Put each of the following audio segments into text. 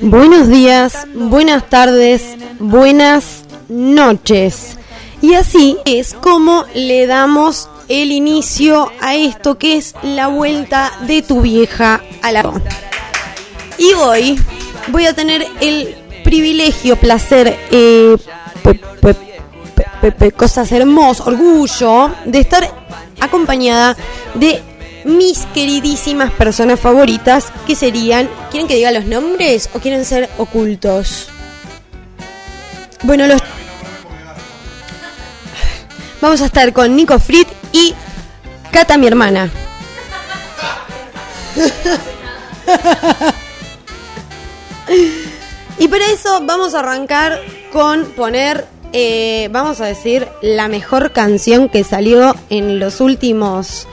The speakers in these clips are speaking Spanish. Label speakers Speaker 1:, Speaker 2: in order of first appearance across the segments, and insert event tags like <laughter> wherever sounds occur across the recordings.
Speaker 1: Buenos días, buenas tardes, buenas noches. Y así es como le damos el inicio a esto que es la vuelta de tu vieja a la... Y hoy voy a tener el privilegio, placer, eh, pe- pe- pe- pe- cosas hermosas, orgullo de estar acompañada de mis queridísimas personas favoritas, que serían, ¿quieren que diga los nombres o quieren ser ocultos? Bueno, los vamos a estar con Nico Frit y Cata, mi hermana. Y para eso vamos a arrancar con poner, eh, vamos a decir, la mejor canción que salió en los últimos,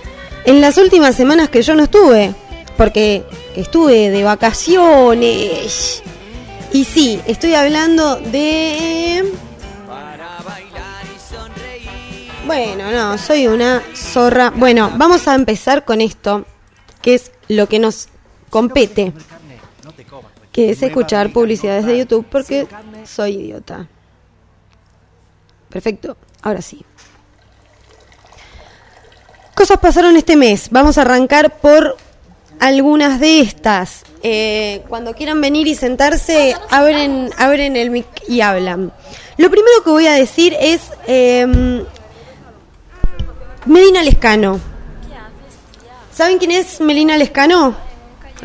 Speaker 1: en las últimas semanas que yo no estuve, porque estuve de vacaciones. Y sí, estoy hablando de... Bueno, no, soy una zorra. Bueno, vamos a empezar con esto, que es lo que nos compete, que es escuchar publicidades de YouTube porque soy idiota. Perfecto, ahora sí. Cosas pasaron este mes. Vamos a arrancar por algunas de estas. Eh, cuando quieran venir y sentarse, abren, abren el mic y hablan. Lo primero que voy a decir es em, Melina Lescano. ¿Saben quién es Melina Lescano?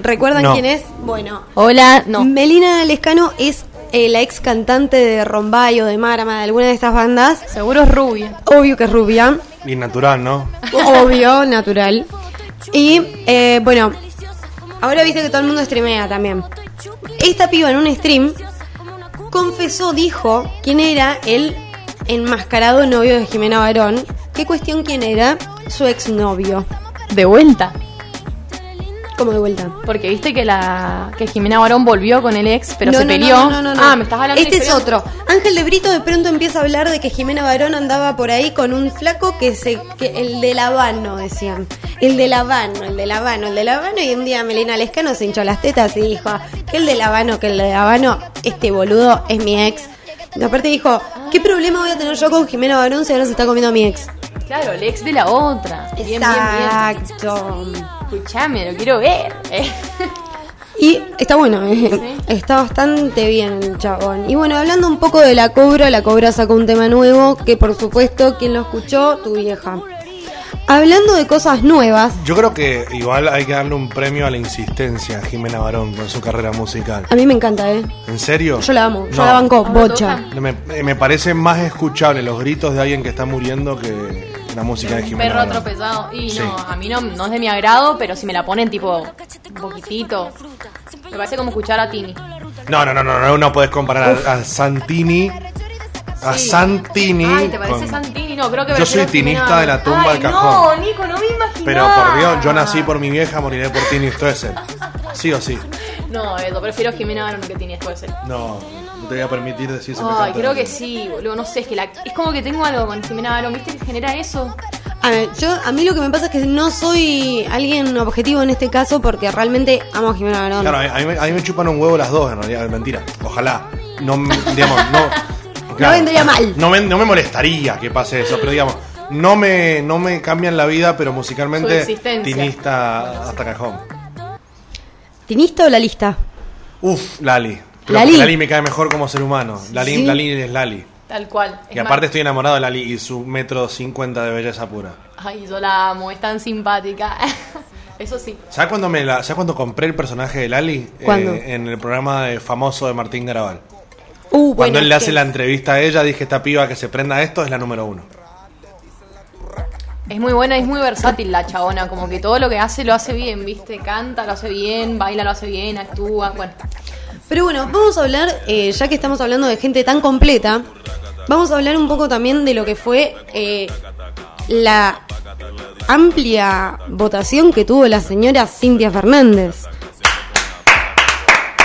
Speaker 1: ¿Recuerdan
Speaker 2: No.
Speaker 1: quién es? Bueno,
Speaker 3: Hola, no.
Speaker 1: Melina Lescano es eh, la ex cantante de Rombay o de Marama, de alguna de estas bandas.
Speaker 3: Seguro es rubia.
Speaker 1: Obvio que es rubia,
Speaker 2: Y natural, ¿no?
Speaker 1: obvio, natural. Y eh, bueno, ahora viste que todo el mundo streamea también. Esta piba en un stream confesó, dijo, quién era el enmascarado novio de Jimena Barón. ¿Qué cuestión quién era? Su exnovio.
Speaker 3: De vuelta.
Speaker 1: Como de vuelta.
Speaker 3: Porque viste que la que Jimena Barón volvió con el ex, pero
Speaker 1: No,
Speaker 3: se
Speaker 1: no,
Speaker 3: peleó.
Speaker 1: no, no, no, no.
Speaker 3: Ah, me estás hablando
Speaker 1: Este
Speaker 3: de
Speaker 1: es otro. Ángel de Brito de pronto empieza a hablar de que Jimena Barón andaba por ahí con un flaco que se. que el del Habano, decían. El del Habano, el del Habano, el del Habano. Y un día Melina Lescano se hinchó las tetas y dijo: que el del Habano, que el del Habano, este boludo es mi ex. Y aparte dijo: ¿Qué problema voy a tener yo con Jimena Barón si ahora se está comiendo a mi ex?
Speaker 3: Claro, el ex de la otra. Bien, bien, bien.
Speaker 1: Exacto.
Speaker 3: Escuchame, lo quiero ver. eh.
Speaker 1: Y está bueno, eh. está bastante bien el chabón. Y bueno, hablando un poco de la cobra, la cobra sacó un tema nuevo que por supuesto, quien lo escuchó? Tu vieja. Hablando de cosas nuevas,
Speaker 2: Yo creo que igual hay que darle un premio a la insistencia a Jimena Barón con su carrera musical.
Speaker 1: a mí me encanta, ¿eh?
Speaker 2: ¿En serio?
Speaker 1: Yo la amo, yo
Speaker 2: No.
Speaker 1: la banco,
Speaker 3: Ahora
Speaker 1: bocha.
Speaker 2: Me, me parece más escuchable los gritos de alguien que está muriendo que la música de Jimena
Speaker 3: Perro
Speaker 2: Barón.
Speaker 3: atropellado. Y
Speaker 2: Sí.
Speaker 3: no, a mí no, no es de mi agrado, pero si me la ponen tipo un poquitito. Me parece como escuchar a Tini.
Speaker 2: No, no, no, no, no, no puedes comparar a, a Santini. A
Speaker 3: Sí.
Speaker 2: Santini.
Speaker 3: Ay, ¿te parece
Speaker 2: con-
Speaker 3: Santini? No, creo que
Speaker 2: Yo
Speaker 3: prefiero
Speaker 2: soy tinista
Speaker 3: Jimena
Speaker 2: de la
Speaker 3: Barón.
Speaker 2: tumba
Speaker 3: Ay,
Speaker 2: al cajón.
Speaker 3: No, Nico, no me imaginaba.
Speaker 2: Pero por Dios, yo nací por mi vieja, moriré por Tini Stoessel. Sí o sí.
Speaker 3: No, Edo, prefiero Jimena Barón que Tini después. eh.
Speaker 2: No, no te voy a permitir decir
Speaker 3: Ay,
Speaker 2: semejante
Speaker 3: creo que
Speaker 2: cosa.
Speaker 3: sí, boludo. No sé, es que la, es como que tengo algo con Jimena Barón. ¿Viste que genera eso?
Speaker 1: A ver, yo, a mí lo que me pasa es que no soy alguien objetivo en este caso porque realmente amo a Jimena Barón.
Speaker 2: Claro, a mí, me- a mí me chupan un huevo las dos, en realidad, mentira. Ojalá. No, me- digamos, no. claro,
Speaker 1: vendría mal.
Speaker 2: No me, no me molestaría que pase eso, pero digamos, no me, no me cambian la vida, pero musicalmente.
Speaker 3: Su existencia.
Speaker 2: Tinista hasta cajón.
Speaker 1: ¿Tinista o la lista?
Speaker 2: Uf, Lali. Pero
Speaker 1: Lali.
Speaker 2: porque Lali me cae mejor como ser humano. Lali,
Speaker 1: Sí.
Speaker 2: Lali es Lali.
Speaker 3: Tal cual. Es
Speaker 2: Y aparte
Speaker 3: más-
Speaker 2: estoy enamorado de Lali y su metro cincuenta de belleza pura.
Speaker 3: Ay, yo la amo, es tan simpática. <laughs> Eso sí.
Speaker 2: ¿Sabes cuándo, me la- ¿Sabes cuándo compré el personaje de Lali? Eh,
Speaker 1: ¿Cuándo?
Speaker 2: en el programa de- famoso de Martín Garabal.
Speaker 1: Uh, bueno,
Speaker 2: Cuando él le hace
Speaker 1: que-
Speaker 2: la entrevista a ella, dije, esta piba que se prenda esto es la número uno.
Speaker 3: Es muy buena, es muy versátil la chabona. Como que todo lo que hace lo hace bien, ¿viste? Canta, lo hace bien, baila, lo hace bien, actúa. Bueno,
Speaker 1: Pero bueno, vamos a hablar, eh, ya que estamos hablando de gente tan completa, vamos a hablar un poco también de lo que fue eh, la amplia votación que tuvo la señora Cintia Fernández.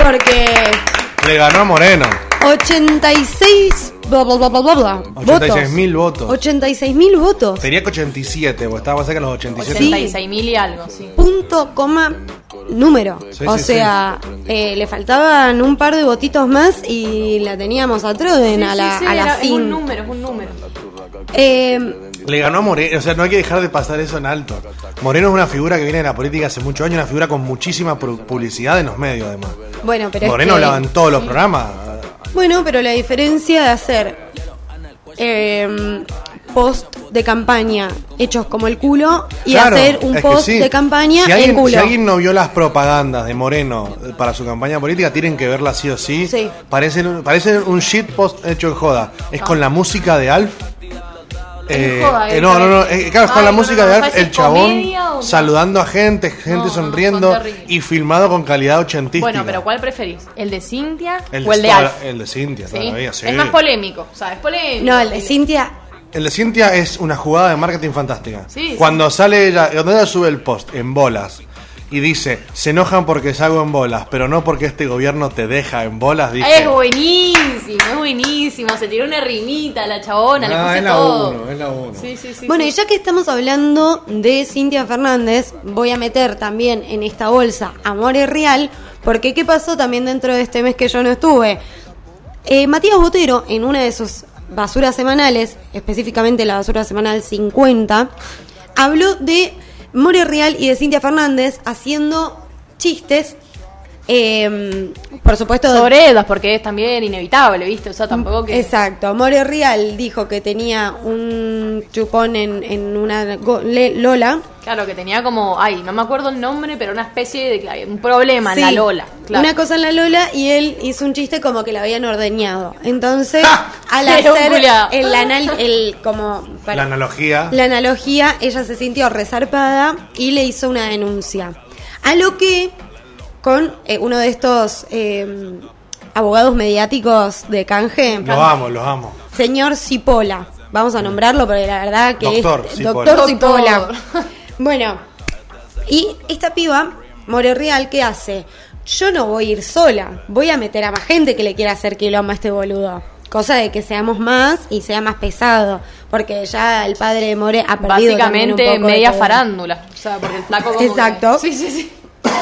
Speaker 1: Porque
Speaker 2: Le ganó a Moreno.
Speaker 1: 86 bla, bla, bla, bla, bla, bla,
Speaker 2: 86.000 votos.
Speaker 1: 86.000 votos.
Speaker 2: Tenía que 87, o estaba más cerca de los 87.
Speaker 1: Sí.
Speaker 3: 86 mil y algo, sí.
Speaker 1: Punto, coma, número.
Speaker 2: Sí,
Speaker 1: o
Speaker 2: sí,
Speaker 1: sea, eh, le faltaban un par de votitos más y la teníamos a Troden, a la, a la
Speaker 3: era- es
Speaker 1: Sin.
Speaker 3: un número, es un número.
Speaker 1: Eh,
Speaker 2: Le ganó a Moreno, o sea, no hay que dejar de pasar eso en alto. Moreno es una figura que viene de la política hace muchos años, una figura con muchísima pu- publicidad en los medios, además.
Speaker 1: bueno, pero es
Speaker 2: Moreno
Speaker 1: que-
Speaker 2: hablaba en todos los programas.
Speaker 1: Bueno, pero la diferencia de hacer eh, post de campaña hechos como el culo y
Speaker 2: Claro,
Speaker 1: hacer un
Speaker 2: es que
Speaker 1: post
Speaker 2: sí.
Speaker 1: de campaña
Speaker 2: si
Speaker 1: en
Speaker 2: alguien,
Speaker 1: culo.
Speaker 2: Si alguien no vio las propagandas de Moreno eh, para su campaña política, tienen que verla sí o sí.
Speaker 1: Sí.
Speaker 2: Parecen, parecen un shit post hecho en joda. Es con la música de Alf. Eh,
Speaker 3: joda,
Speaker 2: eh,
Speaker 3: eh,
Speaker 2: no, no, no.
Speaker 3: eh,
Speaker 2: eh, claro, es con
Speaker 3: ay,
Speaker 2: la
Speaker 3: no,
Speaker 2: música
Speaker 3: no,
Speaker 2: de
Speaker 3: no,
Speaker 2: Alf,
Speaker 3: ¿sabes
Speaker 2: el
Speaker 3: si es comedia o
Speaker 2: chabón
Speaker 3: no?
Speaker 2: saludando a gente,
Speaker 3: No,
Speaker 2: gente
Speaker 3: no,
Speaker 2: sonriendo
Speaker 3: son terribles.
Speaker 2: y filmado con calidad ochentística.
Speaker 3: Bueno, pero ¿cuál preferís? ¿El de Cintia
Speaker 2: El
Speaker 3: o el de
Speaker 2: Star-
Speaker 3: Alf?
Speaker 2: El de Cintia,
Speaker 3: ¿Sí?
Speaker 2: todavía, sí.
Speaker 3: Es más polémico, o sea, es polémico.
Speaker 1: No, el de Cintia.
Speaker 2: El de Cintia es una jugada de marketing fantástica.
Speaker 3: Sí, sí.
Speaker 2: cuando sale ella, cuando ella sube el post en bolas y dice, se enojan porque salgo en bolas, pero no porque este gobierno te deja en bolas, dice.
Speaker 3: Es buenísimo, es buenísimo. Se tiró una rimita a la chabona,
Speaker 2: Ah,
Speaker 3: le
Speaker 2: es
Speaker 3: puse
Speaker 2: la
Speaker 3: todo.
Speaker 2: uno, es la uno.
Speaker 3: Sí, sí, sí.
Speaker 1: Bueno,
Speaker 3: sí.
Speaker 1: y ya que estamos hablando de Cintia Fernández, voy a meter también en esta bolsa Amor es Real, porque ¿qué pasó también dentro de este mes que yo no estuve? Eh, Matías Botero, en una de sus basuras semanales, específicamente la basura semanal 50, habló de More Real y de Cintia Fernández haciendo chistes, eh, por supuesto, de-
Speaker 3: sobre Edas, porque es también inevitable, ¿viste? O sea, tampoco que.
Speaker 1: Exacto, More Real dijo que tenía un chupón en, en una go- le- Lola.
Speaker 3: Claro, que tenía como. Ay, no me acuerdo el nombre, pero una especie de. claro, Un problema en
Speaker 1: Sí,
Speaker 3: la Lola. Claro.
Speaker 1: Una cosa en la Lola y él hizo un chiste como que la habían ordeñado. Entonces,
Speaker 2: ¡Ja!
Speaker 1: al
Speaker 3: <laughs> Era un
Speaker 1: hacer
Speaker 3: culiao.
Speaker 1: el anal, el como
Speaker 2: La
Speaker 1: para-
Speaker 2: analogía.
Speaker 1: la analogía, ella se sintió resarpada y le hizo una denuncia. A lo que con eh, uno de estos eh, abogados mediáticos de canje,
Speaker 2: Los amo, los amo.
Speaker 1: señor Cipola. Vamos a nombrarlo porque la verdad que
Speaker 2: Doctor
Speaker 1: es
Speaker 2: Cipolla.
Speaker 1: doctor Cipolla.
Speaker 3: Doctor.
Speaker 1: Bueno, y esta piba, More Real, ¿qué hace? Yo no voy a ir sola, voy a meter a más gente que le quiera hacer quilombo a este boludo. Cosa de que seamos más y sea más pesado, porque ya el padre de More ha perdido también un
Speaker 3: Básicamente
Speaker 1: poco de
Speaker 3: media
Speaker 1: poder.
Speaker 3: farándula. O sea, porque el flaco. como que-
Speaker 1: Exacto.
Speaker 3: Sí, sí, sí.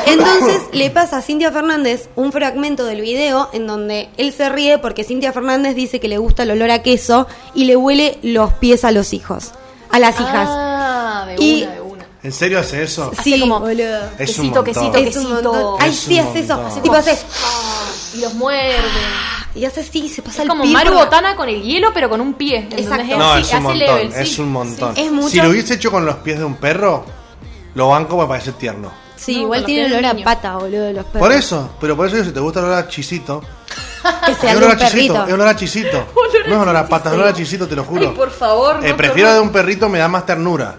Speaker 1: Entonces le pasa a Cintia Fernández un fragmento del video en donde él se ríe porque Cintia Fernández dice que le gusta el olor a queso y le huele los pies a los hijos, a las hijas.
Speaker 3: Ah, de
Speaker 1: Y-
Speaker 3: una, de una.
Speaker 2: ¿En serio hace eso?
Speaker 1: Sí,
Speaker 3: como-
Speaker 1: boludo.
Speaker 2: Es
Speaker 3: quesito,
Speaker 2: un montón.
Speaker 3: quesito,
Speaker 1: Es
Speaker 3: quesito.
Speaker 1: un montón. Ay,
Speaker 2: Es
Speaker 1: sí,
Speaker 2: un
Speaker 1: hace eso.
Speaker 2: montón.
Speaker 1: Tipo, hace.
Speaker 3: Y los muerde.
Speaker 1: Y hace así, se pasa
Speaker 3: Es
Speaker 1: el
Speaker 3: como
Speaker 1: pie
Speaker 3: Maru
Speaker 1: por-
Speaker 3: Botana con el hielo, pero con un pie. ¿entendés?
Speaker 1: Exacto.
Speaker 2: No,
Speaker 3: Así-
Speaker 2: es un
Speaker 3: hace
Speaker 2: montón.
Speaker 3: level, sí.
Speaker 2: Es un montón.
Speaker 1: sí. Es mucho.
Speaker 2: Si lo hubiese hecho con los pies de un perro, lo banco me parece tierno.
Speaker 1: Sí,
Speaker 3: No,
Speaker 1: igual
Speaker 3: con los
Speaker 1: tiene
Speaker 3: pies del
Speaker 1: olor a
Speaker 3: niño.
Speaker 1: pata, boludo, de los perros.
Speaker 2: Por eso, pero por eso digo, si te gusta el olor a chisito,
Speaker 1: Que sea
Speaker 2: Es
Speaker 1: de
Speaker 2: <laughs> olor
Speaker 1: un
Speaker 2: a chisito,
Speaker 1: perrito.
Speaker 2: es olor a chisito.
Speaker 3: <laughs> Olor a
Speaker 2: No es olor a patas, es olor a
Speaker 3: chisito.
Speaker 2: chisito, te lo juro.
Speaker 3: Ay, por favor,
Speaker 2: Eh,
Speaker 3: no,
Speaker 2: prefiero
Speaker 3: pero-
Speaker 2: de un perrito, me da más ternura.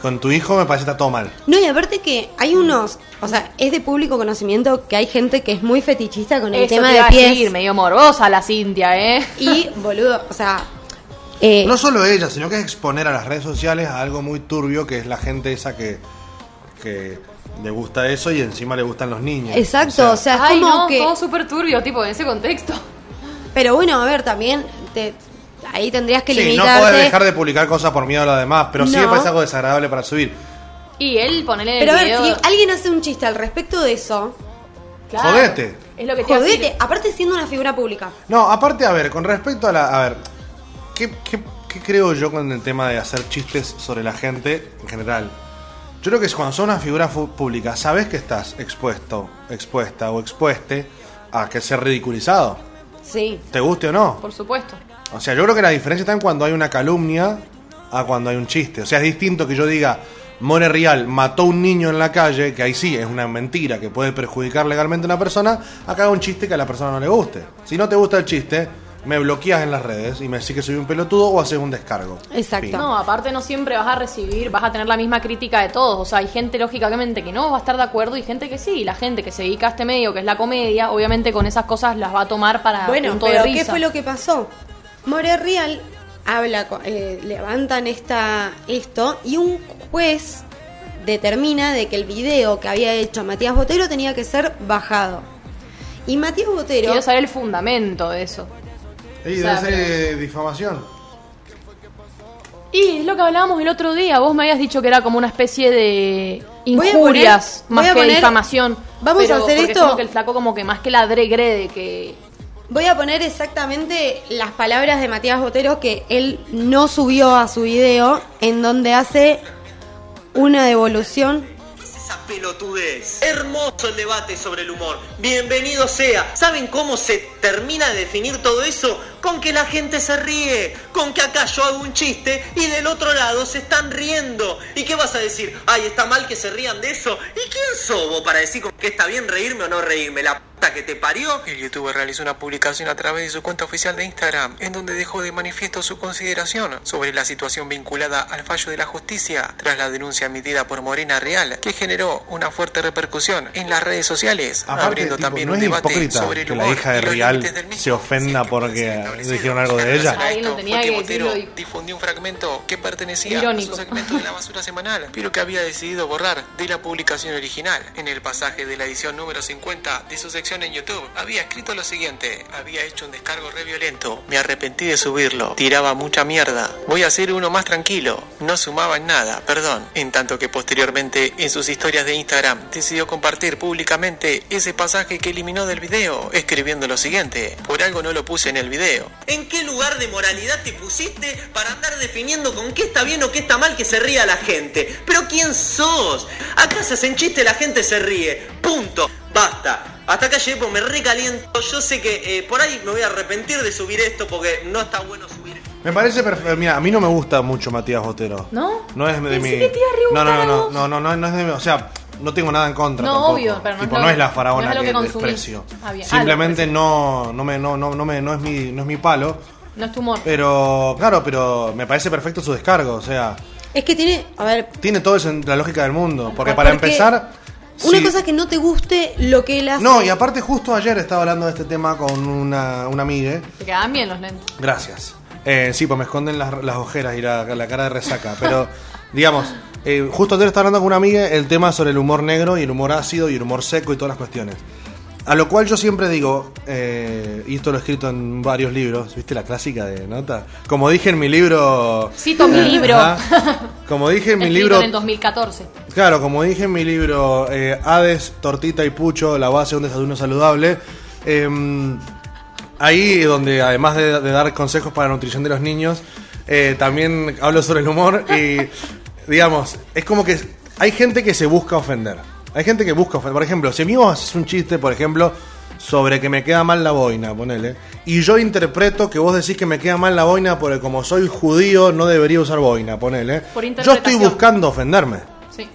Speaker 2: Con tu hijo me parece que está todo mal.
Speaker 1: No, y aparte que hay unos. O sea, es de público conocimiento que hay gente que es muy fetichista con el
Speaker 3: Eso
Speaker 1: tema
Speaker 3: te iba
Speaker 1: de
Speaker 3: a
Speaker 1: pies.
Speaker 3: decir, medio morbosa la Cintia, ¿eh?
Speaker 1: Y, boludo, o sea. eh,
Speaker 2: No solo ella, sino que es exponer a las redes sociales a algo muy turbio que es la gente esa que, que le gusta eso y encima le gustan los niños.
Speaker 1: Exacto,
Speaker 2: O
Speaker 1: o sea,
Speaker 2: sea,
Speaker 1: es
Speaker 3: Ay,
Speaker 1: como
Speaker 3: no,
Speaker 1: que.
Speaker 3: todo súper turbio, tipo, en
Speaker 1: <laughs>
Speaker 3: ese contexto.
Speaker 1: Pero bueno, a ver, también. te- Ahí tendrías que
Speaker 2: sí, no
Speaker 1: limitarte.
Speaker 2: podés dejar de publicar cosas por miedo a lo demás, pero sí me
Speaker 1: No.
Speaker 2: parece algo desagradable para subir.
Speaker 3: Y él, ponele en el
Speaker 1: Pero a ver,
Speaker 3: video...
Speaker 1: si alguien hace un chiste al respecto de eso,
Speaker 3: Claro,
Speaker 2: Jodete.
Speaker 3: Es lo que te iba a decir.
Speaker 1: jodete, aparte siendo una figura pública.
Speaker 2: No, aparte, a ver, con respecto a la. A ver, ¿qué, qué, qué creo yo con el tema de hacer chistes sobre la gente en general? Yo creo que es cuando sos una figura fu- pública, sabes que estás expuesto, expuesta o expueste a que ser ridiculizado,
Speaker 1: Sí.
Speaker 2: te guste o no.
Speaker 3: Por supuesto.
Speaker 2: O sea, yo creo que la diferencia está en cuando hay una calumnia a cuando hay un chiste. O sea, es distinto que yo diga, More Real mató un niño en la calle, que ahí sí es una mentira que puede perjudicar legalmente a una persona, acá hago un chiste que a la persona no le guste. Si no te gusta el chiste, me bloqueas en las redes y me decís que soy un pelotudo o haces un descargo.
Speaker 1: Exacto.
Speaker 2: Fin.
Speaker 3: No, aparte no siempre vas a recibir, vas a tener la misma crítica de todos. O sea, hay gente lógicamente que no va a estar de acuerdo y gente que sí. La gente que se dedica a este medio, que es la comedia, obviamente con esas cosas las va a tomar para
Speaker 1: Bueno,
Speaker 3: punto
Speaker 1: Ah, pero
Speaker 3: de risa.
Speaker 1: ¿qué fue lo que pasó? More Real habla, co- eh, levantan esta, esto y un juez determina de que el video que había hecho Matías Botero tenía que ser bajado. Y Matías Botero,
Speaker 3: Quiero saber el fundamento de eso.
Speaker 2: Ey,
Speaker 3: O sea,
Speaker 2: debe ser, eh, difamación.
Speaker 3: Y es lo que hablábamos el otro día. Vos me habías dicho que era como una especie de
Speaker 1: Voy a
Speaker 3: injurias
Speaker 1: poner- voy
Speaker 3: más
Speaker 1: a
Speaker 3: que
Speaker 1: poner-
Speaker 3: difamación.
Speaker 1: Vamos a
Speaker 3: Pero-
Speaker 1: hacer
Speaker 3: porque es
Speaker 1: esto-
Speaker 3: como que el flaco como que más que la dregrede que
Speaker 1: Voy a poner exactamente las palabras de Matías Botero que él no subió a su video, en donde hace una devolución.
Speaker 4: es esa pelotudez? Hermoso el debate sobre el humor. Bienvenido sea. ¿Saben cómo se termina de definir todo eso? Con que la gente se ríe. Con que acá yo hago un chiste y del otro lado se están riendo. ¿Y qué vas a decir? Ay, está mal que se rían de eso. ¿Y quién sobo para decir con que está bien reírme o no reírme? La puta que te parió.
Speaker 5: El youtuber realizó una publicación a través de su cuenta oficial de Instagram, en donde dejó de manifiesto su consideración sobre la situación vinculada al fallo de la justicia tras la denuncia emitida por Morena Real, que generó una fuerte repercusión en las redes sociales,
Speaker 2: Aparte,
Speaker 5: abriendo
Speaker 2: tipo,
Speaker 5: también
Speaker 2: no
Speaker 5: un
Speaker 2: es
Speaker 5: debate
Speaker 2: hipócrita
Speaker 5: sobre el
Speaker 2: que la
Speaker 5: humor
Speaker 2: hija de
Speaker 5: y los
Speaker 2: Rial
Speaker 5: límites del mismo.
Speaker 2: se ofenda
Speaker 5: Si es que
Speaker 2: porque
Speaker 5: se establecieron.
Speaker 2: dijeron algo de
Speaker 5: En relación
Speaker 2: ella.
Speaker 5: a
Speaker 3: Alguien lo
Speaker 5: esto,
Speaker 3: tenía
Speaker 5: fue
Speaker 3: que
Speaker 5: Botero
Speaker 3: decirlo y-
Speaker 5: difundió un fragmento que pertenecía
Speaker 3: Irónico.
Speaker 5: a su segmento de la basura semanal, pero que había decidido borrar de la publicación original. En el pasaje de la edición número 50 de su sección en YouTube, había escrito lo siguiente: Había hecho un descargo re violento, me arrepentí de subirlo, tiraba mucha mierda. Voy a hacer uno más tranquilo, no sumaba en nada, perdón. En tanto que posteriormente, en sus historias de Instagram, decidió compartir públicamente ese pasaje que eliminó del video, escribiendo lo siguiente: Por algo no lo puse en el video.
Speaker 4: ¿En qué lugar de moralidad te pusiste para andar definiendo con qué está bien o qué está mal que se ría la gente? Pero ¿quién sos? Acá se hacen chiste, la gente se ríe. Punto. Basta. Hasta acá llegué porque me recaliento. Yo sé que eh, por ahí me voy a arrepentir de subir esto porque no está bueno subir.
Speaker 2: Me parece perfecto. Mira, a mí no me gusta mucho Matías Botero.
Speaker 3: ¿No?
Speaker 2: No es de
Speaker 3: Pensé
Speaker 2: mi.
Speaker 3: que te iba
Speaker 2: no,
Speaker 3: a
Speaker 2: no, no,
Speaker 3: rebuscar a
Speaker 2: no,
Speaker 3: vos.
Speaker 2: no, no, no, no es de mi. O sea, no tengo nada en contra.
Speaker 3: No,
Speaker 2: tampoco.
Speaker 3: obvio, pero no es
Speaker 2: Tipo,
Speaker 3: lo-
Speaker 2: es la
Speaker 3: no
Speaker 2: faraona
Speaker 3: es lo
Speaker 2: que,
Speaker 3: que consumís.
Speaker 2: desprecio.
Speaker 3: Ah, bien. Ah, lo
Speaker 2: Simplemente
Speaker 3: desprecio.
Speaker 2: no, no me, no, no, no me, no es mi, no es mi palo.
Speaker 3: no es tu humor.
Speaker 2: Pero, claro, pero me parece perfecto su descargo. O sea,
Speaker 1: Es que tiene, a ver,
Speaker 2: tiene todo eso en la lógica del mundo. Porque para
Speaker 1: Porque
Speaker 2: empezar.
Speaker 1: una
Speaker 2: si-
Speaker 1: cosa es que no te guste lo que él hace.
Speaker 2: No, y aparte justo ayer estaba hablando de este tema con una, una amiga.
Speaker 3: Te quedaban bien los lentes.
Speaker 2: Gracias. Eh, sí, pues me esconden las, las ojeras y la, la cara de resaca. Pero, digamos, eh, justo ayer estaba hablando con una amiga el tema sobre el humor negro y el humor ácido y el humor seco y todas las cuestiones. A lo cual yo siempre digo, eh, y esto lo he escrito en varios libros, ¿viste la clásica de nota? Como dije en mi libro...
Speaker 3: Cito mi
Speaker 2: eh,
Speaker 3: libro.
Speaker 2: ajá. Como dije en mi
Speaker 3: Escrito
Speaker 2: libro...
Speaker 3: en el 2014.
Speaker 2: Claro, como dije en mi libro eh, Hades, Tortita y Pucho, la base de un desayuno saludable, em, ahí donde además de, de dar consejos para la nutrición de los niños, eh, también hablo sobre el humor y
Speaker 3: <laughs>
Speaker 2: digamos, es como que hay gente que se busca ofender. Hay gente que busca ofender. Por ejemplo, si vos haces un chiste, por ejemplo, sobre que me queda mal la boina, ponele, y yo interpreto que vos decís que me queda mal la boina porque como soy judío no debería usar boina, ponele.
Speaker 3: Por
Speaker 2: yo estoy
Speaker 3: interpretación.
Speaker 2: buscando ofenderme.
Speaker 3: Sí.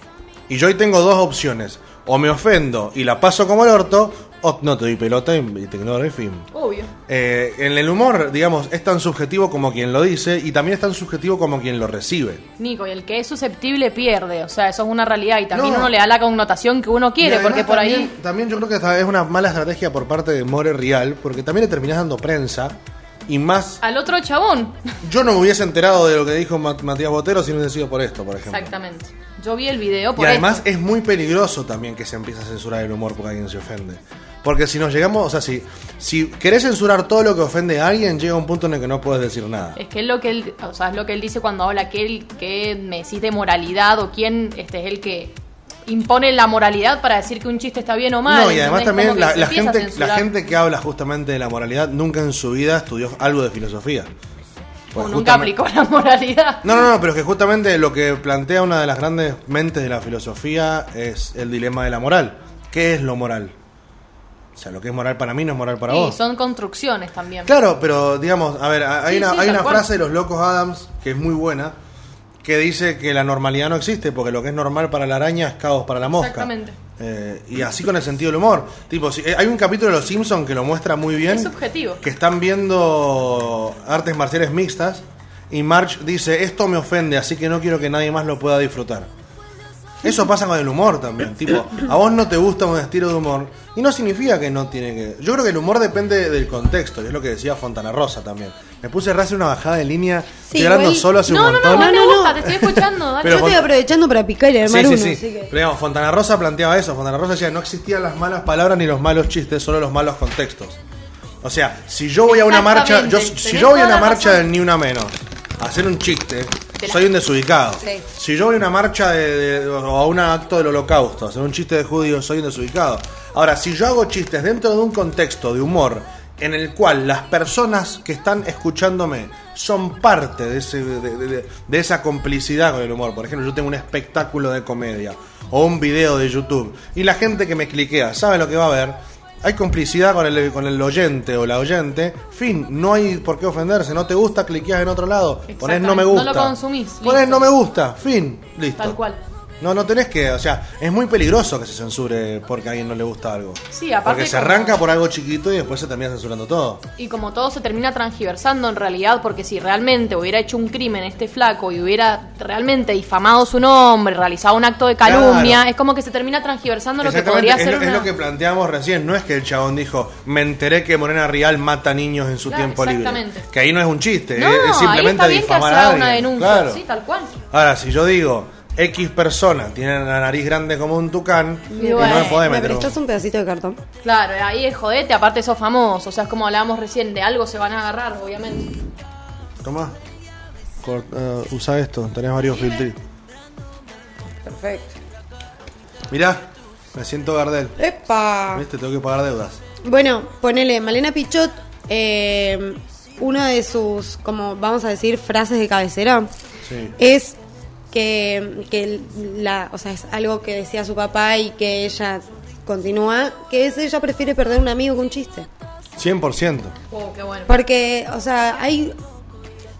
Speaker 2: Y yo hoy tengo dos opciones. O me ofendo y la paso como el orto, o no te doy pelota y y te ignoro y fin.
Speaker 3: Obvio.
Speaker 2: Eh, en el humor, digamos, es tan subjetivo como quien lo dice y también es tan subjetivo como quien lo recibe.
Speaker 3: Nico, y el que es susceptible pierde. O sea, eso es una realidad. Y también
Speaker 2: No.
Speaker 3: uno le da la connotación que uno
Speaker 2: Y
Speaker 3: quiere,
Speaker 2: además
Speaker 3: porque por
Speaker 2: también,
Speaker 3: ahí.
Speaker 2: También yo creo que esta es una mala estrategia por parte de More Real, porque también le terminás dando prensa y más.
Speaker 3: Al otro chabón.
Speaker 2: Yo no me hubiese enterado de lo que dijo Mat- Matías Botero si no hubiese sido por esto, por ejemplo.
Speaker 3: Exactamente. Yo vi el video
Speaker 2: Y
Speaker 3: por
Speaker 2: además
Speaker 3: esto.
Speaker 2: es muy peligroso también que se empiece a censurar el humor porque alguien se ofende. Porque si nos llegamos, o sea, si, si querés censurar todo lo que ofende a alguien, llega un punto en el que no puedes decir nada.
Speaker 3: Es que es lo que él, o sea, es lo que él dice cuando habla que él que me decís de moralidad o quién este es el que impone la moralidad para decir que un chiste está bien o mal.
Speaker 2: no, y además
Speaker 3: ¿entendés?
Speaker 2: también
Speaker 3: Como que
Speaker 2: la,
Speaker 3: se
Speaker 2: la
Speaker 3: empieza a
Speaker 2: gente, la
Speaker 3: censurar.
Speaker 2: gente que habla justamente de la moralidad nunca en su vida estudió algo de filosofía.
Speaker 3: O
Speaker 2: Porque
Speaker 3: nunca
Speaker 2: justamente-
Speaker 3: aplicó la moralidad.
Speaker 2: No, no, no, pero es que justamente lo que plantea una de las grandes mentes de la filosofía es el dilema de la moral. ¿Qué es lo moral? O sea, lo que es moral para mí no es moral para
Speaker 3: Sí,
Speaker 2: vos.
Speaker 3: son construcciones también.
Speaker 2: Claro, pero digamos, a ver, a- hay
Speaker 3: Sí,
Speaker 2: una,
Speaker 3: sí,
Speaker 2: hay
Speaker 3: tal
Speaker 2: una
Speaker 3: cual.
Speaker 2: frase de los locos Adams que es muy buena, que dice que la normalidad no existe, porque lo que es normal para la araña es caos para la mosca.
Speaker 3: Exactamente.
Speaker 2: Eh, y así con el sentido del humor. Tipo, si- eh, hay un capítulo de Los Simpsons que lo muestra muy bien.
Speaker 3: Es subjetivo.
Speaker 2: Que están viendo artes marciales mixtas y March dice, esto me ofende, así que no quiero que nadie más lo pueda disfrutar. Eso pasa con el humor también. Tipo, a vos no te gusta un estilo de humor. Y no significa que no tiene que. Yo creo que el humor depende del contexto. Y es lo que decía Fontana Rosa también. Me puse a hacer una bajada de línea.
Speaker 1: Sí,
Speaker 2: estoy hablando
Speaker 1: igual-
Speaker 2: solo hace
Speaker 3: No,
Speaker 2: un
Speaker 3: no,
Speaker 2: montón.
Speaker 3: no, no, me
Speaker 1: No, no,
Speaker 3: gusta,
Speaker 1: no.
Speaker 3: te estoy escuchando. dale.
Speaker 2: Pero
Speaker 1: Yo estoy
Speaker 2: Juan-
Speaker 1: aprovechando para picar y armar
Speaker 2: Sí,
Speaker 1: uno.
Speaker 2: sí, sí.
Speaker 1: así que-
Speaker 2: Pero digamos, Fontana Rosa planteaba eso. Fontana Rosa decía, no existían las malas palabras ni los malos chistes, solo los malos contextos. O sea, si yo voy a una marcha, yo,
Speaker 3: Exactamente,
Speaker 2: si
Speaker 3: tenés
Speaker 2: yo voy a
Speaker 3: toda
Speaker 2: una
Speaker 3: la
Speaker 2: marcha
Speaker 3: razón.
Speaker 2: del Ni Una Menos hacer un chiste,
Speaker 3: Te la-
Speaker 2: soy un desubicado.
Speaker 6: Sí.
Speaker 2: Si yo voy a una marcha de- de- o a un acto del holocausto, hacer un chiste de judíos, soy un desubicado. Ahora, si yo hago chistes dentro de un contexto de humor en el cual las personas que están escuchándome son parte de, ese- de- de- de- de esa complicidad con el humor, por ejemplo, yo tengo un espectáculo de comedia o un video de YouTube y la gente que me cliquea sabe lo que va a ver, hay complicidad con el, con el oyente o la oyente. Fin, no hay por qué ofenderse. No te gusta, cliqueas en otro lado. Ponés no me
Speaker 3: Exactamente, no
Speaker 2: gusta.
Speaker 3: lo consumís,
Speaker 2: Ponés
Speaker 3: listo.
Speaker 2: no me gusta. Fin, listo.
Speaker 3: Tal cual.
Speaker 2: No, no tenés que, o sea, es muy peligroso que se censure porque a alguien no le gusta algo.
Speaker 3: Sí, aparte
Speaker 2: Porque se
Speaker 3: como-
Speaker 2: arranca por algo chiquito y después se termina censurando todo.
Speaker 3: Y como todo se termina transgiversando en realidad, porque si realmente hubiera hecho un crimen este flaco y hubiera realmente difamado su nombre, realizado un acto de calumnia,
Speaker 2: Claro.
Speaker 3: es como que se termina transgiversando lo que
Speaker 2: Exactamente,
Speaker 3: podría
Speaker 2: es,
Speaker 3: ser
Speaker 2: lo, es
Speaker 3: una...
Speaker 2: lo que planteamos recién. No es que el chabón dijo, me enteré que Morena Rial mata niños en su
Speaker 3: Claro,
Speaker 2: tiempo libre.
Speaker 3: exactamente.
Speaker 2: Que ahí no es un chiste,
Speaker 3: No,
Speaker 2: Eh, es, es
Speaker 3: ahí
Speaker 2: simplemente
Speaker 3: está bien que
Speaker 2: difamar
Speaker 3: haga
Speaker 2: a alguien.
Speaker 3: una denuncia,
Speaker 2: Claro.
Speaker 3: sí, tal cual.
Speaker 2: Ahora, si yo digo X persona tiene la nariz grande como un tucán, y
Speaker 3: bueno,
Speaker 2: no me podés
Speaker 1: ¿Me
Speaker 2: meter. un-
Speaker 1: prestas un pedacito de cartón?
Speaker 3: Claro, ahí es jodete, aparte sos famoso, o sea, es como hablábamos recién, de algo se van a agarrar, obviamente.
Speaker 2: Tomá, cort- eh, usa esto, tenés varios filtros.
Speaker 6: Perfecto.
Speaker 2: Mirá, me siento Gardel.
Speaker 6: ¡Epa!
Speaker 2: ¿Viste? Tengo que pagar deudas.
Speaker 1: Bueno, ponele, Malena Pichot, eh, una de sus, como vamos a decir, frases de cabecera
Speaker 2: Sí.
Speaker 1: es que, que la, o sea, es algo que decía su papá y que ella continúa, que es ella prefiere perder un amigo que un chiste.
Speaker 2: 100%.
Speaker 3: Oh, qué bueno.
Speaker 1: Porque, o sea, hay,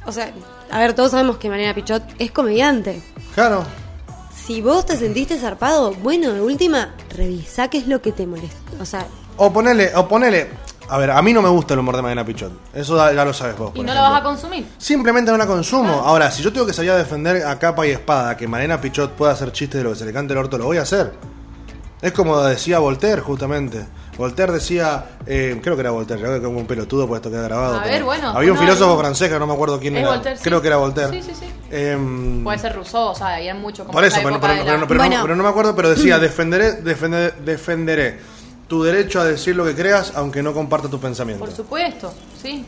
Speaker 1: o sea, a ver, todos sabemos que Malena Pichot es comediante.
Speaker 2: Claro.
Speaker 1: Si vos te sentiste zarpado, bueno, de última, revisa qué es lo que te molesta. O sea,
Speaker 2: O ponele, o ponele. A ver, a mí no me gusta el humor de Madena Pichot. Eso da- ya lo sabes vos.
Speaker 3: Y
Speaker 2: por
Speaker 3: no la
Speaker 2: ejemplo.
Speaker 3: vas a consumir.
Speaker 2: Simplemente no la consumo. Ahora, si yo tengo que salir a defender a capa y espada que Marina Pichot pueda hacer chistes de lo que se le cante el orto, lo voy a hacer. Es como decía Voltaire, justamente. Voltaire decía, eh, creo que era Voltaire, creo que como un pelotudo, pues esto queda grabado.
Speaker 3: A
Speaker 2: pero
Speaker 3: ver, bueno,
Speaker 2: Había un
Speaker 3: no,
Speaker 2: filósofo
Speaker 3: no.
Speaker 2: francés que no me acuerdo quién
Speaker 3: Es
Speaker 2: era.
Speaker 3: Voltaire, sí.
Speaker 2: creo que era Voltaire.
Speaker 3: Sí, sí, sí.
Speaker 2: Em,
Speaker 3: Puede ser Rousseau, o sea, había mucho como
Speaker 2: por eso,
Speaker 3: esa
Speaker 2: pero,
Speaker 3: época
Speaker 2: pero-
Speaker 3: de
Speaker 2: pero
Speaker 3: la-
Speaker 2: no- pero no-
Speaker 1: Bueno.
Speaker 2: pero no me acuerdo, pero
Speaker 3: <clears throat>
Speaker 2: decía, defenderé, defenderé, defenderé tu derecho a decir lo que creas, aunque no comparta tu pensamiento.
Speaker 3: Por supuesto, sí.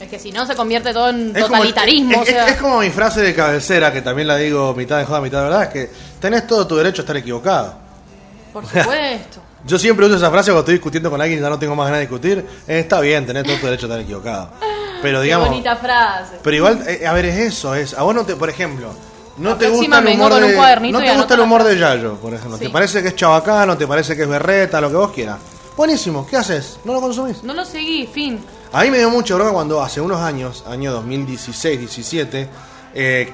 Speaker 3: Es que si no se convierte todo en
Speaker 2: Es como-
Speaker 3: totalitarismo,
Speaker 2: es-
Speaker 3: o
Speaker 2: es-
Speaker 3: sea.
Speaker 2: es como mi frase de cabecera, que también la digo mitad de joda, mitad de verdad, es que tenés todo tu derecho a estar equivocado.
Speaker 3: Por supuesto.
Speaker 2: Yo siempre uso esa frase cuando estoy discutiendo con alguien y ya no tengo más ganas de discutir. Eh, Está bien, tenés todo tu derecho a estar equivocado. Pero <laughs> digamos.
Speaker 3: Qué bonita frase.
Speaker 2: Pero igual, eh, a ver, es eso, es. A vos no te, por ejemplo, no
Speaker 3: La
Speaker 2: te
Speaker 3: próxima
Speaker 2: gusta el
Speaker 3: vengo
Speaker 2: humor
Speaker 3: con un
Speaker 2: de.
Speaker 3: cuadernito
Speaker 2: no
Speaker 3: y
Speaker 2: te gusta
Speaker 3: anoto
Speaker 2: el
Speaker 3: las
Speaker 2: humor de Yayo, por ejemplo.
Speaker 3: Sí.
Speaker 2: Te parece que es chabacano, te parece que es berreta, lo que vos quieras. Buenísimo, ¿qué haces? ¿No lo consumís?
Speaker 3: No lo seguí, fin.
Speaker 2: A mí me dio mucho bronca cuando hace unos años, año 2016, 17, eh,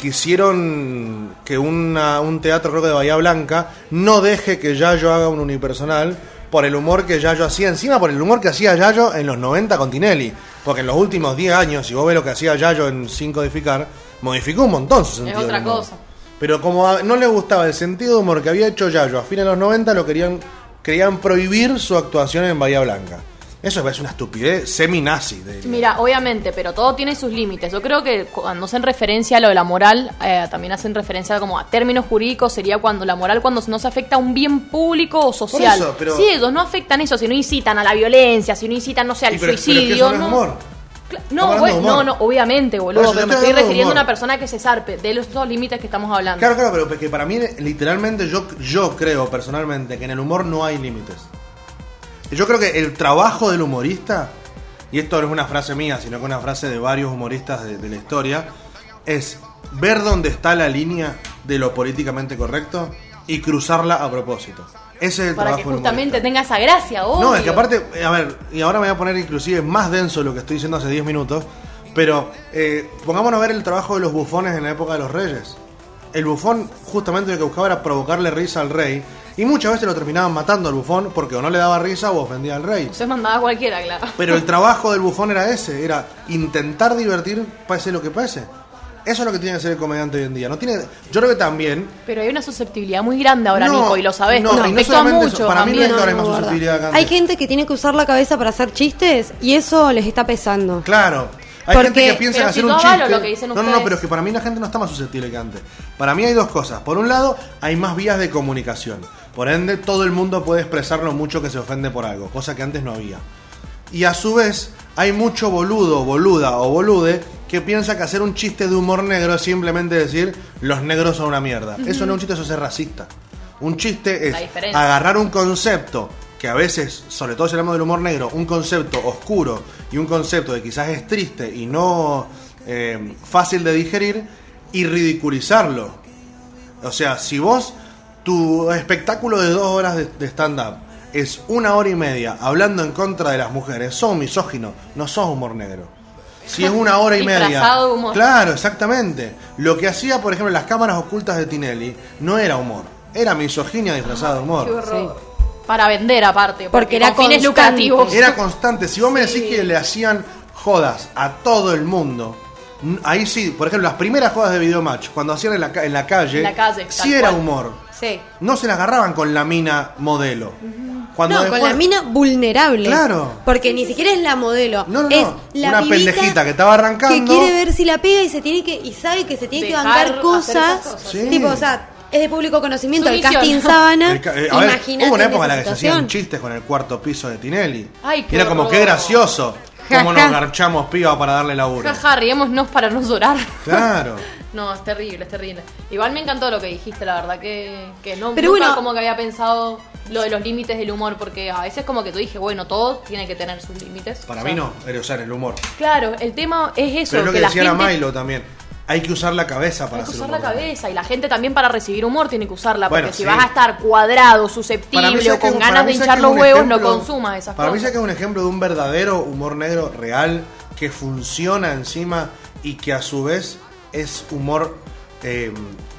Speaker 2: quisieron que una- un teatro, creo que de Bahía Blanca, no deje que Yayo haga un unipersonal por el humor que Yayo hacía, encima por el humor que hacía Yayo en los 90 con Tinelli. Porque en los últimos 10 años, si vos ves lo que hacía Yayo en Sin Codificar, modificó un montón su sentido. del
Speaker 3: otra
Speaker 2: humor.
Speaker 3: cosa.
Speaker 2: Pero como a- no le gustaba el sentido de humor que había hecho Yayo a fines de los 90, lo querían, querían prohibir su actuación en Bahía Blanca. Eso me parece una estupidez semi-nazi. de-
Speaker 3: Mira, obviamente, pero todo tiene sus límites. Yo creo que cuando hacen referencia a lo de la moral, eh, también hacen referencia como a términos jurídicos, sería cuando la moral cuando no se afecta a un bien público o social.
Speaker 2: eso, pero-
Speaker 3: Si ellos no afectan eso, si no incitan a la violencia, si no incitan, no sé, al
Speaker 2: Y pero- pero es que eso
Speaker 3: suicidio.
Speaker 2: no es
Speaker 3: no,
Speaker 2: humor.
Speaker 3: Cla-
Speaker 2: Estamos
Speaker 3: No,
Speaker 2: hablando de
Speaker 3: bueno, no,
Speaker 2: humor.
Speaker 3: no, obviamente,
Speaker 2: Por
Speaker 3: boludo,
Speaker 2: eso te
Speaker 3: pero
Speaker 2: estoy
Speaker 3: me estoy
Speaker 2: hablando de
Speaker 3: refiriendo a
Speaker 2: humor.
Speaker 3: una persona que se zarpe de los dos límites que estamos hablando.
Speaker 2: Claro, claro, pero que para mí, literalmente, yo, yo creo personalmente que en el humor no hay límites. Yo creo que el trabajo del humorista, y esto no es una frase mía, sino que una frase de varios humoristas de, de la historia, es ver dónde está la línea de lo políticamente correcto y cruzarla a propósito. Ese es el trabajo
Speaker 3: para que
Speaker 2: del humorista.
Speaker 3: justamente tenga esa gracia, obvio.
Speaker 2: No, es que aparte, eh, a ver, y ahora me voy a poner inclusive más denso lo que estoy diciendo hace 10 minutos, pero eh, pongámonos a ver el trabajo de los bufones en la época de los reyes. El bufón justamente lo que buscaba era provocarle risa al rey, y muchas veces lo terminaban matando al bufón porque o no le daba risa o ofendía al rey.
Speaker 3: Usted mandaba a cualquiera, claro.
Speaker 2: Pero el trabajo del bufón era ese, era intentar divertir, pase lo que pase. Eso es lo que tiene que hacer el comediante hoy en día. No tiene, yo creo que también
Speaker 3: Pero hay una susceptibilidad muy grande ahora,
Speaker 2: No,
Speaker 3: Nico, y lo sabes,
Speaker 2: no,
Speaker 3: con
Speaker 2: y no
Speaker 3: respecto a
Speaker 2: solamente eso,
Speaker 3: mucho.
Speaker 2: para mí no es
Speaker 3: también.
Speaker 2: que ahora hay más
Speaker 1: guarda.
Speaker 2: susceptibilidad que antes.
Speaker 1: Hay gente que tiene que usar la cabeza para hacer chistes y eso les está pesando.
Speaker 2: Claro. Hay
Speaker 1: Porque-
Speaker 2: gente que piensa en
Speaker 3: pero
Speaker 2: hacer
Speaker 3: si
Speaker 2: un
Speaker 3: yo avalo
Speaker 2: chiste.
Speaker 3: lo que dicen
Speaker 2: no, no, no,
Speaker 3: ustedes.
Speaker 2: pero es que para mí la gente no está más susceptible que antes. Para mí hay dos cosas. Por un lado, hay más vías de comunicación. Por ende, todo el mundo puede expresar lo mucho que se ofende por algo, cosa que antes no había. Y a su vez, hay mucho boludo, boluda o bolude que piensa que hacer un chiste de humor negro es simplemente decir los negros son una mierda. Eso no es un chiste, eso es ser racista. Un chiste es
Speaker 3: La diferencia.
Speaker 2: agarrar un concepto que a veces, sobre todo si hablamos del humor negro, un concepto oscuro y un concepto que quizás es triste y no eh, fácil de digerir y ridiculizarlo. O sea, si vos, tu espectáculo de dos horas de, de stand-up es una hora y media hablando en contra de las mujeres, sos misógino, no sos humor negro. Si es una hora y media.
Speaker 3: <laughs> Disfrazado de humor.
Speaker 2: Claro, exactamente. Lo que hacía, por ejemplo, las cámaras ocultas de Tinelli no era humor, era misoginia disfrazada de humor.
Speaker 3: Qué horror. Para vender aparte, porque,
Speaker 1: Porque era
Speaker 3: con fines
Speaker 1: constante.
Speaker 3: lucrativos.
Speaker 2: Era constante. Si vos me decís que le hacían jodas a todo el mundo, n- ahí sí, por ejemplo, las primeras jodas de Videomatch, cuando hacían en la, ca- en la calle,
Speaker 3: En la calle,
Speaker 2: sí
Speaker 3: tal
Speaker 2: era
Speaker 3: cual.
Speaker 2: humor.
Speaker 3: Sí.
Speaker 2: No se las agarraban con la mina modelo. Cuando
Speaker 1: No,
Speaker 2: después-
Speaker 1: con la mina vulnerable.
Speaker 2: Claro.
Speaker 1: Porque ni siquiera es la modelo.
Speaker 2: No, no, no.
Speaker 1: es la
Speaker 2: Una
Speaker 1: pibita
Speaker 2: pendejita que estaba arrancando.
Speaker 1: Que quiere ver si la pega y se tiene que y sabe que se tiene
Speaker 3: Dejar
Speaker 1: que bancar
Speaker 3: hacer
Speaker 1: cosas.
Speaker 3: esas cosas,
Speaker 2: Sí. sí.
Speaker 1: Tipo, o sea, es de público conocimiento
Speaker 3: Su
Speaker 1: el
Speaker 3: misión.
Speaker 1: casting sábana.
Speaker 2: El ca- eh, a ver,
Speaker 1: Imagínate.
Speaker 2: hubo una época en
Speaker 1: esa
Speaker 2: la que se hacían
Speaker 1: situación.
Speaker 2: chistes con el cuarto piso de Tinelli.
Speaker 3: Ay, qué
Speaker 2: era como
Speaker 3: horror.
Speaker 2: que gracioso.
Speaker 1: Ja,
Speaker 2: Como
Speaker 1: ja.
Speaker 2: nos garchamos piba para darle laburo.
Speaker 3: <laughs> Jaja, riémonos para no llorar. <laughs>
Speaker 2: Claro.
Speaker 3: No, es terrible, es terrible. Igual me encantó lo que dijiste, la verdad que, que no
Speaker 1: Pero
Speaker 3: nunca
Speaker 1: bueno.
Speaker 3: como que había pensado lo de los límites del humor, porque a veces como que tú dije, bueno, todo tiene que tener sus límites.
Speaker 2: Para
Speaker 3: O
Speaker 2: mí
Speaker 3: sea,
Speaker 2: no, era usar el humor.
Speaker 3: Claro, el tema es eso,
Speaker 2: Pero es lo que,
Speaker 3: la
Speaker 2: decía la
Speaker 3: gente
Speaker 2: Milo también. Hay que usar la cabeza para
Speaker 3: Hay que
Speaker 2: hacer
Speaker 3: usar
Speaker 2: humor
Speaker 3: la
Speaker 2: también.
Speaker 3: cabeza y la gente también para recibir humor tiene que usarla,
Speaker 2: Bueno,
Speaker 3: porque
Speaker 2: sí.
Speaker 3: si vas a estar cuadrado,
Speaker 2: Para mí,
Speaker 3: susceptible
Speaker 2: ¿sabes
Speaker 3: o con
Speaker 2: qué? Para
Speaker 3: ganas
Speaker 2: mí,
Speaker 3: de
Speaker 2: ¿sabes
Speaker 3: hinchar
Speaker 2: qué es
Speaker 3: los
Speaker 2: un
Speaker 3: huevos, no
Speaker 2: ejemplo?
Speaker 3: consumas esas
Speaker 2: Para mí,
Speaker 3: cosas.
Speaker 2: ¿sabes qué es un ejemplo de un verdadero humor negro real que funciona encima y que a su vez es humor eh,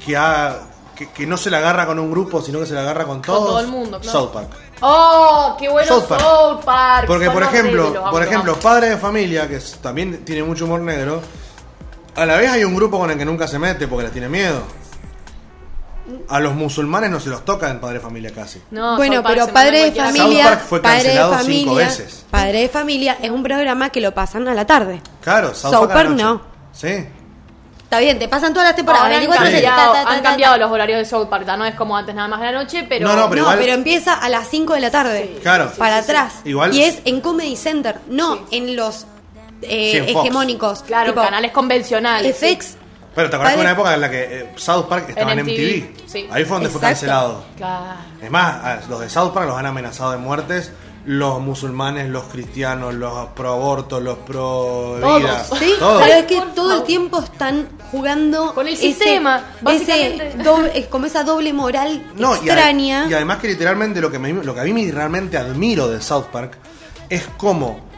Speaker 2: que, ha- que, que no se la agarra con un grupo, sino que se la agarra con todos.
Speaker 3: todo el mundo, claro.
Speaker 2: South Park.
Speaker 3: ¡Oh, qué bueno
Speaker 2: South Park.
Speaker 3: South Park!
Speaker 2: Porque,
Speaker 3: Son
Speaker 2: por
Speaker 3: horribles,
Speaker 2: ejemplo,
Speaker 3: los amo,
Speaker 2: por
Speaker 3: los
Speaker 2: ejemplo,
Speaker 3: amo.
Speaker 2: padre de familia, que es- también tiene mucho humor negro, a la vez hay un grupo con el que nunca se mete porque les tiene miedo. A los musulmanes no se los toca en padre de familia casi.
Speaker 3: No,
Speaker 1: bueno,
Speaker 3: South Park
Speaker 1: pero
Speaker 3: se
Speaker 1: Padre de
Speaker 3: mandó cualquiera.
Speaker 1: Familia.
Speaker 2: South Park fue
Speaker 1: Padre de
Speaker 2: cancelado
Speaker 1: familia,
Speaker 2: cinco veces.
Speaker 1: Padre de Familia es un programa que lo pasan a la tarde.
Speaker 2: Claro, South,
Speaker 1: South
Speaker 2: Park a la
Speaker 1: Park
Speaker 2: noche.
Speaker 1: no.
Speaker 2: Sí.
Speaker 1: Está bien, te pasan todas las temporadas.
Speaker 3: Ahora han
Speaker 1: 24
Speaker 2: veces,
Speaker 1: ta, ta,
Speaker 3: cambiado,
Speaker 1: ta,
Speaker 3: han
Speaker 1: ta, ta.
Speaker 3: cambiado los horarios de South Park, ya no es como antes nada más de la noche, pero...
Speaker 2: No, no, pero
Speaker 1: no,
Speaker 2: igual-
Speaker 1: pero empieza a las 5 de la tarde.
Speaker 2: Claro.
Speaker 1: Para atrás.
Speaker 2: Igual-
Speaker 1: Y es en Comedy Center, no en los eh,
Speaker 2: Sí, en Fox.
Speaker 1: hegemónicos.
Speaker 3: Claro,
Speaker 1: tipo,
Speaker 3: canales convencionales. sí.
Speaker 1: FX.
Speaker 2: Pero te acuerdas que
Speaker 1: Padre-
Speaker 2: una época en la que eh, South Park estaba en
Speaker 3: En
Speaker 2: MTV.
Speaker 3: MTV, sí.
Speaker 2: Ahí fue donde fue
Speaker 1: Exacto.
Speaker 2: cancelado.
Speaker 3: Claro.
Speaker 2: Es más, a los de South Park los han amenazado de muertes los musulmanes, los cristianos, los pro aborto, los pro vida.
Speaker 3: Todos. <laughs>
Speaker 1: Sí,
Speaker 2: todos.
Speaker 1: pero es que
Speaker 3: Por
Speaker 1: todo el
Speaker 3: favor.
Speaker 1: tiempo están jugando
Speaker 3: Con el
Speaker 1: ese-
Speaker 3: sistema, básicamente.
Speaker 1: ese doble- es como esa doble moral
Speaker 2: No, y, a-
Speaker 1: extraña.
Speaker 2: y además que literalmente lo que, me- lo que a mí me realmente admiro de South Park es cómo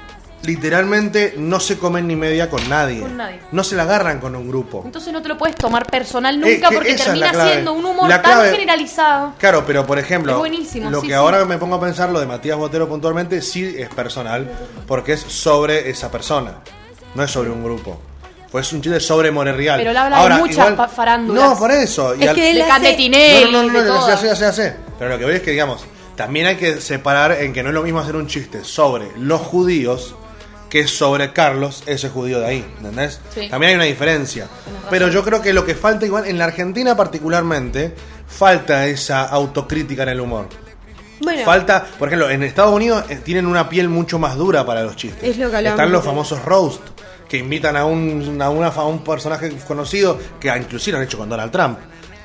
Speaker 2: literalmente no se comen ni media con nadie.
Speaker 3: Con nadie.
Speaker 2: No se la agarran con un grupo.
Speaker 3: Entonces no te lo puedes tomar personal
Speaker 2: Es
Speaker 3: nunca
Speaker 2: Eh, que
Speaker 3: porque
Speaker 2: esa es la
Speaker 3: termina
Speaker 2: clave.
Speaker 3: siendo un humor
Speaker 2: La
Speaker 3: tan
Speaker 2: clave-
Speaker 3: generalizado.
Speaker 2: Claro, pero por ejemplo,
Speaker 3: Es buenísimo,
Speaker 2: lo
Speaker 3: sí,
Speaker 2: que
Speaker 3: sí.
Speaker 2: ahora me pongo a pensar, lo de Matías Botero puntualmente, sí es personal, porque es sobre esa persona, no es sobre un grupo. Pues un chiste sobre Monreal.
Speaker 3: Pero él habla de muchas pa- farándulas.
Speaker 2: No, por eso. Y
Speaker 1: Es
Speaker 2: al-
Speaker 1: que él
Speaker 3: De
Speaker 1: hace-
Speaker 3: Catetinelli,
Speaker 2: no, no, no,
Speaker 3: de
Speaker 2: no, ya
Speaker 3: todas.
Speaker 2: sé, ya sé, ya sé. Pero lo que voy es que, digamos, también hay que separar en que no es lo mismo hacer un chiste sobre los judíos que sobre Carlos, ese judío de ahí, ¿entendés?
Speaker 3: Sí.
Speaker 2: También hay una diferencia. Pero yo creo que lo que falta igual, en la Argentina particularmente, falta esa autocrítica en el humor.
Speaker 1: bueno,
Speaker 2: Falta, por ejemplo, en Estados Unidos eh, tienen una piel mucho más dura para los chistes.
Speaker 1: Es lo que hablábamos
Speaker 2: Están los
Speaker 1: antes.
Speaker 2: famosos roast, que invitan a un, a una fa- a un personaje conocido, que ah, inclusive lo han hecho con Donald Trump.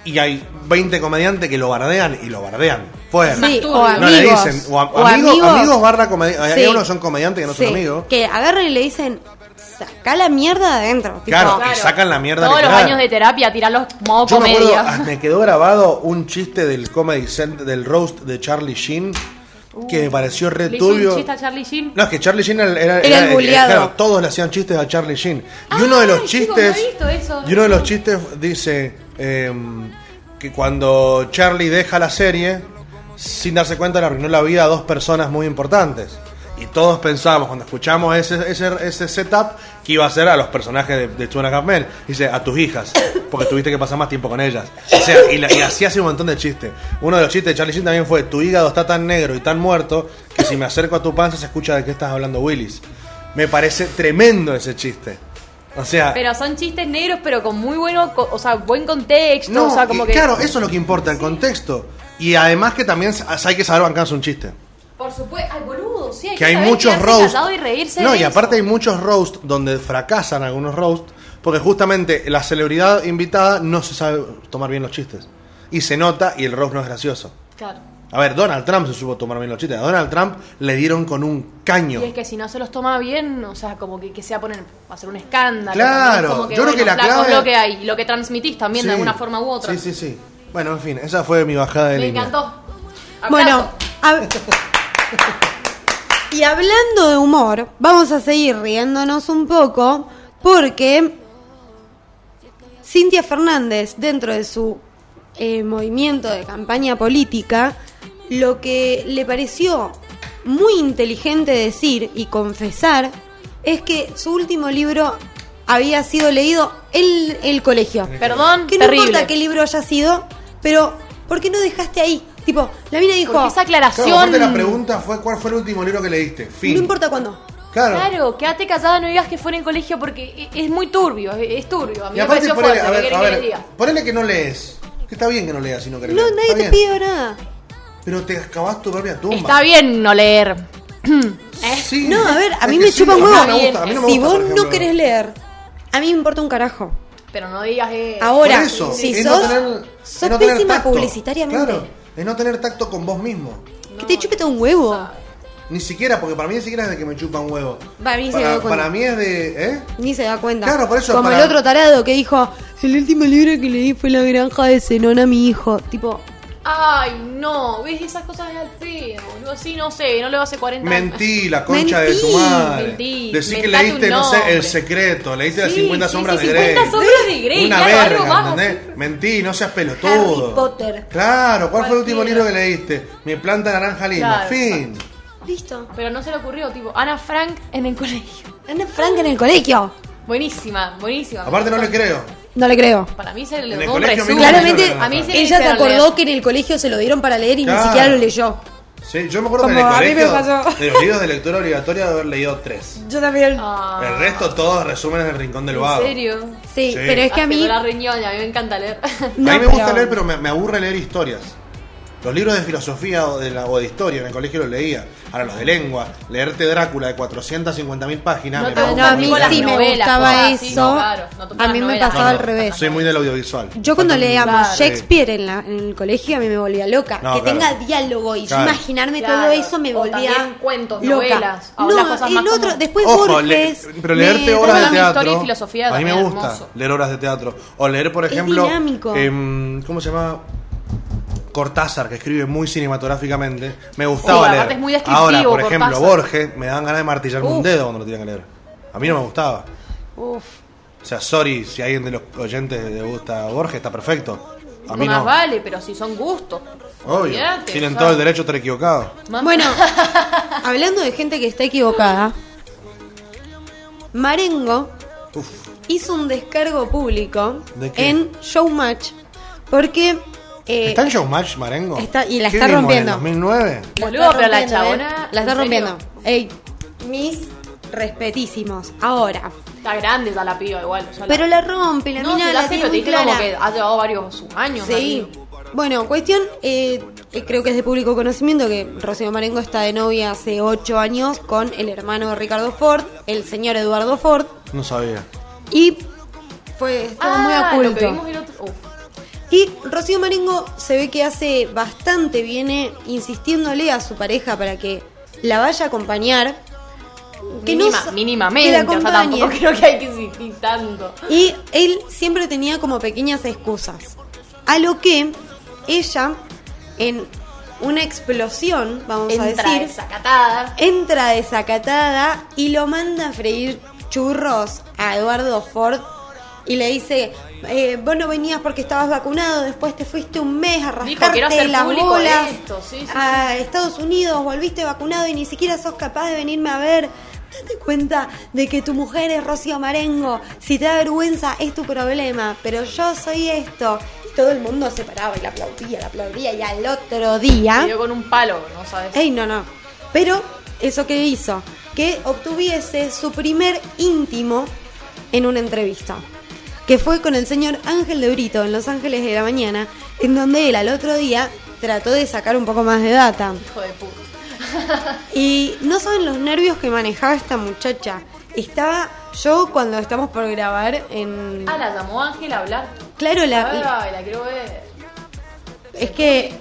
Speaker 2: Y hay 20 comediantes que lo bardean y lo bardean. Pues,
Speaker 1: sí,
Speaker 3: turbio.
Speaker 1: o
Speaker 2: no
Speaker 1: amigos,
Speaker 2: le dicen. O, am-
Speaker 1: o
Speaker 2: amigos,
Speaker 1: amigos.
Speaker 2: amigos barra comediantes. Hay
Speaker 1: Sí.
Speaker 2: unos que son comediantes que no
Speaker 1: Sí,
Speaker 2: son amigos.
Speaker 1: que agarran y le dicen, saca la mierda de adentro. tipo,
Speaker 2: Claro, y sacan la mierda
Speaker 3: Todos los
Speaker 2: literal.
Speaker 3: años de terapia, tiralos modo
Speaker 2: Yo me acuerdo,
Speaker 3: comedia.
Speaker 2: ah, me quedó grabado un chiste del Comedy Center, del roast de Charlie Sheen, que me pareció re
Speaker 3: Lee
Speaker 2: turbio.
Speaker 3: Jin, chiste a Charlie Sheen.
Speaker 2: No, es que Charlie Sheen era,
Speaker 1: Era el bulleado.
Speaker 2: claro, todos le hacían chistes a Charlie Sheen. Y
Speaker 3: Ah,
Speaker 2: uno de los
Speaker 3: chico,
Speaker 2: chistes.
Speaker 3: no he visto eso.
Speaker 2: Y uno de los chistes dice em, que cuando Charlie deja la serie, sin darse cuenta, le arruinó la vida a dos personas muy importantes. Y todos pensábamos, cuando escuchamos ese, ese, ese setup, que iba a ser a los personajes de, de Two and a Half Men. Dice, a tus hijas, porque tuviste que pasar más tiempo con ellas. O sea, y, la- y así hace un montón de chistes. Uno de los chistes de Charlie Sheen también fue, tu hígado está tan negro y tan muerto, que si me acerco a tu panza se escucha de qué estás hablando, Willis. Me parece tremendo ese chiste. O sea,
Speaker 3: Pero son chistes negros, pero con muy bueno, co- o sea, buen contexto.
Speaker 2: no,
Speaker 3: o sea, como
Speaker 2: y
Speaker 3: que.
Speaker 2: claro, eso es lo que importa, el contexto. Y además que también s- hay que saber bancarse un chiste.
Speaker 3: Por supuesto. Ay, boludo, sí, hay
Speaker 2: Que hay
Speaker 3: saber
Speaker 2: muchos
Speaker 3: quedarse
Speaker 2: roast.
Speaker 3: callado y reírse
Speaker 2: no,
Speaker 3: de
Speaker 2: y
Speaker 3: eso.
Speaker 2: aparte hay muchos roast donde fracasan algunos roast Porque justamente la celebridad invitada no se sabe tomar bien los chistes. Y se nota y el roast no es gracioso.
Speaker 3: Claro.
Speaker 2: A ver, Donald Trump se supo tomar bien los chistes. A Donald Trump le dieron con un caño.
Speaker 3: Y es que si no se los toma bien, o sea, como que, que sea poner, va a ser un escándalo.
Speaker 2: Claro,
Speaker 3: también, como que,
Speaker 2: yo creo
Speaker 3: bueno,
Speaker 2: que la
Speaker 3: flaco,
Speaker 2: clave-
Speaker 3: lo que hay, y lo que transmitís también
Speaker 2: Sí.
Speaker 3: de alguna forma u otra.
Speaker 2: Sí, sí, sí. Bueno, en fin, esa fue mi bajada de
Speaker 3: Me
Speaker 2: línea.
Speaker 3: encantó. Aplauso.
Speaker 1: Bueno, hab- y hablando de humor, vamos a seguir riéndonos un poco porque Cintia Fernández, dentro de su eh, movimiento de campaña política, lo que le pareció muy inteligente decir y confesar es que su último libro había sido leído en el colegio.
Speaker 3: Perdón,
Speaker 1: Que no
Speaker 3: terrible.
Speaker 1: importa qué libro haya sido, pero ¿por qué no dejaste ahí? Tipo, la mina dijo,
Speaker 3: Porque esa aclaración.
Speaker 2: Claro, aparte la pregunta fue cuál fue el último libro que leíste. Fin.
Speaker 1: no importa cuándo.
Speaker 2: Claro.
Speaker 3: Claro, quédate callada, no digas que fue en el colegio porque es es muy turbio, es, es turbio. A mí
Speaker 2: Y
Speaker 3: me
Speaker 2: aparte
Speaker 3: pareció
Speaker 2: ponele,
Speaker 3: fuerte,
Speaker 2: a ver,
Speaker 3: ¿qué
Speaker 2: a
Speaker 3: querés
Speaker 2: ver,
Speaker 3: que diga?
Speaker 2: ponele que no lees. Que está bien que no leas si no querés
Speaker 1: No,
Speaker 2: leer.
Speaker 1: nadie
Speaker 2: Está
Speaker 1: te
Speaker 2: bien.
Speaker 1: pidió nada.
Speaker 2: Pero te acabas tu propia tumba.
Speaker 3: Está bien no leer. ¿Eh?
Speaker 2: Sí.
Speaker 1: No, a ver, a
Speaker 2: Es
Speaker 1: mí
Speaker 2: que
Speaker 1: me
Speaker 2: sí,
Speaker 1: chupa un
Speaker 2: a mí no me
Speaker 1: huevo.
Speaker 2: gusta, a mí no me
Speaker 1: si
Speaker 2: gusta,
Speaker 1: vos
Speaker 2: por
Speaker 1: no
Speaker 2: ejemplo.
Speaker 1: querés leer, a mí me importa un carajo.
Speaker 3: Pero no digas. eh,
Speaker 2: Por
Speaker 1: Ahora,
Speaker 2: eso,
Speaker 1: si
Speaker 2: es
Speaker 1: sos,
Speaker 2: no tener, es
Speaker 1: sos
Speaker 2: no tener
Speaker 1: pésima
Speaker 2: tacto.
Speaker 1: publicitariamente,
Speaker 2: Claro, es no tener tacto con vos mismo.
Speaker 1: que te chupe todo un huevo.
Speaker 2: Ni siquiera, porque para mí ni siquiera es de que me chupa un huevo.
Speaker 1: Para mí se me da
Speaker 2: para,
Speaker 1: cuenta.
Speaker 2: para mí es de. ¿Eh?
Speaker 1: Ni se da cuenta.
Speaker 2: Claro, por eso,
Speaker 1: Como
Speaker 2: para-
Speaker 1: el otro tarado que dijo, el último libro que leí fue La granja de Zenón a mi hijo. Tipo,
Speaker 3: Ay, no, ves esas cosas de al pedo, boludo. Así no sé, no leo hace 40 años.
Speaker 2: Mentí, la concha de
Speaker 1: Mentí,
Speaker 2: tu madre.
Speaker 3: mentí.
Speaker 2: Decí que
Speaker 3: Inventate
Speaker 2: leíste,
Speaker 3: un
Speaker 2: no sé,
Speaker 3: nombre.
Speaker 2: El Secreto, leíste las
Speaker 3: Sí,
Speaker 2: 50
Speaker 3: sí,
Speaker 2: sombras
Speaker 3: sí,
Speaker 2: de Grey.
Speaker 3: 50 sombras de Grey,
Speaker 2: Una
Speaker 3: claro, algo
Speaker 2: verga,
Speaker 3: bajo,
Speaker 2: ¿entendés? Mentí, no seas pelotudo.
Speaker 1: Harry Potter.
Speaker 2: Claro, ¿cuál fue el último libro
Speaker 3: Cualquiera.
Speaker 2: que leíste? Mi planta naranja lima,
Speaker 3: Claro,
Speaker 2: fin.
Speaker 1: listo.
Speaker 3: Pero no se le ocurrió, tipo, Ana Frank en el colegio. <laughs>
Speaker 1: Ana Frank en el colegio.
Speaker 3: Buenísima, buenísima.
Speaker 2: Aparte no le creo.
Speaker 1: No le creo.
Speaker 3: Para mí se le
Speaker 2: En el
Speaker 3: dio un
Speaker 2: colegio
Speaker 3: resumen.
Speaker 2: mismo
Speaker 1: Claramente,
Speaker 2: no
Speaker 3: a mí se
Speaker 1: Ella se
Speaker 3: hicieron
Speaker 1: acordó
Speaker 3: leer.
Speaker 1: que en el colegio se lo dieron para leer y
Speaker 2: Claro.
Speaker 1: ni siquiera lo leyó.
Speaker 2: Sí, yo me acuerdo que en
Speaker 1: Como
Speaker 2: el
Speaker 1: a mí me
Speaker 2: colegio
Speaker 1: pasó.
Speaker 2: de los libros de lectura obligatoria de haber leído tres.
Speaker 1: Yo también.
Speaker 3: Ah,
Speaker 2: El resto todos resúmenes del Rincón del
Speaker 3: ¿En
Speaker 2: Vago.
Speaker 3: serio?
Speaker 1: Sí,
Speaker 2: Sí.
Speaker 1: pero es que
Speaker 3: Ah,
Speaker 1: a mí.
Speaker 3: la riñoña, a mí me
Speaker 1: <laughs>
Speaker 3: encanta leer.
Speaker 1: No,
Speaker 2: a mí me gusta leer, pero me, me aburre leer historias. Los libros de filosofía o de, la- o de historia en el colegio los leía. Ahora los de lengua, leerte Drácula de mil páginas.
Speaker 3: No
Speaker 2: me
Speaker 3: te
Speaker 1: Ah,
Speaker 2: pongo
Speaker 1: no, a
Speaker 2: muy
Speaker 1: mí
Speaker 3: tipo las
Speaker 1: sí me
Speaker 3: novelas,
Speaker 1: gustaba
Speaker 3: cosas
Speaker 1: eso.
Speaker 3: así, no, claro, no tocaba
Speaker 1: a mí me
Speaker 3: novelas.
Speaker 1: pasaba
Speaker 2: No,
Speaker 1: al
Speaker 2: no,
Speaker 1: revés.
Speaker 2: Soy muy del audiovisual.
Speaker 1: Yo cuando
Speaker 2: Falta un-
Speaker 1: leíamos
Speaker 3: Claro.
Speaker 1: Shakespeare en, la- en el colegio a mí me volvía loca.
Speaker 2: No,
Speaker 1: que
Speaker 2: claro.
Speaker 1: tenga diálogo y yo
Speaker 2: Claro.
Speaker 1: imaginarme
Speaker 3: Claro.
Speaker 1: todo eso me
Speaker 3: O
Speaker 1: volvía
Speaker 3: también cuentos,
Speaker 1: loca.
Speaker 3: novelas, o
Speaker 1: no,
Speaker 3: las cosas
Speaker 1: el
Speaker 3: más
Speaker 1: otro,
Speaker 3: como-
Speaker 1: después
Speaker 2: Ojo, le-
Speaker 1: Borges.
Speaker 2: pero leerte
Speaker 1: me-
Speaker 2: obras de
Speaker 3: Hablando de
Speaker 2: teatro.
Speaker 3: historia y filosofía
Speaker 2: a mí me
Speaker 3: también,
Speaker 2: gusta
Speaker 3: hermoso.
Speaker 2: leer obras de teatro. O leer, por ejemplo,
Speaker 1: dinámico.
Speaker 2: em, ¿cómo se llama? Cortázar, que escribe muy cinematográficamente. Me gustaba
Speaker 3: Sí,
Speaker 2: leer.
Speaker 3: aparte es muy descriptivo,
Speaker 2: Ahora, por ejemplo,
Speaker 3: Cortázar.
Speaker 2: Borges, me dan ganas de martillarme un
Speaker 1: Uf.
Speaker 2: dedo cuando lo tienen que leer. A mí no me gustaba.
Speaker 1: Uf,
Speaker 2: O sea, sorry si a alguien de los oyentes le gusta Borges, está perfecto. A mí
Speaker 3: <laughs> más
Speaker 2: no.
Speaker 3: vale, pero si son gustos.
Speaker 2: Obvio.
Speaker 3: Olvídate,
Speaker 2: Tienen
Speaker 3: o
Speaker 2: todo el
Speaker 3: sea,
Speaker 2: derecho a estar equivocados.
Speaker 3: más-
Speaker 1: Bueno, hablando de gente que está equivocada, Marengo
Speaker 2: Uf.
Speaker 1: hizo un descargo público
Speaker 2: ¿De qué?
Speaker 1: en Showmatch porque eh,
Speaker 2: ¿Está en Showmatch, Marengo?
Speaker 1: está- y la
Speaker 2: ¿Qué
Speaker 1: está
Speaker 2: vimos
Speaker 1: rompiendo.
Speaker 2: ¿En 2009?
Speaker 3: Boludo, pero la
Speaker 1: rompiendo, ¿eh?
Speaker 3: chabona.
Speaker 1: La está
Speaker 3: ¿en serio?
Speaker 1: rompiendo. Ey, mis respetísimos. Ahora.
Speaker 3: Está grande ya la piba igual. o sea,
Speaker 1: Pero la rompe, la
Speaker 3: no,
Speaker 1: mina
Speaker 3: se
Speaker 1: la
Speaker 3: hace,
Speaker 1: tiene
Speaker 3: pero
Speaker 1: muy
Speaker 3: te dice
Speaker 1: clara.
Speaker 3: como que ha llevado varios años.
Speaker 1: Sí.
Speaker 3: ahí.
Speaker 1: Bueno, cuestión, eh, eh, creo que es de público conocimiento que Rocío Marengo está de novia hace ocho años con el hermano de Ricardo Ford, el señor Eduardo Ford,
Speaker 2: No sabía.
Speaker 1: y fue estuvo
Speaker 3: Ah,
Speaker 1: muy
Speaker 3: lo que
Speaker 1: oculto.
Speaker 3: vimos el otro- Uf.
Speaker 1: Y Rocío Marengo se ve que hace bastante viene insistiéndole a su pareja para que la vaya a acompañar. Que no
Speaker 3: Mínima-
Speaker 1: sa-
Speaker 3: mínimamente,
Speaker 1: que la
Speaker 3: o sea,
Speaker 1: acompañe.
Speaker 3: tampoco <laughs> creo que hay que insistir tanto.
Speaker 1: Y él siempre tenía como pequeñas excusas. A lo que ella, en una explosión, vamos a
Speaker 3: Entra
Speaker 1: decir,
Speaker 3: desacatada.
Speaker 1: entra desacatada y lo manda a freír churros a Eduardo Ford y le dice, eh, vos no venías porque estabas vacunado, después te fuiste un mes a
Speaker 3: Dijo,
Speaker 1: rascarte
Speaker 3: "Quiero hacer
Speaker 1: las
Speaker 3: público
Speaker 1: bolas
Speaker 3: esto", sí, sí, sí.
Speaker 1: a Estados Unidos, volviste vacunado y ni siquiera sos capaz de venirme a ver. Date cuenta de que tu mujer es Rocío Marengo. Si te da vergüenza es tu problema, pero yo soy esto. Y todo el mundo se paraba y la aplaudía, la aplaudía y al otro día...
Speaker 3: Se dio con un palo, no sabes.
Speaker 1: ¿Ah? Ey, no, no. Pero eso que hizo, que obtuviese su primer íntimo en una entrevista, que fue con el señor Ángel de Brito en Los Ángeles de la Mañana, en donde él al otro día trató de sacar un poco más de data.
Speaker 3: Hijo de puta.
Speaker 1: Y no saben los nervios que manejaba esta muchacha. Estaba yo cuando estamos por grabar en...
Speaker 3: Ah, la llamó Ángel a hablar.
Speaker 1: Claro, la,
Speaker 3: Ay, ay, la quiero ver.
Speaker 1: Es que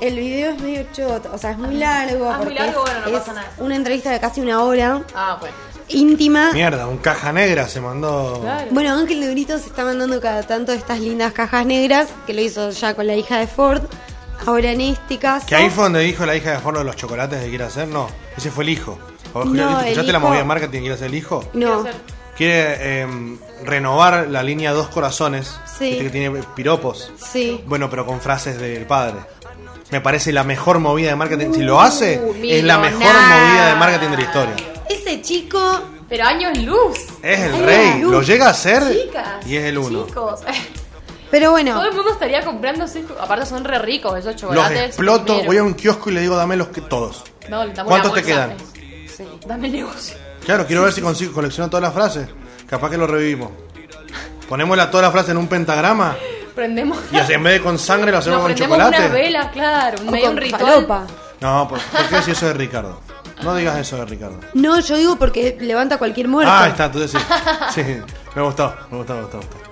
Speaker 1: el video es medio choto, o sea, es muy largo.
Speaker 3: Ah, es muy
Speaker 1: porque
Speaker 3: largo, bueno, no
Speaker 1: es
Speaker 3: pasa nada.
Speaker 1: Una entrevista de casi una hora,
Speaker 3: Ah, bueno.
Speaker 1: íntima.
Speaker 2: Mierda, un caja negra se mandó.
Speaker 3: Claro.
Speaker 1: Bueno, Ángel de Brito se está mandando cada tanto estas lindas cajas negras, que lo hizo ya con la hija de Ford. Ahora en este caso.
Speaker 2: Que ahí fue donde dijo la hija de Forno de los chocolates que quiere hacer, no. Ese fue el hijo. ¿Vos
Speaker 1: No,
Speaker 2: escuchaste
Speaker 1: el
Speaker 2: la
Speaker 1: hijo-
Speaker 2: movida de marketing que quiere hacer el hijo?
Speaker 3: Quiero
Speaker 1: No,
Speaker 3: hacer-
Speaker 2: Quiere em, renovar la línea Dos Corazones.
Speaker 1: Sí.
Speaker 2: Viste que tiene piropos.
Speaker 1: sí.
Speaker 2: Bueno, pero con frases del padre. Me parece la mejor movida de marketing. Si
Speaker 1: Uh,
Speaker 2: lo hace, es la mejor
Speaker 3: millonario.
Speaker 2: movida de marketing de la historia.
Speaker 1: Ese chico.
Speaker 3: Pero años luz.
Speaker 2: Es
Speaker 1: Ay,
Speaker 2: el
Speaker 1: la
Speaker 2: rey,
Speaker 1: luz.
Speaker 2: lo llega a hacer
Speaker 3: Chicas.
Speaker 2: y es el uno.
Speaker 3: Chicos. <laughs>
Speaker 1: Pero
Speaker 3: Todo
Speaker 1: bueno,
Speaker 3: el mundo estaría comprando esos chocolates. Aparte son re ricos esos
Speaker 2: Los
Speaker 3: chocolates.
Speaker 2: exploto,
Speaker 3: Primero.
Speaker 2: voy a un kiosco y le digo dame los que todos.
Speaker 3: No, dame una
Speaker 2: ¿Cuántos te
Speaker 3: bolsa.
Speaker 2: quedan?
Speaker 3: Sí. Dame el negocio.
Speaker 2: Claro, quiero ver si consigo coleccionar todas las frases. Capaz que lo revivimos. Ponemos la- todas las frases en un pentagrama
Speaker 3: Prendemos.
Speaker 2: y así, en vez de con sangre lo hacemos
Speaker 3: <laughs> Nos
Speaker 2: con
Speaker 3: prendemos
Speaker 2: chocolate.
Speaker 3: unas velas, claro. Un
Speaker 1: o
Speaker 3: medio
Speaker 1: con
Speaker 3: un ritual.
Speaker 1: falopa.
Speaker 2: No, ¿por, por qué decís eso de Ricardo? No digas eso de Ricardo.
Speaker 1: No, yo digo porque levanta cualquier muerto.
Speaker 2: Ah, ahí está, entonces sí. Sí, me gustó, me gustó, me gustó. me gustó.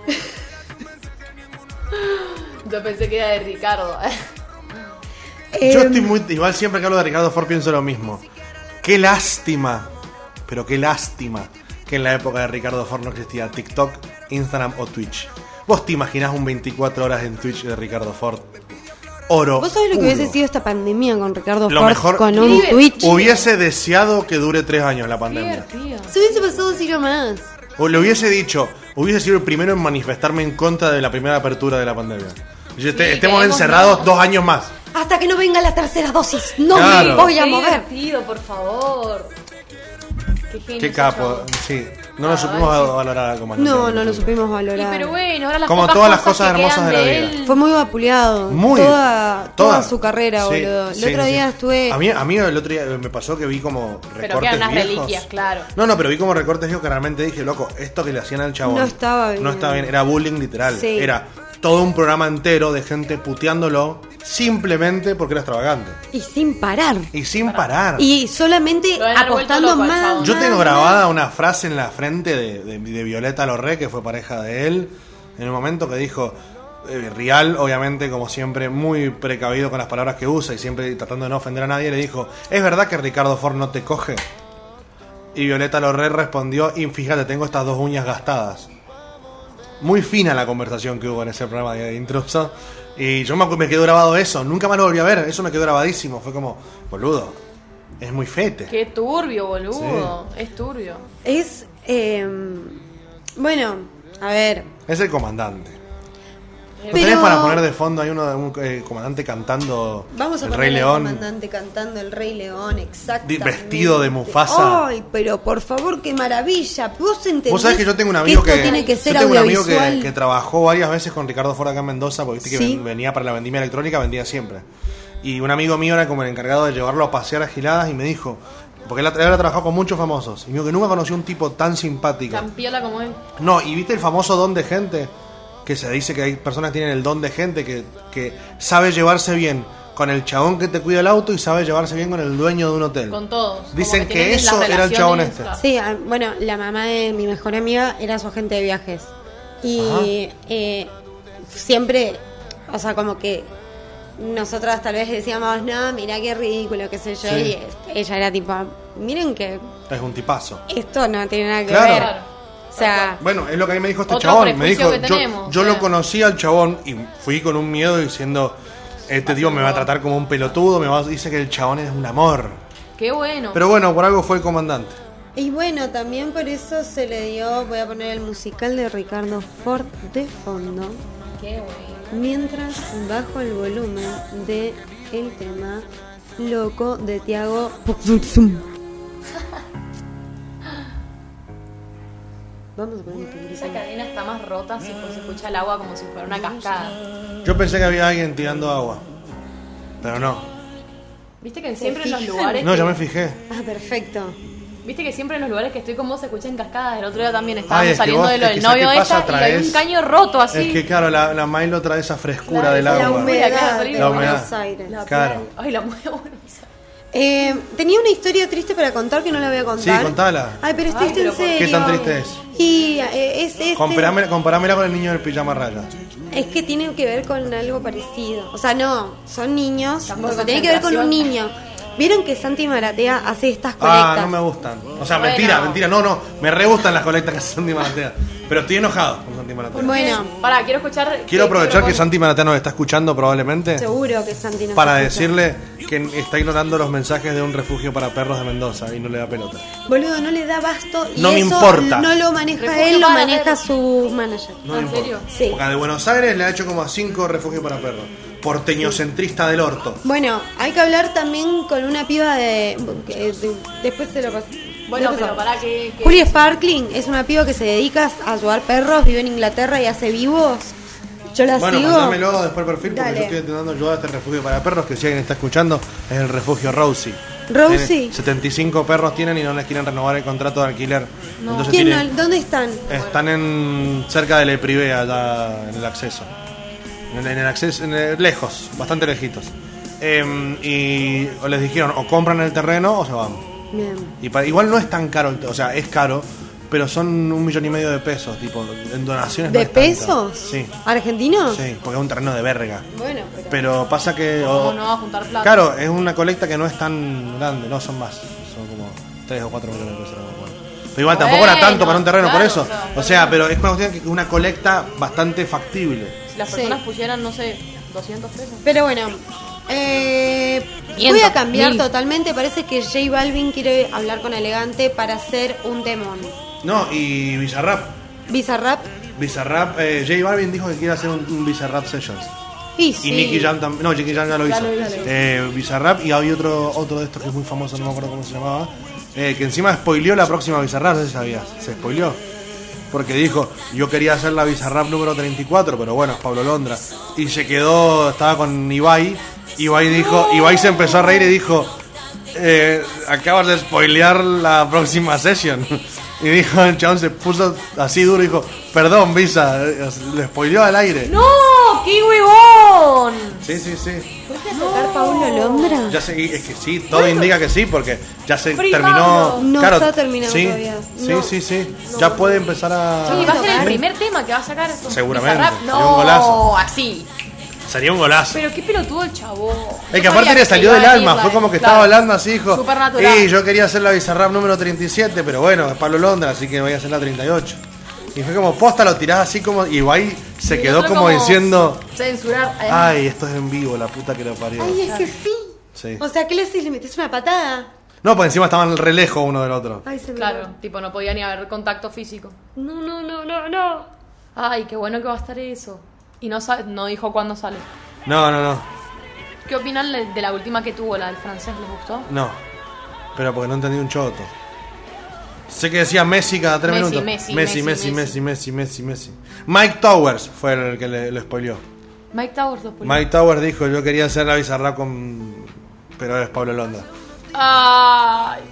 Speaker 3: Yo pensé que era de Ricardo. <laughs>
Speaker 1: Eh,
Speaker 2: Yo estoy muy. Igual siempre que hablo de Ricardo Ford pienso lo mismo. Qué lástima, pero qué lástima que en la época de Ricardo Ford no existía TikTok, Instagram o Twitch. ¿Vos te imaginás un 24 horas en Twitch de Ricardo Ford? Oro.
Speaker 1: ¿Vos sabés lo que
Speaker 2: puro.
Speaker 1: hubiese sido esta pandemia con Ricardo
Speaker 2: Lo
Speaker 1: Ford
Speaker 2: mejor-
Speaker 1: con un
Speaker 3: Vive.
Speaker 1: Twitch?
Speaker 2: Hubiese deseado que dure tres años la pandemia.
Speaker 3: Divertido.
Speaker 1: Se hubiese pasado así nomás.
Speaker 2: O le hubiese dicho, hubiese sido el primero en manifestarme en contra de la primera apertura de la pandemia. Yo te-
Speaker 3: Sí,
Speaker 2: estemos
Speaker 3: queremos
Speaker 2: encerrados
Speaker 3: no.
Speaker 2: dos años más.
Speaker 1: Hasta que no venga la tercera dosis, no me
Speaker 2: Claro.
Speaker 1: voy a
Speaker 3: Qué
Speaker 1: mover.
Speaker 3: divertido, por favor. Qué, genio
Speaker 2: Qué
Speaker 3: ese
Speaker 2: capo.
Speaker 3: chabón.
Speaker 2: Sí, no lo
Speaker 3: Ah,
Speaker 2: supimos
Speaker 3: sí.
Speaker 2: valorar como
Speaker 1: No, no lo
Speaker 2: supimos.
Speaker 1: supimos valorar.
Speaker 3: Y pero bueno, ahora las
Speaker 2: Como
Speaker 3: pocas
Speaker 2: todas las
Speaker 3: cosas
Speaker 2: cosas
Speaker 3: que
Speaker 2: hermosas
Speaker 3: quedan
Speaker 2: de la vida.
Speaker 3: él-
Speaker 1: Fue muy vapuleado.
Speaker 2: Muy.
Speaker 1: Toda, toda,
Speaker 2: Toda.
Speaker 1: su carrera,
Speaker 2: Sí,
Speaker 1: boludo. El
Speaker 2: sí,
Speaker 1: otro
Speaker 2: sí.
Speaker 1: día estuve.
Speaker 2: A mí, a mí el otro día me pasó que vi como recortes
Speaker 3: Pero quedan unas
Speaker 2: viejos.
Speaker 3: reliquias, claro.
Speaker 2: No, no, pero vi como recortes viejos que realmente dije, loco, esto que le hacían al chabón.
Speaker 1: No estaba bien.
Speaker 2: No estaba bien, era bullying literal.
Speaker 1: Sí.
Speaker 2: Era todo un programa entero de gente puteándolo simplemente porque era extravagante.
Speaker 1: Y sin parar.
Speaker 2: Y sin parar.
Speaker 1: Y solamente
Speaker 3: Lo han
Speaker 1: apostando
Speaker 3: vuelto loco al
Speaker 1: más.
Speaker 3: chabón.
Speaker 2: Yo tengo
Speaker 1: más,
Speaker 2: grabada una frase en la frente de, de- de Violeta Lorré, que fue pareja de él, en un momento que dijo, eh, Rial, obviamente, como siempre, muy precavido con las palabras que usa y siempre tratando de no ofender a nadie, le dijo, ¿es verdad que Ricardo Ford no te coge? Y Violeta Lorré respondió, y fíjate, tengo estas dos uñas gastadas. Muy fina la conversación que hubo en ese programa de intruso. Y yo me, acu- me quedó grabado eso, nunca más lo volví a ver, eso me quedó grabadísimo. Fue como, boludo, es muy fete.
Speaker 3: Qué turbio, boludo. Es turbio.
Speaker 1: más. Es. eh, bueno, a ver.
Speaker 2: Es el comandante. ¿No
Speaker 1: Pero-
Speaker 2: tenés para poner de fondo hay uno de un eh, comandante cantando
Speaker 1: Vamos a
Speaker 2: el
Speaker 1: poner
Speaker 2: Rey
Speaker 1: al
Speaker 2: León?
Speaker 1: comandante cantando el Rey León, exacto.
Speaker 2: Di- vestido de Mufasa.
Speaker 1: Ay, pero por favor, qué maravilla. Vos entendés.
Speaker 2: Vos sabés que yo tengo un amigo que,
Speaker 1: esto tiene que
Speaker 2: yo
Speaker 1: ser
Speaker 2: tengo un amigo que-
Speaker 1: audiovisual.
Speaker 2: que, trabajó varias veces con Ricardo Ford acá en Mendoza, porque viste que
Speaker 1: Sí.
Speaker 2: ven- venía para la vendimia electrónica, vendía siempre. Y un amigo mío era como el encargado de llevarlo a pasear a giladas y me dijo, porque él ha, él ha trabajado con muchos famosos, y me dijo que nunca conoció un tipo tan simpático.
Speaker 3: Tan piola como él.
Speaker 2: No, y viste el famoso don de gente, que se dice que hay personas que tienen el don de gente, que, que sabe llevarse bien con el chabón que te cuida el auto y sabe llevarse bien con el dueño de un hotel.
Speaker 3: Con todos. Como
Speaker 2: Dicen que
Speaker 3: tienen las
Speaker 2: eso era el
Speaker 3: relaciones,
Speaker 2: chabón este.
Speaker 3: claro.
Speaker 1: Sí, a- bueno, la mamá de mi mejor amiga era su agente de viajes. Y eh, siempre, o sea, como que nosotras tal vez decíamos, no, mirá qué ridículo, qué sé yo.
Speaker 2: Sí.
Speaker 1: Y eh, ella era tipo, miren que
Speaker 2: Es un tipazo.
Speaker 1: esto no tiene nada que
Speaker 2: Claro.
Speaker 1: ver. O sea,
Speaker 2: Bueno, es lo que a mí me dijo este
Speaker 3: Otro
Speaker 2: chabón. Me dijo,
Speaker 3: prejuicio que
Speaker 2: yo,
Speaker 3: tenemos,
Speaker 2: yo
Speaker 3: o sea.
Speaker 2: lo conocí al chabón y fui con un miedo diciendo, este tío me va a tratar como un pelotudo, me va a- dice que el chabón es un amor.
Speaker 3: Qué bueno.
Speaker 2: Pero bueno, por algo fue el comandante.
Speaker 1: y bueno, también por eso se le dio, voy a poner el musical de Ricardo Ford de fondo,
Speaker 3: Qué bueno.
Speaker 1: mientras bajo el volumen de el tema Loco de Tiago Pozzolzum. <laughs> Vamos a poner un poquito.
Speaker 3: Esa cadena está más rota si pues, se escucha el agua como si fuera una cascada.
Speaker 2: Yo pensé que había alguien tirando agua. Pero no.
Speaker 3: Viste que siempre en los
Speaker 1: fijan?
Speaker 3: lugares.
Speaker 2: No,
Speaker 3: que-
Speaker 2: ya me fijé.
Speaker 1: Ah, perfecto.
Speaker 3: Viste que siempre en los lugares que estoy con vos se escuchan cascadas. El otro día también
Speaker 2: Ay,
Speaker 3: estábamos
Speaker 2: es que
Speaker 3: saliendo
Speaker 2: vos-
Speaker 3: de lo
Speaker 2: es
Speaker 3: del
Speaker 2: que ¿sabes
Speaker 3: novio
Speaker 2: qué
Speaker 3: de
Speaker 2: pasa?
Speaker 3: esta y hay
Speaker 2: Traes-
Speaker 3: un caño roto así.
Speaker 2: Es que claro, la, la Milo trae esa frescura
Speaker 3: Claro,
Speaker 2: del
Speaker 3: es
Speaker 1: La
Speaker 2: agua.
Speaker 3: humedad.
Speaker 1: humedad
Speaker 3: La
Speaker 1: de Buenos
Speaker 2: humedad.
Speaker 1: Aires.
Speaker 3: La
Speaker 2: claro.
Speaker 3: <laughs> playa. Ay, la mueve Buenos Aires.
Speaker 1: Eh, tenía una historia triste para contar que no la voy a contar.
Speaker 2: Sí, contala.
Speaker 1: Ay, pero es
Speaker 3: Ay,
Speaker 1: triste
Speaker 3: pero
Speaker 1: en
Speaker 3: ¿por
Speaker 1: serio.
Speaker 2: ¿Qué tan triste es?
Speaker 1: Y eh, es este-
Speaker 2: Comparámela, comparámela con el niño del pijama raya.
Speaker 1: Es que tiene que ver con algo parecido. O sea, no, son niños.
Speaker 3: Tampoco
Speaker 1: o sea, tiene que ver con un niño.
Speaker 3: concentración.
Speaker 1: Vieron que Santi Maratea hace estas
Speaker 2: Ah,
Speaker 1: colectas.
Speaker 2: no me gustan. O sea,
Speaker 3: Bueno.
Speaker 2: mentira, mentira. No, no. Me re gustan las colectas que hace Santi Maratea. Pero estoy enojado con Santi Maratea.
Speaker 1: Bueno,
Speaker 3: Pará, quiero escuchar.
Speaker 2: Quiero aprovechar que
Speaker 3: Santi
Speaker 2: Santi Maratea nos está escuchando probablemente
Speaker 1: seguro que Santi no
Speaker 2: para decirle que está ignorando los mensajes de un refugio para perros de Mendoza y no le da pelota.
Speaker 1: Boludo, no le da basto y
Speaker 2: No me
Speaker 1: eso
Speaker 2: importa.
Speaker 1: no lo maneja
Speaker 3: Refugio
Speaker 1: él, lo
Speaker 3: para
Speaker 1: maneja
Speaker 3: perros.
Speaker 1: su manager.
Speaker 2: No
Speaker 3: Ah,
Speaker 2: le
Speaker 3: ¿en
Speaker 2: importa.
Speaker 3: serio?
Speaker 1: Sí.
Speaker 2: Porque de Buenos Aires le ha hecho como a cinco refugios para perros. Porteñocentrista del orto.
Speaker 1: Bueno, hay que hablar también con una piba de. que- de- después se lo paso. Después
Speaker 3: Bueno, pero
Speaker 1: se lo-
Speaker 3: pará que. que-
Speaker 1: Julia Sparkling es una piba que se dedica a ayudar perros, vive en Inglaterra y hace vivos. Yo la
Speaker 2: Bueno,
Speaker 1: sigo.
Speaker 2: mandámelo después el perfil porque
Speaker 1: Dale.
Speaker 2: yo estoy intentando ayudar a este refugio para perros que si alguien está escuchando es el refugio Rosie.
Speaker 1: Rosie.
Speaker 2: Tiene 75 perros tienen y no les quieren renovar el contrato de alquiler. Entonces
Speaker 1: ¿Quién
Speaker 2: tienen-
Speaker 1: no- ¿Dónde están?
Speaker 2: están en cerca de Le Privé allá en el acceso. En, en el acceso en el- lejos, bastante lejitos. Em, y o les dijeron o compran el terreno o se van.
Speaker 1: Bien.
Speaker 2: Y para- igual no es tan caro, el te- o sea, es caro, pero son un millón y medio de pesos, tipo, en donaciones. no
Speaker 1: ¿De
Speaker 2: es tanto.
Speaker 1: pesos?
Speaker 2: Sí,
Speaker 1: ¿Argentinos?
Speaker 2: sí, porque es un terreno de verga.
Speaker 1: Bueno, pero.
Speaker 2: Pero pasa que. o-
Speaker 3: ¿Cómo no va a juntar plata?
Speaker 2: Claro, es una colecta que no es tan grande, no son más. Son como 3 o 4 millones de pesos. no me acuerdo. Pero igual tampoco era
Speaker 3: Bueno,
Speaker 2: tanto para un terreno, por
Speaker 3: claro,
Speaker 2: eso.
Speaker 3: o sea,
Speaker 2: O sea, pero es una cuestión que una colecta bastante factible.
Speaker 3: Si las
Speaker 1: Sí.
Speaker 3: personas pusieran, no sé, 200 pesos.
Speaker 1: Pero bueno, eh,
Speaker 3: Miento,
Speaker 1: voy a cambiar
Speaker 3: mil.
Speaker 1: totalmente. Parece que J Balvin quiere hablar con Elegante para hacer un demon.
Speaker 2: No, y Bizarrap.
Speaker 1: Bizarrap.
Speaker 2: Bizarrap, eh, J Balvin dijo que quiere hacer un, un Bizarrap Sessions.
Speaker 1: Y, sí.
Speaker 2: Y Nicky Jam también. No, Nicky Jam ya lo hizo.
Speaker 3: Ya lo hizo.
Speaker 2: Eh, Bizarrap, y había otro, otro de estos que es muy famoso, no me acuerdo cómo se llamaba. eh, que encima spoileó la próxima Bizarrap, no sé si sabías. Se spoileó. Porque dijo, yo quería hacer la Bizarrap número 34, pero bueno, es Pablo Londra. Y se quedó, estaba con Ibai. Ibai dijo, Ibai se empezó a reír y dijo, eh, acabas de spoilear la próxima sesión. <laughs> Y dijo, el chabón se puso así duro y dijo, perdón, Visa, eh, le spoileó al aire.
Speaker 3: ¡No! ¡Qué huevón!
Speaker 2: Sí, sí, sí.
Speaker 1: ¿Fuiste a tocar Paulo Londra?
Speaker 2: Ya sé, es que sí, todo indica que sí, porque ya se
Speaker 3: Free
Speaker 2: terminó.
Speaker 3: Pablo.
Speaker 1: No
Speaker 2: claro,
Speaker 1: está terminado
Speaker 2: sí,
Speaker 1: todavía.
Speaker 2: Sí,
Speaker 1: No.
Speaker 2: sí, sí. Ya puede empezar
Speaker 3: Y va a
Speaker 2: a.
Speaker 1: Yo-
Speaker 3: ser el
Speaker 1: tocar.
Speaker 3: primer tema que va a sacar. con
Speaker 2: Seguramente,
Speaker 3: Bizarrap.
Speaker 2: sería un golazo.
Speaker 3: No, así.
Speaker 2: Sería un golazo.
Speaker 3: Pero qué pelotudo el chavo.
Speaker 2: Es que
Speaker 3: Yo
Speaker 2: aparte
Speaker 3: sabía
Speaker 2: le
Speaker 3: que
Speaker 2: salió
Speaker 3: iba a
Speaker 2: del
Speaker 3: decirla,
Speaker 2: alma, fue como que
Speaker 3: claro.
Speaker 2: estaba hablando así, hijo.
Speaker 3: Supernatural.
Speaker 2: Y yo quería hacer la bizarrap número 37, pero bueno, es Pablo Londra, así que voy a hacer la 38. Y fue como posta, lo tirás así como. Y Ibai se
Speaker 3: Y
Speaker 2: quedó
Speaker 3: nosotros
Speaker 2: como, diciendo:
Speaker 3: Censurar. eh,
Speaker 2: Ay, esto es en vivo, la puta que lo parió.
Speaker 1: Ay, eh. es que sí.
Speaker 2: Sí.
Speaker 1: O sea, ¿qué le haces? ¿Le metes una patada?
Speaker 2: No, pues encima estaban re lejos uno del otro.
Speaker 1: Ay, se me
Speaker 3: Claro, tipo, no podía ni haber contacto físico.
Speaker 1: va. No, no, no, no, no.
Speaker 3: Ay, qué bueno que va a estar eso. Y no, sa- no dijo cuándo sale.
Speaker 2: No, no, no.
Speaker 3: ¿Qué opinan le- de la última que tuvo, la del francés? ¿Les gustó?
Speaker 2: No, pero porque no entendí un choto. Sé que decía Messi cada tres
Speaker 3: Messi,
Speaker 2: minutos.
Speaker 3: Messi,
Speaker 2: Messi, Messi, Messi,
Speaker 3: Messi,
Speaker 2: Messi, Messi, Messi. Mike Towers fue el que le, lo spoileó.
Speaker 3: Mike Towers lo pulió.
Speaker 2: Mike Towers dijo, yo quería hacer la bizarra con... Pero es Pablo Londra.
Speaker 3: Ay,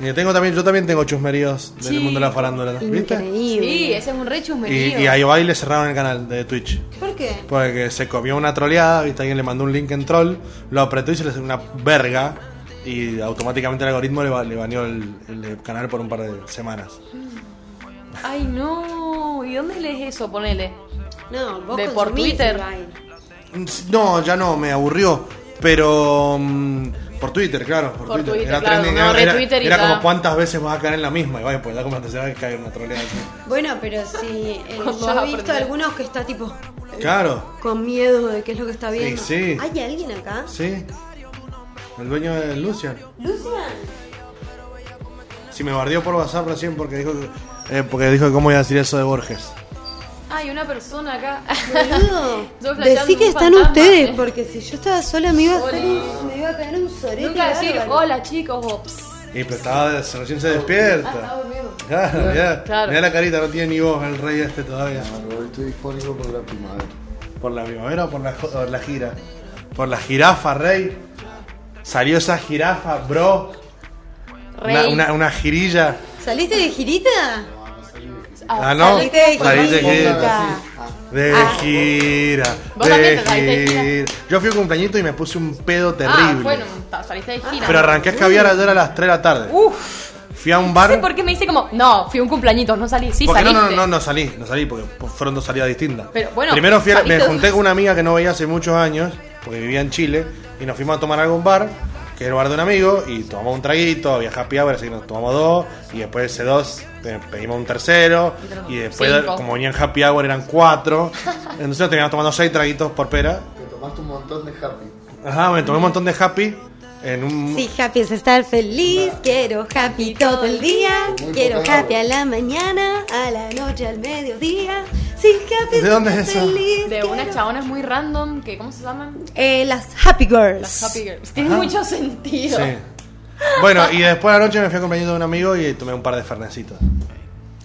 Speaker 2: Y tengo también, yo también tengo chusmeríos del
Speaker 3: Sí.
Speaker 2: mundo de la farándula, ¿viste?
Speaker 1: Increíble.
Speaker 3: sí, ese es un re
Speaker 2: Y,
Speaker 3: chusmerío.
Speaker 2: y a Ibai le cerraron el canal de Twitch.
Speaker 1: ¿Por qué?
Speaker 2: Porque se comió una troleada, ¿viste? Alguien le mandó un link en troll, lo apretó y se le hizo una verga. Y automáticamente el algoritmo le, ba- le baneó el, el canal por un par de semanas.
Speaker 3: Ay, no. ¿Y dónde lees eso? Ponele.
Speaker 1: No, vos
Speaker 3: De por
Speaker 1: consumís,
Speaker 3: Twitter.
Speaker 1: Ibai.
Speaker 2: No, ya no, me aburrió. Pero. mm, por Twitter, claro. Por,
Speaker 3: Por
Speaker 2: Twitter.
Speaker 3: Twitter,
Speaker 2: Era,
Speaker 3: claro,
Speaker 2: trending,
Speaker 3: no,
Speaker 2: era- era-
Speaker 3: retweeter y
Speaker 2: era como
Speaker 3: ta.
Speaker 2: cuántas veces vas a caer en la misma. Y vaya, pues da como la tercera vez que cae una
Speaker 3: <laughs>
Speaker 2: troleada. así.
Speaker 1: Bueno, pero sí. eh,
Speaker 3: ¿Cómo
Speaker 1: yo
Speaker 3: vas a
Speaker 1: he visto
Speaker 3: aprender?
Speaker 1: algunos que está tipo
Speaker 2: Claro,
Speaker 1: con miedo de qué es lo que está viendo.
Speaker 2: sí.
Speaker 1: ¿Hay alguien acá?
Speaker 2: sí. El dueño de Lucian.
Speaker 1: Lucian.
Speaker 2: Sí, me bardeó por WhatsApp recién porque dijo que. eh, porque dijo que cómo iba a decir eso de Borges.
Speaker 3: Ay, una persona <laughs> acá.
Speaker 1: Boludo,
Speaker 3: <laughs> Yo flasheando
Speaker 1: decí que
Speaker 3: un
Speaker 1: están
Speaker 3: fantasma,
Speaker 1: ustedes,
Speaker 3: eh.
Speaker 1: porque si yo estaba sola me iba a, hacer
Speaker 3: Hola.
Speaker 1: un- me iba a caer un sorete.
Speaker 3: Nunca decir
Speaker 1: bárbaro.
Speaker 3: hola chicos o "Ps".
Speaker 2: Y pero estaba, se- recién se
Speaker 3: Ah, estaba
Speaker 2: despierta.
Speaker 3: durmiendo.
Speaker 2: Claro, mirá,
Speaker 3: Claro.
Speaker 2: mirá la carita, no tiene ni voz el rey este todavía.
Speaker 6: Ah, Estoy disponible por la primavera.
Speaker 2: ¿Por la primavera o por la, jo- o la gira? Por la jirafa, rey. Salió esa jirafa, bro. Una,
Speaker 3: Rey.
Speaker 2: una, una girilla.
Speaker 1: ¿Saliste de girita?
Speaker 2: Ah, no.
Speaker 1: saliste de
Speaker 2: Saliste de
Speaker 1: girita.
Speaker 2: girita.
Speaker 6: Así,
Speaker 2: De
Speaker 3: Ah.
Speaker 2: gira.
Speaker 3: Vos
Speaker 2: de
Speaker 3: también te saliste de gira.
Speaker 2: gira. Yo fui a un cumpleañito y me puse un pedo
Speaker 3: Ah,
Speaker 2: terrible.
Speaker 3: bueno, ta- saliste de gira.
Speaker 2: Pero arranqué a escabiar ayer a las 3 de la tarde.
Speaker 3: Uf,
Speaker 2: Fui a un
Speaker 3: no
Speaker 2: bar.
Speaker 3: sé por qué me dice como, no, fui a un cumpleañito, no salí, sí
Speaker 2: Porque no,
Speaker 3: saliste.
Speaker 2: no, no, no salí, no salí, porque fueron dos salidas distintas.
Speaker 3: Pero, bueno,
Speaker 2: Primero fui a- me
Speaker 3: saliste-
Speaker 2: junté con una amiga que no veía hace muchos años, porque vivía en Chile, y nos fuimos a tomar algo a un bar, que era el bar de un amigo, y tomamos un traguito, había happy hour, así que nos tomamos dos, y después ese dos eh, pedimos un tercero, y después,
Speaker 3: Cinco.
Speaker 2: como venían happy hour, eran
Speaker 3: <laughs>
Speaker 2: cuatro. Entonces nos teníamos tomando seis traguitos por pera.
Speaker 6: Te tomaste un montón de happy.
Speaker 2: Ajá, me tomé un montón de happy en un.
Speaker 1: Sí, happy es estar feliz, quiero happy todo el día,
Speaker 6: Muy
Speaker 1: quiero
Speaker 6: poca
Speaker 1: happy
Speaker 6: agua.
Speaker 1: a la mañana, a la noche, al mediodía. Sí, happy
Speaker 2: ¿De dónde
Speaker 1: estar
Speaker 2: es eso?
Speaker 1: feliz,
Speaker 3: De unas
Speaker 1: quiero-
Speaker 3: chabonas muy random, que, ¿cómo se llaman?
Speaker 1: Eh, las Happy Girls.
Speaker 3: Las Happy Girls. Tiene mucho sentido.
Speaker 2: Sí. Bueno, y después de la noche me fui a cumpleaños de un amigo y tomé un par de fernecitos.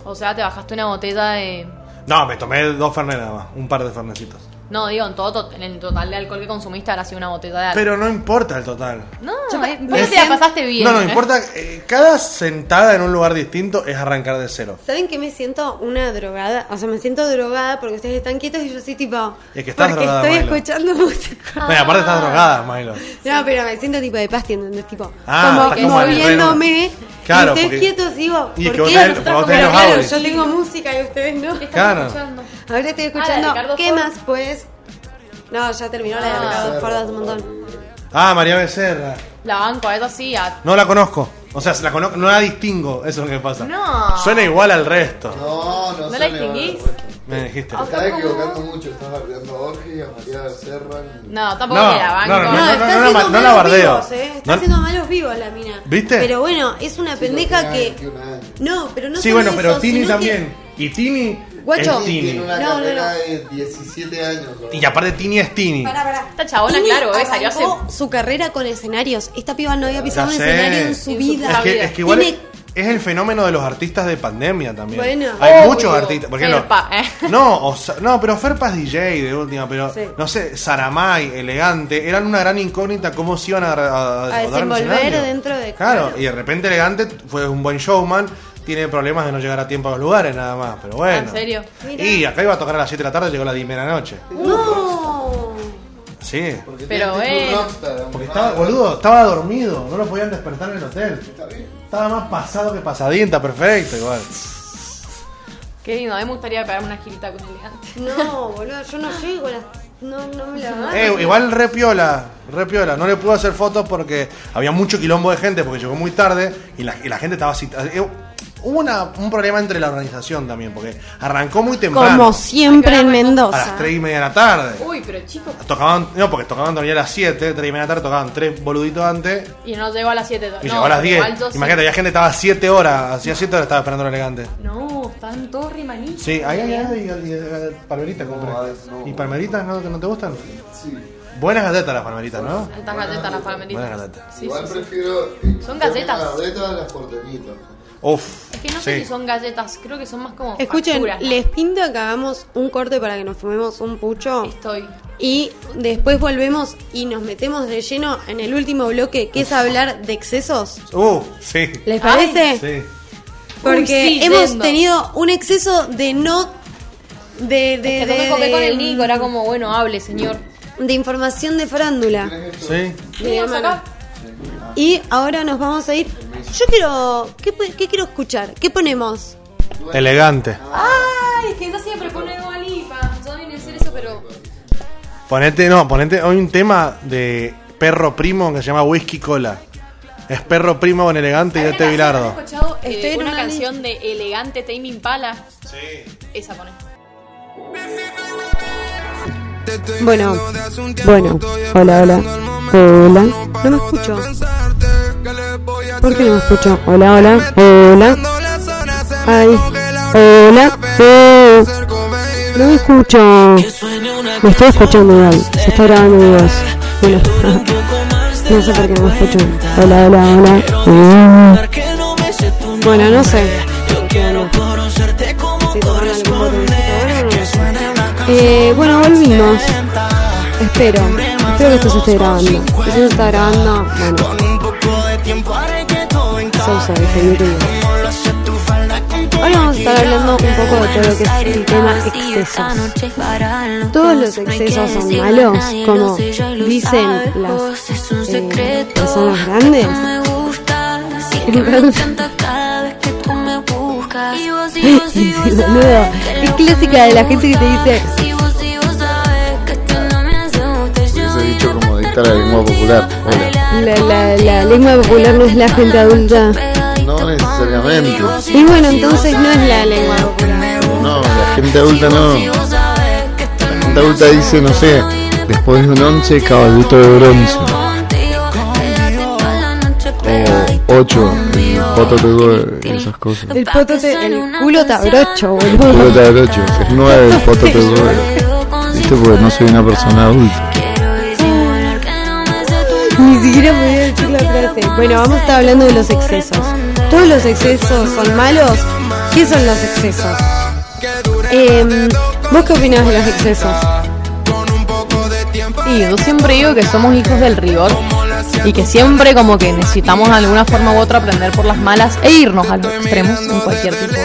Speaker 3: O sea, te bajaste una botella de...
Speaker 2: No, me tomé dos fernes nada más, un par de fernecitos.
Speaker 3: No, digo, en todo to- en el total de alcohol que consumiste habrá sido una botella de alcohol.
Speaker 2: Pero no importa el total.
Speaker 3: no,
Speaker 1: Yo- me
Speaker 3: eh, vos no te la
Speaker 1: siento-
Speaker 3: pasaste bien.
Speaker 2: no, no
Speaker 3: ¿eh?
Speaker 2: importa. eh, cada sentada en un lugar distinto es arrancar de cero.
Speaker 1: ¿Saben que me siento una drogada? O sea, me siento drogada porque ustedes están quietos y yo soy tipo.
Speaker 2: Es que estás
Speaker 1: porque
Speaker 2: drogada,
Speaker 1: estoy
Speaker 2: Milo.
Speaker 1: escuchando
Speaker 3: <laughs> Ah.
Speaker 1: música.
Speaker 2: Bueno, aparte estás drogada, Milo.
Speaker 1: No, pero me siento tipo de pasti, ¿entendés? Tipo,
Speaker 2: Ah,
Speaker 1: como
Speaker 2: está como el
Speaker 1: moviéndome.
Speaker 2: reno.
Speaker 1: y
Speaker 2: Claro,
Speaker 1: ustedes
Speaker 2: porque-
Speaker 1: quietos digo,
Speaker 2: Y
Speaker 1: ¿por
Speaker 2: que vos
Speaker 1: qué?
Speaker 2: tenés-
Speaker 1: Nosotros
Speaker 2: vos
Speaker 1: como-
Speaker 2: tenés
Speaker 1: Pero
Speaker 2: los
Speaker 1: claro,
Speaker 2: auris.
Speaker 1: yo tengo música y ustedes no.
Speaker 3: ¿Qué estás
Speaker 2: Claro.
Speaker 3: escuchando?
Speaker 1: Ahora estoy
Speaker 3: Ah,
Speaker 1: escuchando.
Speaker 3: la de Ricardo
Speaker 1: ¿Qué
Speaker 3: Ford.
Speaker 1: más, pues? No, ya terminó la de
Speaker 3: Ah.
Speaker 1: Ricardo Ford hace un montón.
Speaker 2: Ah, María Becerra.
Speaker 3: La banco, a eso sí, a...
Speaker 2: No la conozco. O sea, la conozco, no la distingo. Eso es lo que pasa.
Speaker 3: No.
Speaker 2: Suena igual al resto.
Speaker 6: No, no,
Speaker 3: ¿No
Speaker 6: se
Speaker 3: la
Speaker 6: le va a dar
Speaker 3: distinguís?
Speaker 6: vuelta.
Speaker 2: Me dijiste.
Speaker 3: Ah,
Speaker 6: Estás equivocando mucho, estás bardeando a Jorge y a María Becerra.
Speaker 3: No,
Speaker 2: No,
Speaker 3: tampoco
Speaker 2: no,
Speaker 3: que la banco.
Speaker 2: no, no,
Speaker 1: está
Speaker 2: no, no, no,
Speaker 1: haciendo
Speaker 2: no la
Speaker 1: malos
Speaker 2: bardeo.
Speaker 1: vivos, eh. Está
Speaker 2: No-
Speaker 1: haciendo malos vivos la mina.
Speaker 2: ¿Viste?
Speaker 1: Pero bueno, es una pendeja que. No, pero no
Speaker 2: sí,
Speaker 1: solo
Speaker 2: bueno,
Speaker 1: eso,
Speaker 2: pero Tini
Speaker 1: sino que-
Speaker 2: también. Y Tini
Speaker 1: Guacho.
Speaker 2: es
Speaker 6: Tiene
Speaker 2: Tini.
Speaker 6: una
Speaker 1: No, no,
Speaker 6: carrera
Speaker 1: no.
Speaker 6: de 17 años. ¿no?
Speaker 2: Y aparte Tini es Tini.
Speaker 1: Pará, pará.
Speaker 3: Esta chabona,
Speaker 1: Tini
Speaker 3: claro, eh, salió hace-
Speaker 1: arrancó su carrera con escenarios. Esta piba no había
Speaker 2: Ya
Speaker 1: pisado un
Speaker 2: sé.
Speaker 1: escenario en su
Speaker 3: En su
Speaker 1: vida.
Speaker 2: Es que, es que igual
Speaker 1: Tiene-
Speaker 2: es el fenómeno de los artistas de pandemia también.
Speaker 1: Bueno.
Speaker 2: Hay
Speaker 3: Obvio.
Speaker 2: muchos artistas. Por ejemplo,
Speaker 3: Ferpa, eh.
Speaker 2: <laughs> No, o Sa- no, pero Ferpa es DJ de última, pero
Speaker 1: Sí.
Speaker 2: no sé, Saramay, Elegante, eran una gran incógnita cómo se iban a, a,
Speaker 1: A
Speaker 2: desbordar el
Speaker 1: desenvolver
Speaker 2: escenario.
Speaker 1: dentro de-
Speaker 2: Claro,
Speaker 1: claro.
Speaker 2: y de repente Elegante fue un buen showman, tiene problemas de no llegar a tiempo a los lugares nada más, pero bueno.
Speaker 3: ¿En serio?
Speaker 1: Mirá.
Speaker 2: Y acá iba a tocar a las 7 de la tarde, llegó a las 10 de la noche.
Speaker 1: No.
Speaker 2: Sí.
Speaker 6: Porque
Speaker 3: Pero
Speaker 6: tiene título
Speaker 3: bueno.
Speaker 6: rockstar, aunque
Speaker 2: Porque
Speaker 6: no-
Speaker 2: estaba, boludo, estaba dormido, no lo podían despertar en el hotel.
Speaker 6: Está bien.
Speaker 2: Estaba más pasado que pasadita, perfecto, igual.
Speaker 3: Qué lindo, a mí me gustaría pegarme una girita con elegante.
Speaker 1: No, boludo, yo no llego. a las- No, no me la van.
Speaker 2: Eh, igual re piola, re piola. No le pude hacer fotos porque había mucho quilombo de gente, porque llegó muy tarde y la, y la gente estaba así. eh, hubo una- un problema entre la organización también, porque arrancó muy temprano.
Speaker 1: Como siempre en
Speaker 2: a
Speaker 1: Mendoza.
Speaker 2: las 3 y media de la tarde.
Speaker 3: Uy, pero chicos.
Speaker 2: Tocaban, no, porque tocaban todavía a las 7, 3 y media de la tarde, tocaban tres boluditos antes
Speaker 3: Y no llegó a las 7.
Speaker 2: y llegó a las 10. Imagínate, había gente que estaba 7 horas, hacía 7 horas estaba esperando el elegante.
Speaker 3: No, están todos rimanitos.
Speaker 2: Sí, ahí hay y, y- y- palmeritas compré.
Speaker 6: No, es- no.
Speaker 2: ¿Y palmeritas no, no te gustan?
Speaker 6: Sí.
Speaker 2: Buenas galletas las palmeritas, ¿no?
Speaker 3: Estas galletas, las
Speaker 2: Buenas
Speaker 3: palmeritas.
Speaker 2: galletas.
Speaker 3: Sí, sí,
Speaker 6: Igual
Speaker 3: sí.
Speaker 6: prefiero. eh,
Speaker 3: Son galletas.
Speaker 6: Las galletas a las portenitas.
Speaker 2: Uf.
Speaker 3: Es que no sé
Speaker 2: sí.
Speaker 3: si son galletas, creo que son más como.
Speaker 1: Escuchen,
Speaker 3: facturas, ¿no?
Speaker 1: les pinto que hagamos un corte para que nos fumemos un pucho.
Speaker 3: Estoy.
Speaker 1: Y después volvemos y nos metemos de lleno en el último bloque, que es hablar de excesos.
Speaker 2: Uh, sí.
Speaker 1: ¿Les parece?
Speaker 2: Sí.
Speaker 1: Porque
Speaker 3: Uy, Uh, sí,
Speaker 1: hemos
Speaker 3: yendo.
Speaker 1: tenido un exceso de no. de. de.
Speaker 3: Es que yo
Speaker 1: de-
Speaker 3: me copé con
Speaker 1: de-
Speaker 3: el Nico, era como, bueno, hable, señor.
Speaker 1: de información de farándula.
Speaker 6: ¿Tienes esto?
Speaker 2: Sí.
Speaker 1: De
Speaker 3: Dios,
Speaker 1: mano.
Speaker 3: acá.
Speaker 1: Y ahora nos vamos a ir. Yo quiero. ¿Qué, po- qué quiero escuchar? ¿Qué ponemos?
Speaker 2: Elegante.
Speaker 3: Ay, es que yo siempre pone Dua Lipa. Yo vine a decir eso, pero.
Speaker 2: Ponete, no, ponete. Hay un tema de perro primo que se llama Whisky Cola. Es perro primo con elegante y de este bilardo.
Speaker 3: He escuchado eh,
Speaker 1: Estoy en
Speaker 3: una
Speaker 1: una
Speaker 3: canción de Elegante Tame Impala. Sí. Esa pone.
Speaker 1: Bueno. Bueno. Hola, hola. Hola. No me escucho. ¿Por qué no me escucho? Hola, hola. Hola. Ay. Hola. Eh, No me escucho. Me estoy escuchando igual. Se está grabando videos. Bueno. No sé por qué no me escucho. Hola, hola, hola. Eh. Bueno, no sé. Sí, tomaron algún botecito. Eh, bueno, volvimos. Espero. Espero que esto se esté grabando. Si no se está grabando, bueno. So sorry for you, dude.
Speaker 7: Como lo hace tu falda con tu
Speaker 1: Hoy vamos a estar hablando un poco de todo lo que es el tema excesos. Todos los excesos son malos, como dicen las eh, personas grandes. <laughs> Entonces, sí, boludo, es clásica de la gente que te dice,
Speaker 6: Ese dicho como dicta la lengua popular. Hola.
Speaker 1: la, la, la lengua popular no es la gente adulta.
Speaker 6: No necesariamente.
Speaker 1: Y bueno, entonces no es la lengua popular.
Speaker 6: No, la gente adulta no. La gente adulta dice, no sé, después de un once, caballito de bronce. O ocho, el poto de esas cosas.
Speaker 1: El poto te- el culo tabrocho,
Speaker 6: El
Speaker 1: boludo.
Speaker 6: pelota del ocho, el nueve, el poto te
Speaker 1: <laughs>
Speaker 6: Viste, porque no soy una persona adulta.
Speaker 1: Ni siquiera podía decir la frase. Bueno, vamos a estar hablando de los excesos. ¿Todos los excesos son malos? ¿Qué son los excesos? Em, ¿Vos qué opinás de los excesos?
Speaker 3: Y yo siempre digo que somos hijos del rigor y que siempre como que necesitamos de alguna forma u otra aprender por las malas e irnos a los extremos en cualquier tipo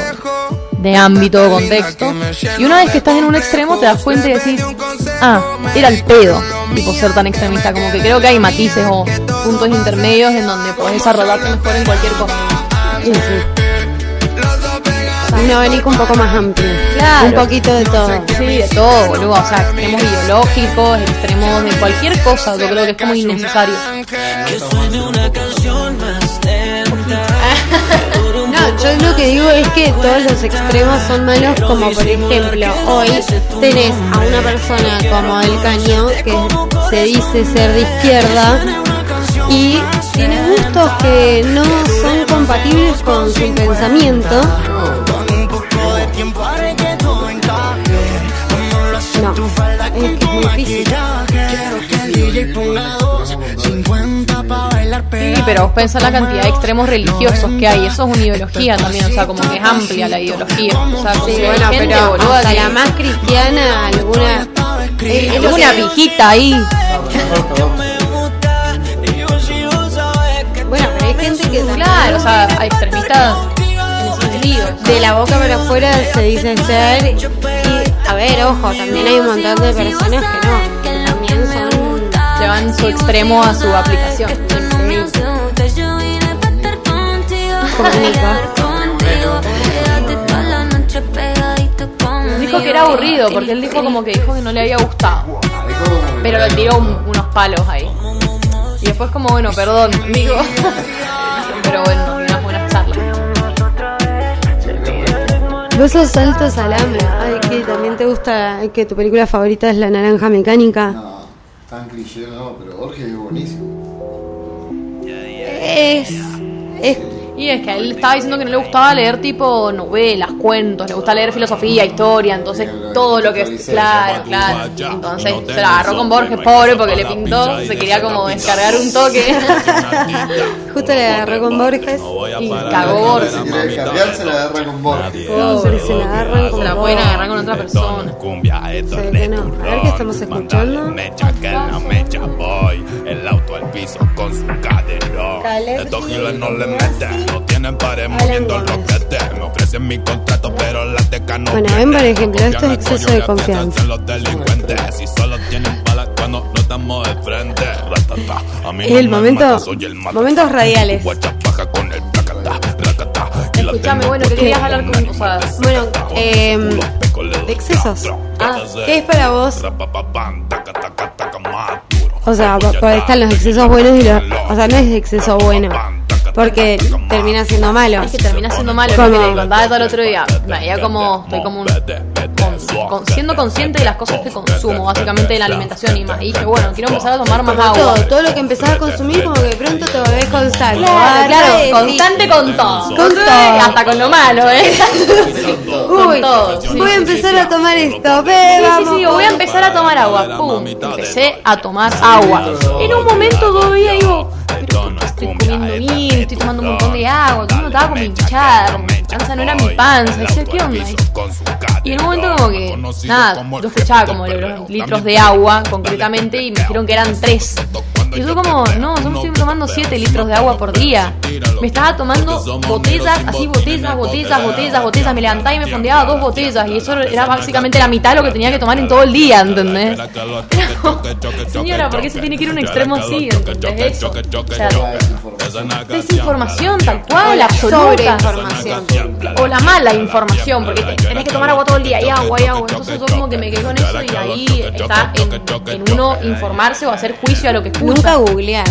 Speaker 3: de ámbito o contexto. Y una vez que estás en un extremo te das cuenta y decís, ah, era el pedo, tipo ser tan extremista, como que creo que hay matices o puntos intermedios en donde podés desarrollarte mejor en cualquier cosa.
Speaker 1: Sí, sí. Un abanico un poco más amplio.
Speaker 3: Claro.
Speaker 1: Un poquito de todo.
Speaker 3: Sí, de todo, boludo. O sea, extremos ideológicos, extremos de cualquier cosa. Yo creo que es como innecesario.
Speaker 1: No, yo lo que digo es que todos los extremos son malos, como por ejemplo, hoy tenés a una persona como El Caño, que se dice ser de izquierda, y tiene gustos que no son compatibles con su pensamiento. No, es que es muy difícil.
Speaker 3: Sí, pero vos pensás la cantidad de extremos religiosos que hay. Eso es una ideología también, o sea, como que es amplia la ideología. O sea, como
Speaker 1: Sí,
Speaker 3: que hay
Speaker 1: bueno,
Speaker 3: gente,
Speaker 1: pero
Speaker 3: boluda,
Speaker 1: hasta
Speaker 3: que-
Speaker 1: la más cristiana, alguna... es- es
Speaker 3: es
Speaker 1: lo
Speaker 3: una
Speaker 1: que-
Speaker 3: pijita ahí.
Speaker 1: Bueno, pero hay gente que también-
Speaker 3: Claro, o sea, hay extremistas en ese sentido.
Speaker 1: de la boca para afuera se dice ser. Y, a ver, ojo, también hay un montón de personas que no. que También son.
Speaker 3: Llevan su extremo a su aplicación.
Speaker 1: Como Nico.
Speaker 3: Dijo que era aburrido, porque él dijo como que dijo que no le había gustado. Pero le tiró un- unos palos ahí. Y después como, bueno, perdón, amigo. <laughs> Pero bueno, nos dio unas buenas charlas.
Speaker 1: Vos sos alto salame. Ay, que también te gusta. Que tu película favorita es La Naranja Mecánica.
Speaker 6: No, tan cliché no, pero Jorge es buenísimo.
Speaker 1: Es. Es.
Speaker 3: Y es que a él le estaba diciendo que no le gustaba leer tipo novelas, cuentos, le gusta leer filosofía, historia, entonces todo lo que es. Claro, claro. Entonces se la agarró con Borges, pobre, porque le pintó, se quería como descargar un <laughs> toque. <laughs>
Speaker 1: Justo le agarró con Borges.
Speaker 3: Y cagó Borges.
Speaker 6: Si quiere descargar, se la agarra con Borges.
Speaker 1: Pobre, se la agarran
Speaker 3: Se
Speaker 1: con
Speaker 3: la pueden agarrar con otra persona.
Speaker 7: Cumbia, esto
Speaker 1: Se ve
Speaker 7: es
Speaker 1: que
Speaker 7: de
Speaker 1: no.
Speaker 7: turrón.
Speaker 1: A ver qué estamos escuchando.
Speaker 7: Mandale Mecha que en la mecha voy. El auto al piso con su caderón.
Speaker 1: Caleb
Speaker 7: Estos giles no le meten. No tienen pares moviendo el
Speaker 1: Gómez.
Speaker 7: roquete. Me ofrecen mi contrato, pero la teca no.
Speaker 1: Bueno,
Speaker 7: quiere.
Speaker 1: ven, por ejemplo,
Speaker 7: Copian
Speaker 1: esto es
Speaker 7: el
Speaker 1: exceso
Speaker 7: coño
Speaker 1: de
Speaker 7: que
Speaker 1: confianza.
Speaker 7: hacen los delincuentes. Si solo tienen balas cuando no estamos de frente. Ratata, a mí
Speaker 1: Es
Speaker 7: no
Speaker 1: el
Speaker 7: me
Speaker 1: momento-
Speaker 7: mata, soy el matata.
Speaker 1: momentos radiales.
Speaker 7: Guachapaja con el placata, placata. Y la
Speaker 3: Escuchame,
Speaker 7: tengo
Speaker 3: bueno, que querías hablar con. O sea,
Speaker 1: Bueno, em, de excesos.
Speaker 7: Ah,
Speaker 1: ¿Qué es para vos?
Speaker 7: O sea, pa- pa- están los excesos buenos y los. O sea, no es exceso bueno.
Speaker 1: Porque termina siendo malo.
Speaker 3: es que termina siendo malo,
Speaker 1: Como-
Speaker 3: porque le contaba todo el otro día. Me veía como. Estoy como un. con- con- siendo consciente de las cosas que consumo, básicamente de la alimentación y más. Y dije, bueno, quiero empezar a tomar más agua.
Speaker 1: Todo, todo lo que empezás a consumir, como que de pronto te volvés constante. Ah,
Speaker 3: Claro,
Speaker 1: Ahora
Speaker 3: claro,
Speaker 1: decís,
Speaker 3: constante con todo.
Speaker 1: Con todo.
Speaker 3: Hasta con lo malo, ¿eh? con
Speaker 1: Uy,
Speaker 3: todo, sí,
Speaker 1: voy a
Speaker 3: sí,
Speaker 1: empezar a tomar esto. Ve,
Speaker 3: Sí, sí,
Speaker 1: vamos.
Speaker 3: sí, voy a empezar a tomar agua. Pum, empecé a tomar agua. En un momento todavía digo, pero ¿por qué estoy comiendo bien, estoy tomando un montón de agua. Yo no estaba como hinchada, como mi panza no era mi panza. Decía, ¿qué onda? Y en un momento como que, nada, yo escuchaba como los litros de agua concretamente y me dijeron que eran tres. Y yo como, no, yo me estoy tomando 7 litros de agua por día. Me estaba tomando botellas, así botellas, botellas, botellas, botellas. Me levantaba y me fondeaba dos botellas. Y eso era básicamente la mitad de lo que tenía que tomar en todo el día, ¿entendés? Señora, ¿por qué se tiene que ir a un extremo así? ¿Entendés eso? O sea, desinformación tal cual, absoluta.
Speaker 8: Sobreinformación.
Speaker 3: O la mala información, porque te- tenés que tomar agua todo el día, y agua, y agua. Entonces yo como que me quedé con eso y ahí está en, en uno informarse o hacer juicio a lo que escucha.
Speaker 1: Nunca googlear.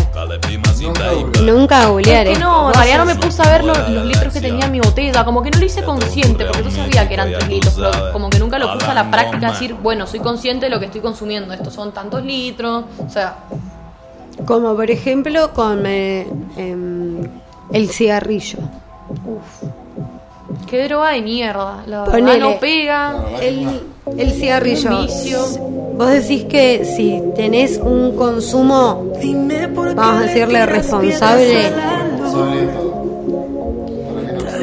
Speaker 1: Nunca googlear.
Speaker 3: que
Speaker 1: ¿eh?
Speaker 3: no, en realidad no me puse a ver lo- los litros que tenía en mi botella, como que no lo hice consciente, porque yo sabía que eran tres litros, pero como que nunca lo puse a la práctica, decir, bueno, soy consciente de lo que estoy consumiendo, estos son tantos litros, o sea,
Speaker 1: Como por ejemplo con eh, em, el cigarrillo.
Speaker 3: qué droga de mierda, la verdad
Speaker 1: Ponele.
Speaker 3: no pega,
Speaker 1: El, el cigarrillo.
Speaker 3: Un vicio.
Speaker 1: Vos decís que si tenés un consumo, vamos a decirle responsable,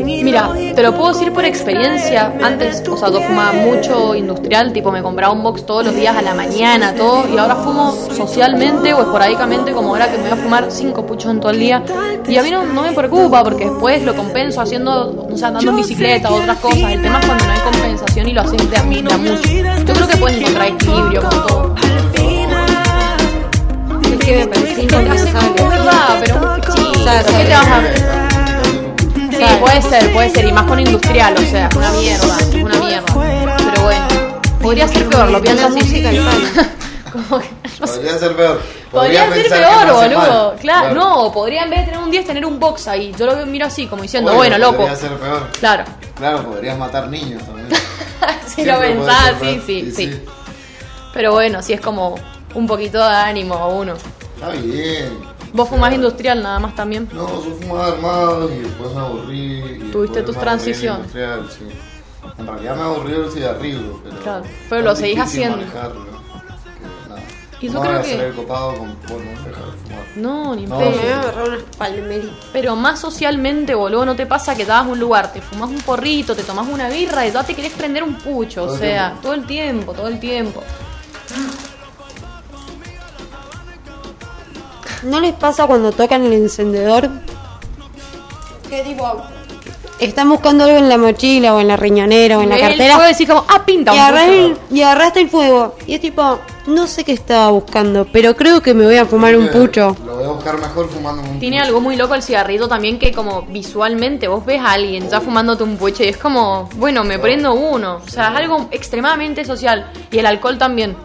Speaker 3: Mira, te lo puedo decir por experiencia. Antes, o sea, yo fumaba mucho industrial, tipo me compraba un box todos los días a la mañana, todo. Y ahora fumo socialmente o esporádicamente, como ahora que me voy a fumar cinco puchos en todo el día. Y a mí no, no me preocupa porque después lo compenso haciendo, no sé, andando en bicicleta o otras cosas. El tema es cuando no hay compensación y lo haces de a, de a mucho. Yo creo que puedes encontrar equilibrio con todo.
Speaker 1: es que me parece
Speaker 3: Es
Speaker 1: irresponsable.
Speaker 3: verdad, pero un puchito, ¿qué te vas a Sí, puede ser, puede ser, y más con industrial, o sea, una mierda, una mierda. Pero bueno, podría ser peor, lo pienso así, sí, tal cual. <laughs> Como que, no sé.
Speaker 6: Podría ser peor.
Speaker 3: Podría ser
Speaker 6: pensar que
Speaker 3: peor,
Speaker 6: me hace
Speaker 3: boludo.
Speaker 6: mal.
Speaker 3: Claro, no, podría en vez de tener un 10 tener un box ahí. Yo lo miro así, como diciendo,
Speaker 6: Obvio,
Speaker 3: bueno, loco.
Speaker 6: Podría ser peor.
Speaker 3: Claro. <laughs>
Speaker 6: Claro, podrías matar niños también.
Speaker 3: si lo
Speaker 6: Siempre puede
Speaker 3: pensás,
Speaker 6: ser
Speaker 3: sí,
Speaker 6: peor.
Speaker 3: sí, sí. Pero bueno, sí es como un poquito de ánimo a uno.
Speaker 6: Está bien.
Speaker 3: Vos fumás industrial nada más también.
Speaker 6: No, yo fumaba armado y después me aburrí. y
Speaker 3: Tuviste tus
Speaker 6: después me aburrí en
Speaker 3: transiciones.
Speaker 6: industrial, sí. En realidad me aburrió el cigarrillo, pero.
Speaker 3: Claro, pero lo
Speaker 6: es
Speaker 3: seguís
Speaker 6: difícil
Speaker 3: haciendo.
Speaker 6: manejarlo, que nada.
Speaker 3: Y yo
Speaker 6: No
Speaker 3: creo
Speaker 6: voy a
Speaker 3: que-
Speaker 6: hacer el copado con por no dejar de fumar.
Speaker 3: No, ni en
Speaker 6: No,
Speaker 3: pedo.
Speaker 6: sí.
Speaker 3: Pero más socialmente, boludo, no te pasa que te vas a un lugar, te fumas un porrito, te tomas una birra y ya te querés prender un pucho.
Speaker 6: Todo
Speaker 3: o
Speaker 6: el
Speaker 3: sea,
Speaker 6: tiempo.
Speaker 3: todo el tiempo, todo el tiempo.
Speaker 1: ¿No les pasa cuando tocan el encendedor? ¿Qué tipo? Están buscando algo en la mochila o en la riñonera o en la
Speaker 3: Él
Speaker 1: cartera.
Speaker 3: puede decir como, ah, pinta
Speaker 1: y,
Speaker 3: un
Speaker 1: agarras
Speaker 3: pucho.
Speaker 1: el, y agarraste el fuego. Y es tipo, no sé qué estaba buscando, pero creo que me voy a fumar un
Speaker 6: Eh,
Speaker 1: pucho.
Speaker 6: Lo voy a buscar mejor fumando un
Speaker 3: Tiene
Speaker 6: pucho.
Speaker 3: algo muy loco el cigarrito también que como visualmente vos ves a alguien ya fumándote un pucho y es como, bueno, me prendo uno. O sea, es algo extremadamente social. Y el alcohol también.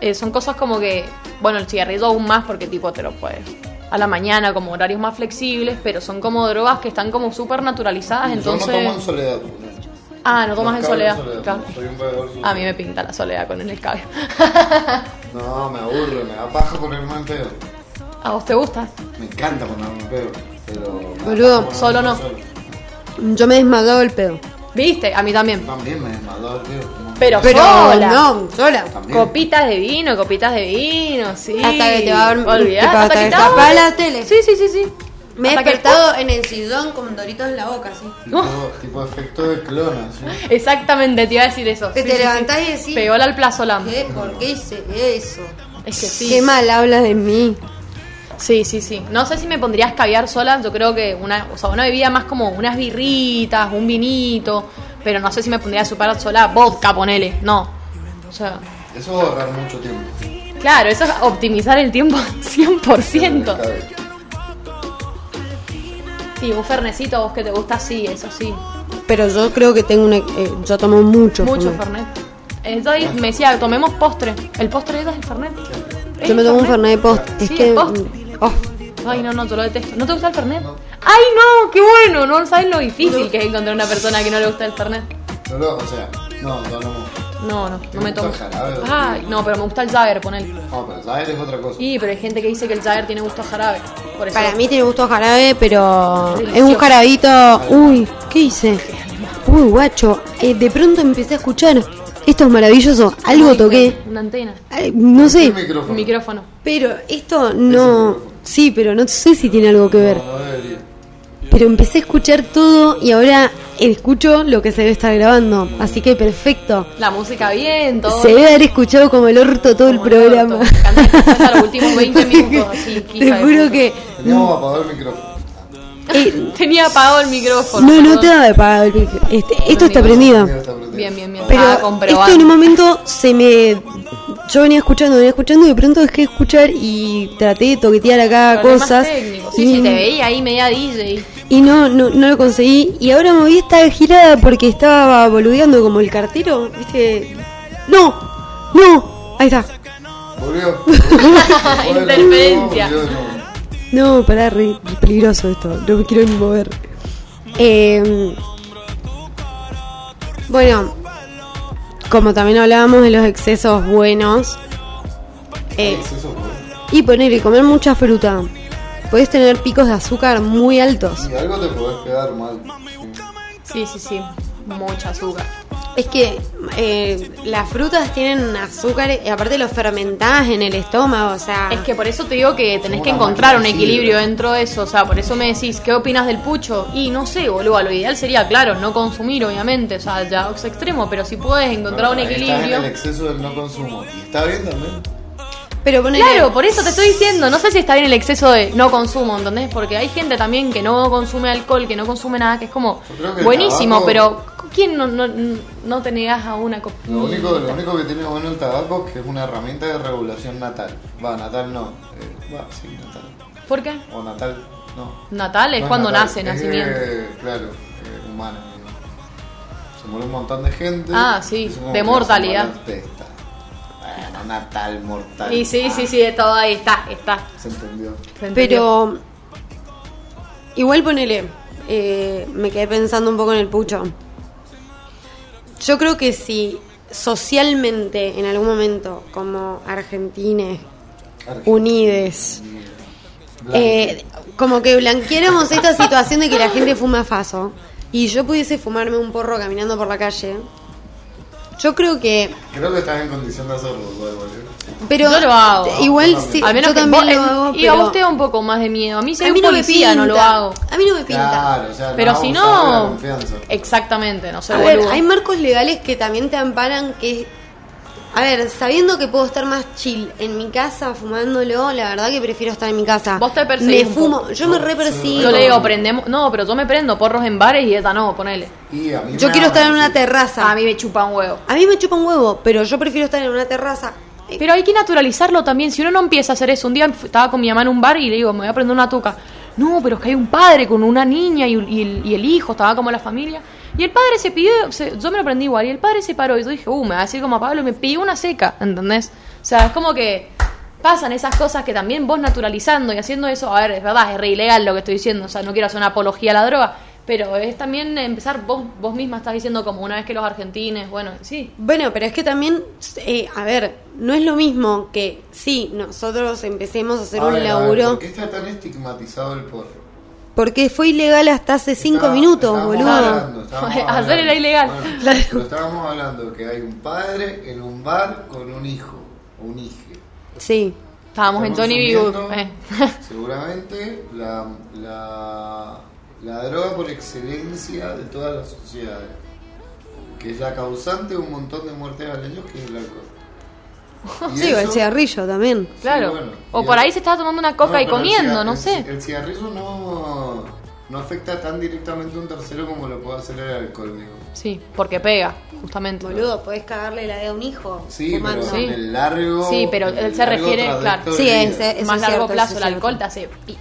Speaker 3: Eh, son cosas como que, bueno, el cigarrito aún más porque tipo te lo puedes a la mañana como horarios más flexibles, pero son como drogas que están como súper naturalizadas, entonces...
Speaker 6: Yo no tomo en soledad. ¿no?
Speaker 3: Ah, no tomas en
Speaker 6: Los cabros
Speaker 3: soledad.
Speaker 6: en
Speaker 3: claro.
Speaker 6: no, Soy un bebedor sucio.
Speaker 3: A mí me pinta la soledad con el escabe.
Speaker 6: No, me aburre, me da paja ponerme en pedo.
Speaker 3: <laughs> ¿A vos te gusta?
Speaker 6: Me encanta ponerme en pedo. Pero. me da paja
Speaker 1: Boludo,
Speaker 6: ponerme
Speaker 3: solo
Speaker 6: en
Speaker 3: no.
Speaker 6: pedo.
Speaker 1: Yo me he desmayado el pedo.
Speaker 3: ¿Viste? A mí también.
Speaker 6: También me desmadó el pedo. ¿no?
Speaker 3: Pero,
Speaker 1: Pero
Speaker 3: sola.
Speaker 1: no, sola.
Speaker 6: También.
Speaker 3: Copitas de vino, copitas de vino, sí.
Speaker 1: Hasta que te va a dormir,
Speaker 3: Olvidá,
Speaker 1: tipo, hasta que
Speaker 3: te va a
Speaker 1: tapás la
Speaker 3: dormir.
Speaker 1: tele.
Speaker 3: Sí, sí, sí, sí.
Speaker 1: Me he
Speaker 3: Hasta que-
Speaker 1: despertado en el sillón con doritos en la boca, así.
Speaker 6: Tipo, tipo efecto de clona, ¿sí?
Speaker 3: Exactamente, te iba a decir eso.
Speaker 1: Que
Speaker 3: Sí,
Speaker 1: te
Speaker 3: sí, sí.
Speaker 1: levantás y decís-
Speaker 3: Pególa al plazolam.
Speaker 1: ¿Qué? ¿Por qué hice eso?
Speaker 3: Es que sí.
Speaker 1: Qué mal hablas de mí.
Speaker 3: Sí, sí, sí. No sé si me pondría a escabiar sola. Yo creo que una, o sea, una bebida más como unas birritas, un vinito. Pero no sé si me pondría a superar sola vodka, ponele. No. O sea,
Speaker 6: Eso va a ahorrar mucho tiempo.
Speaker 3: claro, eso es optimizar el tiempo <laughs> 100%. Sí, un fernecito, vos que te gusta, sí, eso sí.
Speaker 1: Pero yo creo que tengo una. eh, yo tomo mucho.
Speaker 3: Mucho
Speaker 1: fernet.
Speaker 3: Fernet. Entonces me decía, tomemos postre. El postre de ellas es el Fernet. ¿Es
Speaker 1: Yo me tomo un
Speaker 3: Fernet?
Speaker 1: Fernet de post. Es
Speaker 3: Sí,
Speaker 1: que.
Speaker 3: el postre.
Speaker 1: oh,
Speaker 3: Ay, no, no, yo lo detesto. ¿No te gusta el Fernet? ¡Ay, no! ¡Qué bueno! No sabes lo difícil que es encontrar una persona que no le gusta el Fernet.
Speaker 6: No, no, o sea, no, no, no.
Speaker 3: No, no, no me
Speaker 6: gusta
Speaker 3: tomo.
Speaker 6: el jarabe?
Speaker 3: Ay, no, pero me gusta el Jagger, ponele.
Speaker 6: No, pero saber es otra cosa.
Speaker 3: Y, pero hay gente que dice que el Jagger tiene gusto a jarabe. Por eso.
Speaker 1: para mí tiene gusto a jarabe, pero. Es un
Speaker 3: Delicioso.
Speaker 1: jarabito. Uy, ¿qué hice? Uy, guacho. eh, de pronto empecé a escuchar. Esto es maravilloso. Algo toqué.
Speaker 3: Una antena.
Speaker 1: Ay, No
Speaker 6: El
Speaker 1: sé.
Speaker 6: micrófono.
Speaker 3: Un micrófono.
Speaker 1: Pero esto no. Sí, pero no sé si tiene algo que ver.
Speaker 6: No debería.
Speaker 1: Pero empecé a escuchar todo y ahora escucho lo que se debe estar grabando. Así que perfecto.
Speaker 3: La música bien, todo.
Speaker 1: Se debe haber escuchado como el orto todo
Speaker 3: Como
Speaker 1: el
Speaker 3: el
Speaker 1: programa.
Speaker 3: orto. Canté hasta los últimos
Speaker 1: <laughs>
Speaker 3: 20 minutos, así,
Speaker 1: Te
Speaker 3: hija de
Speaker 1: juro
Speaker 3: puta.
Speaker 1: que.
Speaker 6: Teníamos apagado el micrófono.
Speaker 1: eh,
Speaker 3: Tenía apagado el micrófono.
Speaker 1: no, no
Speaker 3: perdón.
Speaker 1: te daba de pagar el pic. Este, esto está prendido.
Speaker 6: Mira, está prendido.
Speaker 3: Bien, bien, bien.
Speaker 1: Pero
Speaker 3: Estaba
Speaker 1: esto
Speaker 3: comprobando.
Speaker 1: en un momento se me. Yo venía escuchando, venía escuchando y de pronto dejé de escuchar y traté de toquetear acá
Speaker 3: Problemas
Speaker 1: cosas. Mm.
Speaker 3: técnicos.
Speaker 1: y,
Speaker 3: Sí, sí, te veía ahí media DJ.
Speaker 1: y no, no, no lo conseguí. Y ahora me vi esta girada porque estaba boludeando como el cartero. ¿Viste? ¡No! ¡No! Ahí está.
Speaker 3: <laughs>
Speaker 6: Volvió.
Speaker 3: Interferencia. Eh.
Speaker 6: Volvió de nuevo.
Speaker 1: No, pará, re, re peligroso esto. No me quiero ni mover. Eh, bueno, como también hablábamos de los excesos buenos. eh,
Speaker 6: Eso fue.
Speaker 1: y poner y comer mucha fruta. Podés tener picos de azúcar muy altos.
Speaker 6: Y algo te podés quedar mal. Sí.
Speaker 3: Sí, sí, sí. Mucha azúcar.
Speaker 1: Es que eh, las frutas tienen azúcar y aparte los fermentás en el estómago, o sea...
Speaker 3: Es que por eso te digo que tenés
Speaker 6: Como
Speaker 3: que
Speaker 6: una
Speaker 3: encontrar un
Speaker 6: máquina de
Speaker 3: equilibrio
Speaker 6: sidra.
Speaker 3: dentro de eso. O sea, por eso me decís, ¿qué opinas del pucho? Y no sé, boludo, lo ideal sería, claro, no consumir, obviamente. O sea, ya es extremo, pero si puedes encontrar un
Speaker 6: Ahí Estás en el
Speaker 3: equilibrio.
Speaker 6: exceso del no consumo. Y está bien también.
Speaker 1: Pero ponele-
Speaker 3: Claro, por eso te estoy diciendo, no sé si está bien el exceso de no consumo, ¿entendés? Porque hay gente también que no consume alcohol, que no consume nada, que es como
Speaker 6: Yo creo que el
Speaker 3: buenísimo,
Speaker 6: tabaco-
Speaker 3: pero ¿quién no, no, no te negás a una copita?
Speaker 6: Lo único, lo único que tiene bueno el tabaco es que es una herramienta de regulación natal. Va, natal no. Eh, va, sí, natal.
Speaker 3: ¿Por qué?
Speaker 6: O natal no.
Speaker 3: Natal es
Speaker 6: No
Speaker 3: cuando
Speaker 6: natal,
Speaker 3: nace,
Speaker 6: es,
Speaker 3: nacimiento.
Speaker 6: eh, claro, eh, humana. digamos. Se muere un montón de gente.
Speaker 3: Ah, sí,
Speaker 6: y supongo
Speaker 3: de
Speaker 6: que se
Speaker 3: mortalidad.
Speaker 6: muere de esta. Bueno, natal, mortal.
Speaker 3: Y sí,
Speaker 6: Ah,
Speaker 3: sí, sí, todo ahí está, está.
Speaker 6: Se entendió.
Speaker 3: ¿Se entendió?
Speaker 1: Pero igual ponele, eh, me quedé pensando un poco en el pucho. Yo creo que si socialmente en algún momento, como argentines, unides, eh, como que blanqueáramos esta situación de que la gente fuma faso y yo pudiese fumarme un porro caminando por la calle, yo creo que...
Speaker 6: Creo que estás en condición de hacerlo, igual, boludo.
Speaker 1: Pero
Speaker 3: Yo lo hago.
Speaker 1: Igual sí,
Speaker 3: A
Speaker 1: yo
Speaker 3: menos que
Speaker 1: también
Speaker 3: vos-
Speaker 1: lo hago.
Speaker 3: Y a
Speaker 1: pero
Speaker 3: vos te da un poco más de miedo. A mí si
Speaker 1: a
Speaker 3: hay
Speaker 1: mí
Speaker 3: un
Speaker 1: no me
Speaker 3: policía no, lo
Speaker 1: pinta.
Speaker 3: hago.
Speaker 1: A mí no me pinta.
Speaker 6: Claro, o sea,
Speaker 3: Pero
Speaker 6: Ah, no
Speaker 3: si
Speaker 6: abusar de la
Speaker 3: no...
Speaker 6: confianza.
Speaker 3: Exactamente, no sé.
Speaker 1: A ver,
Speaker 3: Ah, boludo.
Speaker 1: hay marcos legales que también te amparan que... A ver, sabiendo que puedo estar más chill en mi casa fumándolo, la verdad que prefiero estar en mi casa.
Speaker 3: Vos te perseguís
Speaker 1: Me
Speaker 3: un
Speaker 1: fumo,
Speaker 3: poco.
Speaker 1: yo me re persigo.
Speaker 3: Yo le digo, prendemos... No, pero yo me prendo porros en bares y esta no, ponele.
Speaker 6: Y a mí
Speaker 1: Yo
Speaker 6: me
Speaker 1: quiero
Speaker 6: da-
Speaker 1: estar en una terraza.
Speaker 3: A mí me chupa un huevo.
Speaker 1: A mí me chupa un huevo, pero yo prefiero estar en una terraza. Eh,
Speaker 3: Pero hay que naturalizarlo también. Si uno no empieza a hacer eso, un día estaba con mi mamá en un bar y le digo, me voy a prender una tuca. No, pero es que hay un padre con una niña y, un- y el, y el hijo, estaba como la familia. Y el padre se pidió, se- yo me lo prendí igual, y el padre se paró y yo dije, uh, me va a decir como a Pablo, y me pidió una seca, ¿entendés? O sea, es como que pasan esas cosas que también vos naturalizando y haciendo eso, a ver, es verdad, es re ilegal lo que estoy diciendo, o sea, no quiero hacer una apología a la droga, pero es también empezar, vos, vos misma estás diciendo como una vez que los argentines, bueno, sí,
Speaker 1: Bueno, pero es que también, eh, a ver, no es lo mismo que sí, nosotros empecemos a hacer
Speaker 6: A
Speaker 1: un
Speaker 6: ver, a ver,
Speaker 1: laburo.
Speaker 6: ¿Por qué está tan estigmatizado el porro?
Speaker 1: Porque fue ilegal hasta hace cinco
Speaker 6: Estaba-
Speaker 1: minutos,
Speaker 6: estábamos
Speaker 1: boludo.
Speaker 6: hablando,
Speaker 3: <laughs>
Speaker 6: estábamos
Speaker 3: Hacer
Speaker 6: hablando.
Speaker 3: era ilegal.
Speaker 6: Bueno,
Speaker 1: <laughs> Claro.
Speaker 6: Pero estábamos hablando que hay un padre en un bar con un hijo, un hijo.
Speaker 1: Sí.
Speaker 3: estábamos en Tony Bigu.
Speaker 6: Vigo.
Speaker 3: eh.
Speaker 6: <laughs>
Speaker 3: <laughs>
Speaker 6: Seguramente la, la, la droga por excelencia de todas las sociedades. Que es la causante de un montón de muertes al año, que es el alcohol. Y
Speaker 1: Sí, o el
Speaker 6: eso-
Speaker 1: cigarrillo también.
Speaker 3: Claro.
Speaker 6: Sí, bueno.
Speaker 3: o
Speaker 6: Y
Speaker 3: por
Speaker 6: el-
Speaker 3: ahí se estaba tomando una coca
Speaker 6: No,
Speaker 3: y
Speaker 6: pero el
Speaker 3: comiendo,
Speaker 6: ciga-
Speaker 3: no
Speaker 6: el-
Speaker 3: sé.
Speaker 6: El cigarrillo no, no afecta tan directamente a un tercero como lo puede hacer el alcohol, digo.
Speaker 3: Sí, porque pega, justamente.
Speaker 1: Boludo, podés cagarle la de a un hijo
Speaker 6: Sí,
Speaker 1: fumando.
Speaker 6: pero
Speaker 3: Sí.
Speaker 6: en el largo.
Speaker 3: Sí, pero
Speaker 6: en
Speaker 3: él
Speaker 6: el
Speaker 3: se refiere,
Speaker 6: largo
Speaker 3: claro.
Speaker 6: trayecto de
Speaker 1: Sí,
Speaker 6: vida.
Speaker 1: es- eh, es- eso
Speaker 3: Más largo
Speaker 1: cierto,
Speaker 3: plazo,
Speaker 1: eso
Speaker 3: el
Speaker 1: es
Speaker 3: alcohol
Speaker 1: cierto.
Speaker 3: te hace pi.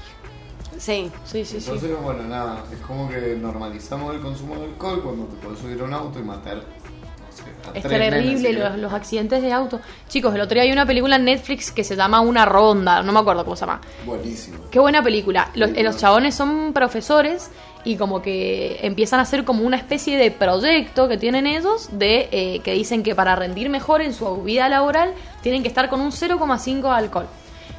Speaker 1: Sí.
Speaker 3: Sí, sí, sí.
Speaker 6: Entonces, bueno, nada, es como que normalizamos el consumo de alcohol cuando te puedes subir a un auto y matar. no sé, a
Speaker 3: Es
Speaker 6: tres
Speaker 3: terrible
Speaker 6: nenes,
Speaker 3: los,
Speaker 6: ¿sí?
Speaker 3: los accidentes de auto. Chicos, el otro día hay una película en Netflix que se llama Una Ronda, no me acuerdo cómo se llama.
Speaker 6: Buenísimo.
Speaker 3: Qué buena película. Los,
Speaker 6: Sí,
Speaker 3: eh, los
Speaker 6: claro.
Speaker 3: chabones son profesores y como que empiezan a hacer como una especie de proyecto que tienen ellos de eh, que dicen que para rendir mejor en su vida laboral tienen que estar con un 0,5 de alcohol.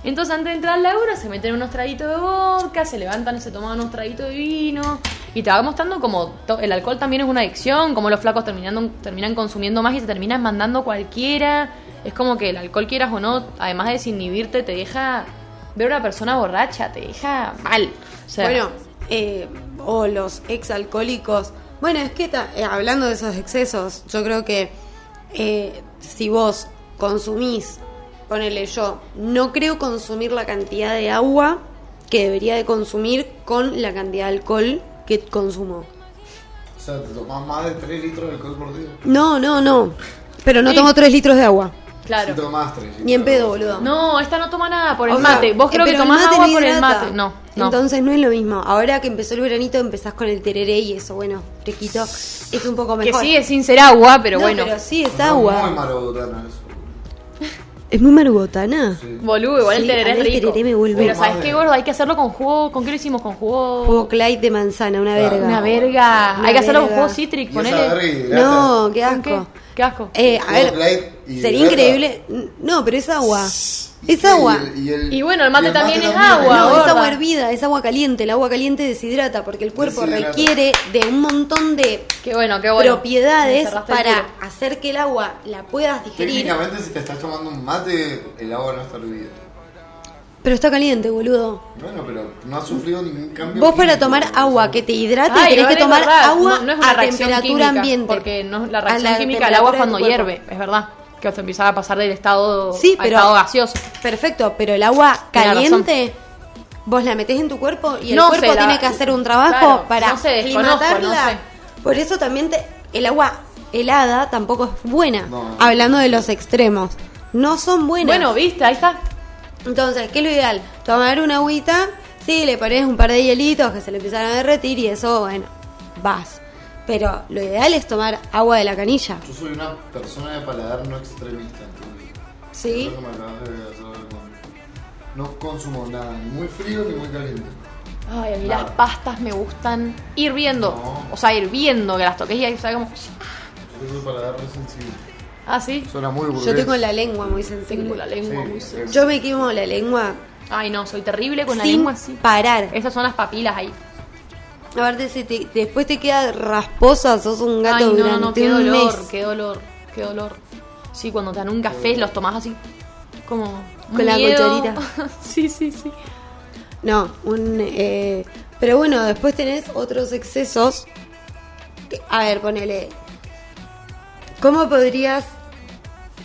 Speaker 3: Entonces antes de entrar al laburo se meten unos traguitos de vodka, se levantan y se toman unos traguitos de vino y te va mostrando como to- el alcohol también es una adicción, como los flacos terminando, terminan consumiendo más y se terminan mandando cualquiera. Es como que el alcohol quieras o no, además de desinhibirte, te deja ver a una persona borracha te deja mal. O sea,
Speaker 1: Bueno, eh, o los exalcohólicos. Bueno, es que ta- eh, hablando de esos excesos, yo creo que eh, si vos consumís, ponele yo, no creo consumir la cantidad de agua que debería de consumir con la cantidad de alcohol que consumo.
Speaker 6: O sea, te tomás más de 3 litros de alcohol por día.
Speaker 1: No, no, no. Pero no
Speaker 3: Sí.
Speaker 1: tomo 3 litros de agua.
Speaker 6: Sí
Speaker 3: Claro.
Speaker 6: tomás 3 litros.
Speaker 1: Ni en pedo, boludo.
Speaker 3: No, esta no toma nada por el
Speaker 1: O sea,
Speaker 3: mate. Vos
Speaker 1: eh,
Speaker 3: creo que
Speaker 1: pero el
Speaker 3: tomás
Speaker 1: mate
Speaker 3: agua
Speaker 1: no
Speaker 3: por el
Speaker 1: hidrata.
Speaker 3: mate. No, no.
Speaker 1: Entonces no es lo mismo. Ahora que empezó el veranito empezás con el tereré y eso, bueno, fresquito, es un poco
Speaker 3: que
Speaker 1: mejor.
Speaker 3: sí, es sin ser agua, pero
Speaker 1: No,
Speaker 3: bueno.
Speaker 1: Pero sí, es
Speaker 6: Es
Speaker 1: agua.
Speaker 6: muy marabotana eso.
Speaker 1: Es muy marubotana.
Speaker 3: Boludo, igual
Speaker 1: Sí,
Speaker 3: el
Speaker 1: a
Speaker 3: tereré
Speaker 1: mí
Speaker 3: es
Speaker 1: el
Speaker 3: rico.
Speaker 1: tereré me vuelve
Speaker 3: Pero ¿sabes
Speaker 6: madre.
Speaker 3: qué, gordo? Hay que hacerlo con jugo. ¿Con qué lo hicimos? Con jugo.
Speaker 1: Jugo Clyde de manzana, una
Speaker 6: Claro.
Speaker 1: verga.
Speaker 3: Una verga.
Speaker 1: Una
Speaker 3: Hay que hacerlo con
Speaker 1: verga.
Speaker 3: jugo citric.
Speaker 6: Y esa
Speaker 3: Ponele.
Speaker 6: berry,
Speaker 1: No, qué
Speaker 3: ¿Con
Speaker 1: asco.
Speaker 3: qué? Qué asco.
Speaker 1: Eh, a
Speaker 6: Jugo Clyde
Speaker 1: ver,
Speaker 6: y
Speaker 1: sería
Speaker 6: hidrata.
Speaker 1: increíble. No, pero es agua. Es agua.
Speaker 3: Y bueno, el mate también es agua,
Speaker 1: No, es
Speaker 3: gorda.
Speaker 1: agua hervida, es agua caliente. El agua caliente deshidrata porque el cuerpo
Speaker 6: Deshidrata.
Speaker 1: requiere de un montón de
Speaker 3: Qué bueno, qué bueno. Me
Speaker 1: propiedades
Speaker 3: cerraste el
Speaker 1: para
Speaker 3: tiro.
Speaker 1: hacer que el agua la puedas digerir.
Speaker 6: Técnicamente, si te estás tomando un mate, el agua no está hervida.
Speaker 1: Pero está caliente, boludo.
Speaker 6: Bueno, pero no ha sufrido ningún cambio.
Speaker 1: Vos para
Speaker 6: químico,
Speaker 1: tomar
Speaker 6: o sea,
Speaker 1: agua que te hidrate tenés
Speaker 3: Ay,
Speaker 1: que
Speaker 3: igual es
Speaker 1: tomar
Speaker 3: verdad.
Speaker 1: agua
Speaker 3: No- no es una
Speaker 1: a
Speaker 3: reacción
Speaker 1: temperatura
Speaker 3: química,
Speaker 1: ambiente.
Speaker 3: Porque no, la
Speaker 1: A
Speaker 3: reacción química del
Speaker 1: temperatura
Speaker 3: agua
Speaker 1: de
Speaker 3: es
Speaker 1: tu
Speaker 3: cuando
Speaker 1: cuerpo.
Speaker 3: hierve, es verdad. Que te empieza a pasar del estado,
Speaker 1: Sí,
Speaker 3: al
Speaker 1: pero-
Speaker 3: estado gaseoso.
Speaker 1: Perfecto, pero el agua
Speaker 3: Tenés
Speaker 1: caliente vos la metés en tu cuerpo y el
Speaker 3: No
Speaker 1: cuerpo
Speaker 3: se la-
Speaker 1: tiene que hacer un trabajo
Speaker 3: Claro,
Speaker 1: para
Speaker 3: no se desconozco,
Speaker 1: aclimatarla.
Speaker 3: no sé.
Speaker 1: Por eso también te- el agua helada tampoco es buena.
Speaker 6: No.
Speaker 1: Hablando de los extremos, no son buenas.
Speaker 3: Bueno, viste, ahí está.
Speaker 1: Entonces, ¿qué es lo ideal? Tomar una agüita, sí, le pones un par de hielitos que se le empiezan a derretir y eso, bueno, vas. Pero lo ideal es tomar agua de la canilla,
Speaker 6: Yo soy una persona de paladar no extremista. entonces,
Speaker 1: ¿sí?
Speaker 6: creo que me acabas de hacer con- No consumo nada, ni muy frío ni muy caliente.
Speaker 3: Ay, a mí las pastas me gustan hirviendo.
Speaker 6: No.
Speaker 3: O sea, hirviendo, que las toques y ahí sabe como...
Speaker 6: Yo tengo el paladar re sensible.
Speaker 3: Ah, sí.
Speaker 6: Suena muy burgués.
Speaker 1: Yo tengo la lengua muy
Speaker 3: Tengo
Speaker 1: sensible.
Speaker 3: la lengua
Speaker 6: Sí,
Speaker 3: muy
Speaker 6: sí.
Speaker 3: seca.
Speaker 1: Yo me quemo la lengua
Speaker 3: Ay, no, soy terrible con la
Speaker 1: sin
Speaker 3: lengua así.
Speaker 1: parar.
Speaker 3: Esas son las papilas ahí.
Speaker 1: Aparte, si te- después te queda rasposa, sos un gato
Speaker 3: Ay, no, no,
Speaker 1: durante
Speaker 3: no, qué
Speaker 1: un
Speaker 3: dolor,
Speaker 1: mes.
Speaker 3: qué dolor, qué dolor. Sí, cuando te dan un café los tomás así, como un
Speaker 1: Con la
Speaker 3: miedo.
Speaker 1: cucharita.
Speaker 3: <laughs> sí, sí, sí.
Speaker 1: No, un... eh, pero bueno, después tenés otros excesos. que- A ver, ponele... ¿Cómo podrías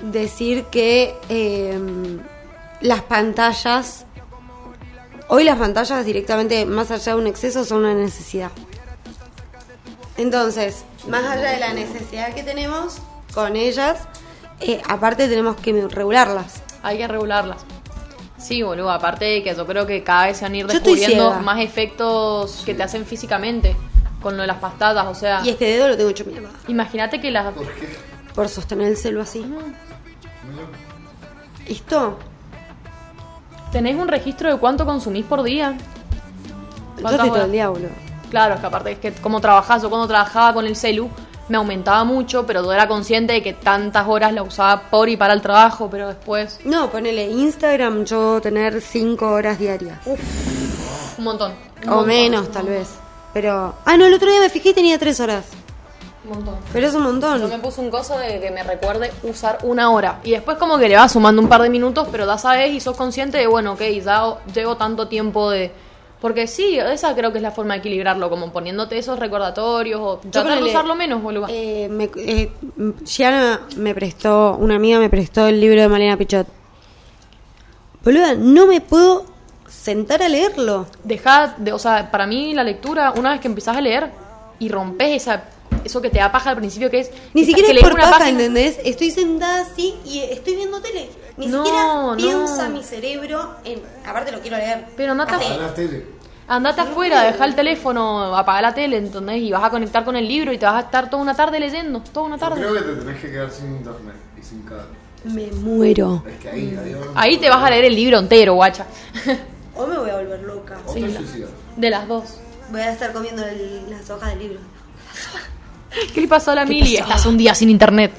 Speaker 1: decir que eh, las pantallas... Hoy las pantallas directamente, más allá de un exceso, son una necesidad. Entonces, más allá de la necesidad que tenemos con ellas, eh, aparte tenemos que regularlas.
Speaker 3: Hay que regularlas. Sí, boludo, aparte de que yo creo que cada vez se van a ir
Speaker 1: Yo estoy
Speaker 3: descubriendo
Speaker 1: ciega.
Speaker 3: más efectos que te hacen físicamente con lo de las pastadas, o sea,
Speaker 1: Y este dedo lo tengo hecho mierda.
Speaker 3: imagínate que las
Speaker 6: ¿Por qué?
Speaker 1: Por sostener el celo así. ¿Listo?
Speaker 3: tenés un registro de cuánto consumís por día.
Speaker 1: Yo
Speaker 3: ¿Cuántas
Speaker 1: estoy todo
Speaker 3: horas?
Speaker 1: el diablo.
Speaker 3: Claro, es que aparte es que como trabajás, yo cuando trabajaba con el celu me aumentaba mucho, pero yo era consciente de que tantas horas la usaba por y para el trabajo, pero después
Speaker 1: No, ponele Instagram, yo tener cinco horas diarias.
Speaker 3: un montón. un
Speaker 1: o
Speaker 3: montón,
Speaker 1: menos, tal vez. Pero. Ah, no, el otro día me fijé y tenía tres horas.
Speaker 3: Un montón.
Speaker 1: Pero es un
Speaker 3: Yo me
Speaker 1: montón.
Speaker 3: puse un coso de que me recuerde usar una hora. Y después como que le vas sumando un par de minutos, pero ya sabes y sos consciente de, bueno, ok, ya o- llevo tanto tiempo de... Porque sí, esa creo que es la forma de equilibrarlo, como poniéndote esos recordatorios o tratar de
Speaker 1: ponele,
Speaker 3: usarlo menos, boludo.
Speaker 1: Eh, me, eh, Gianna me prestó, una amiga me prestó el libro de Malena Pichot. Boluda, no me puedo sentar a leerlo.
Speaker 3: Deja de, o sea, para mí la lectura, una vez que empezás a leer y rompes esa, eso que te da paja al principio, que es.
Speaker 1: Ni
Speaker 3: que-
Speaker 1: siquiera
Speaker 3: que
Speaker 1: es
Speaker 3: lees
Speaker 1: por
Speaker 3: una
Speaker 1: paja,
Speaker 3: página-
Speaker 1: ¿entendés? Estoy sentada así y estoy viendo tele. Ni
Speaker 3: No,
Speaker 1: siquiera
Speaker 3: no.
Speaker 1: piensa mi cerebro en. Aparte lo quiero leer.
Speaker 3: Pero no te-
Speaker 1: Así.
Speaker 6: A la tele.
Speaker 3: Andate afuera, deja el teléfono, apaga la tele, ¿entendés? Y vas a conectar con el libro y te vas a estar toda una tarde leyendo, toda una
Speaker 6: Yo creo
Speaker 3: tarde.
Speaker 6: que te tenés que quedar sin internet y sin cable.
Speaker 1: Me muero.
Speaker 6: Es que ahí, adiós.
Speaker 3: Ahí te vas a leer el libro entero, guacha. <laughs>
Speaker 1: O me voy a volver loca.
Speaker 6: O te suicidas.
Speaker 3: De las dos.
Speaker 1: Voy a estar comiendo el- las hojas del libro.
Speaker 3: ¿Qué le pasó a la Mili? Estás un día sin <laughs> internet.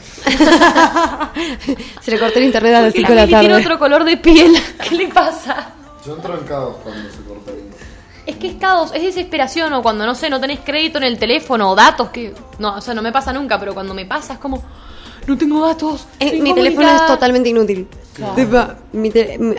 Speaker 1: Se le cortó el internet a las
Speaker 3: Porque
Speaker 1: 5 de la
Speaker 3: Mili tiene
Speaker 1: tarde.
Speaker 3: otro color de piel. <laughs> ¿Qué le pasa?
Speaker 6: Yo entro en caos cuando se corta el internet.
Speaker 3: Es que estados, es desesperación o cuando no sé, no tenés crédito en el teléfono o datos que. No, o sea, no me pasa nunca, pero cuando me pasa es como. No tengo datos.
Speaker 1: Eh,
Speaker 3: estoy
Speaker 1: mi teléfono es
Speaker 3: incomunicada".
Speaker 1: totalmente inútil.
Speaker 3: Claro.
Speaker 1: Tipo, mi te- mi-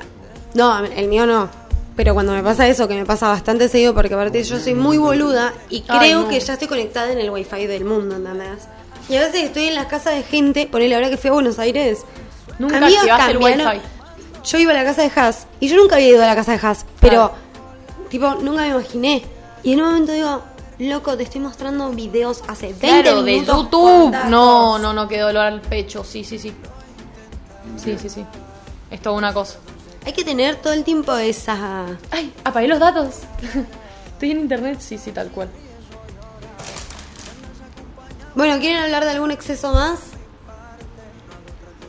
Speaker 1: no, el mío no. Pero cuando me pasa eso, que me pasa bastante seguido, porque aparte yo soy muy boluda y creo
Speaker 3: Ay, no.
Speaker 1: que ya estoy conectada en el wifi del mundo, nada más. Y a veces estoy en las casas de gente, ponele ahora que fui a Buenos Aires.
Speaker 3: Nunca
Speaker 1: amigos
Speaker 3: activaste el
Speaker 1: cambiaron-
Speaker 3: wifi.
Speaker 1: Yo iba a la casa de Haas y yo nunca había ido a la casa de Haas, pero
Speaker 3: Claro.
Speaker 1: tipo, nunca me imaginé. Y en un momento digo, loco, te estoy mostrando videos hace 20
Speaker 3: Claro, de
Speaker 1: minutos.
Speaker 3: YouTube.
Speaker 1: con
Speaker 3: No,
Speaker 1: datos".
Speaker 3: no, no, qué dolor al pecho. Sí, sí, sí. Sí, sí, sí. Es toda una cosa.
Speaker 1: Hay que tener todo el tiempo esa.
Speaker 3: Ay, apagué los datos. <laughs> Estoy en internet, sí, sí, tal cual.
Speaker 1: Bueno, ¿quieren hablar de algún exceso más?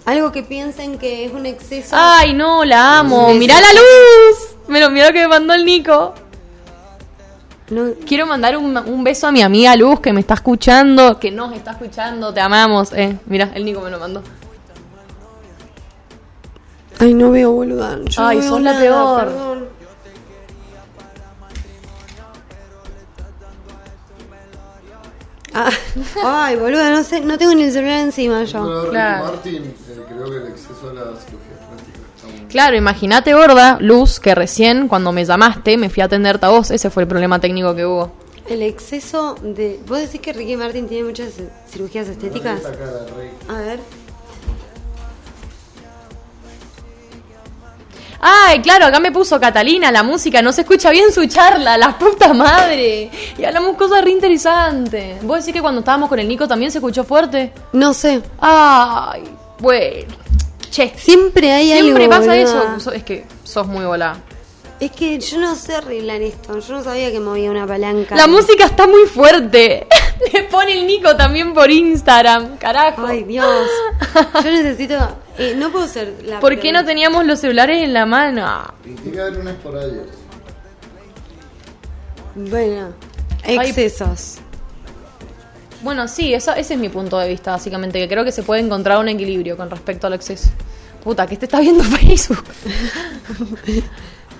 Speaker 1: Algo que piensen que es un exceso.
Speaker 3: Ay, no, la amo.
Speaker 1: Sí,
Speaker 3: Mirá
Speaker 1: sí.
Speaker 3: la luz. Me lo mirá lo que me mandó el Nico.
Speaker 1: No,
Speaker 3: Quiero mandar un, un beso a mi amiga Luz que me está escuchando, que nos está escuchando, te amamos. Eh, mirá, el Nico me lo mandó.
Speaker 1: ay, no veo, boluda. Yo no
Speaker 3: Ay,
Speaker 1: veo
Speaker 3: sos la
Speaker 1: nada,
Speaker 3: peor.
Speaker 1: perdón.
Speaker 3: <laughs>
Speaker 1: Ah, ay, boluda, no sé, no tengo ni el celular encima yo.
Speaker 6: Pero
Speaker 3: Claro.
Speaker 6: Martin, eh, creo que el exceso de la cirugía plástica está muy
Speaker 3: Claro, imagínate gorda, Luz, que recién cuando me llamaste me fui a atenderte a vos, ese fue el problema técnico que hubo.
Speaker 1: El exceso de. ¿Vos decís que Ricky Martin tiene muchas eh, cirugías estéticas?
Speaker 6: Esta cara, rey.
Speaker 1: A ver.
Speaker 3: Ay, claro, acá me puso Catalina la música, no se escucha bien su charla, la puta madre. Y hablamos cosas re interesantes. ¿Vos decís que cuando estábamos con el Nico también se escuchó fuerte?
Speaker 1: No sé.
Speaker 3: Ay, bueno. Che,
Speaker 1: Siempre hay
Speaker 3: siempre
Speaker 1: algo.
Speaker 3: pasa
Speaker 1: boluda.
Speaker 3: eso. So- Es que sos muy volada.
Speaker 1: Es que yo no sé arreglar esto. Yo no sabía que movía una palanca.
Speaker 3: La música está muy fuerte. <laughs> Le pone el Nico también por Instagram, carajo.
Speaker 1: Ay, Dios. Yo necesito. eh, no puedo ser la.
Speaker 3: ¿Por qué no
Speaker 1: tenía?
Speaker 3: teníamos los celulares en la mano?
Speaker 6: Y tiene que haber unas por ayer.
Speaker 1: Bueno, excesos.
Speaker 3: Bueno, sí, esa- ese es mi punto de vista, básicamente, que creo que se puede encontrar un equilibrio con respecto al exceso. Puta, que te está viendo <laughs> Facebook.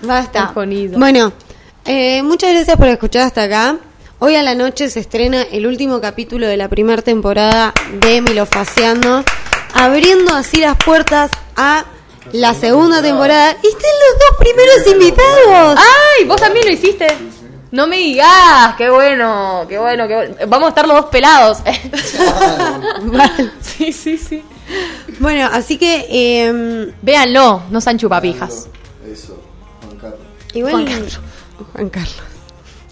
Speaker 1: Basta.
Speaker 3: Enjonido.
Speaker 1: Bueno, eh, muchas gracias por escuchar hasta acá. Hoy a la noche se estrena el último capítulo de la primera temporada de Milofaseando, abriendo así las puertas a la segunda temporada. Y están los dos primeros invitados. Ah.
Speaker 3: ¡Ay! ¿Vos también lo hiciste? No me digas, qué bueno, qué bueno, qué bueno. Vamos a estar los dos pelados. <laughs>
Speaker 1: <laughs> Vale.
Speaker 3: sí, sí, sí.
Speaker 1: Bueno, así que em,
Speaker 3: Véanlo, no sean chupapijas.
Speaker 6: Eso, Juan Carlos.
Speaker 1: Igual-
Speaker 3: Juan Carlos.
Speaker 1: Juan Carlos.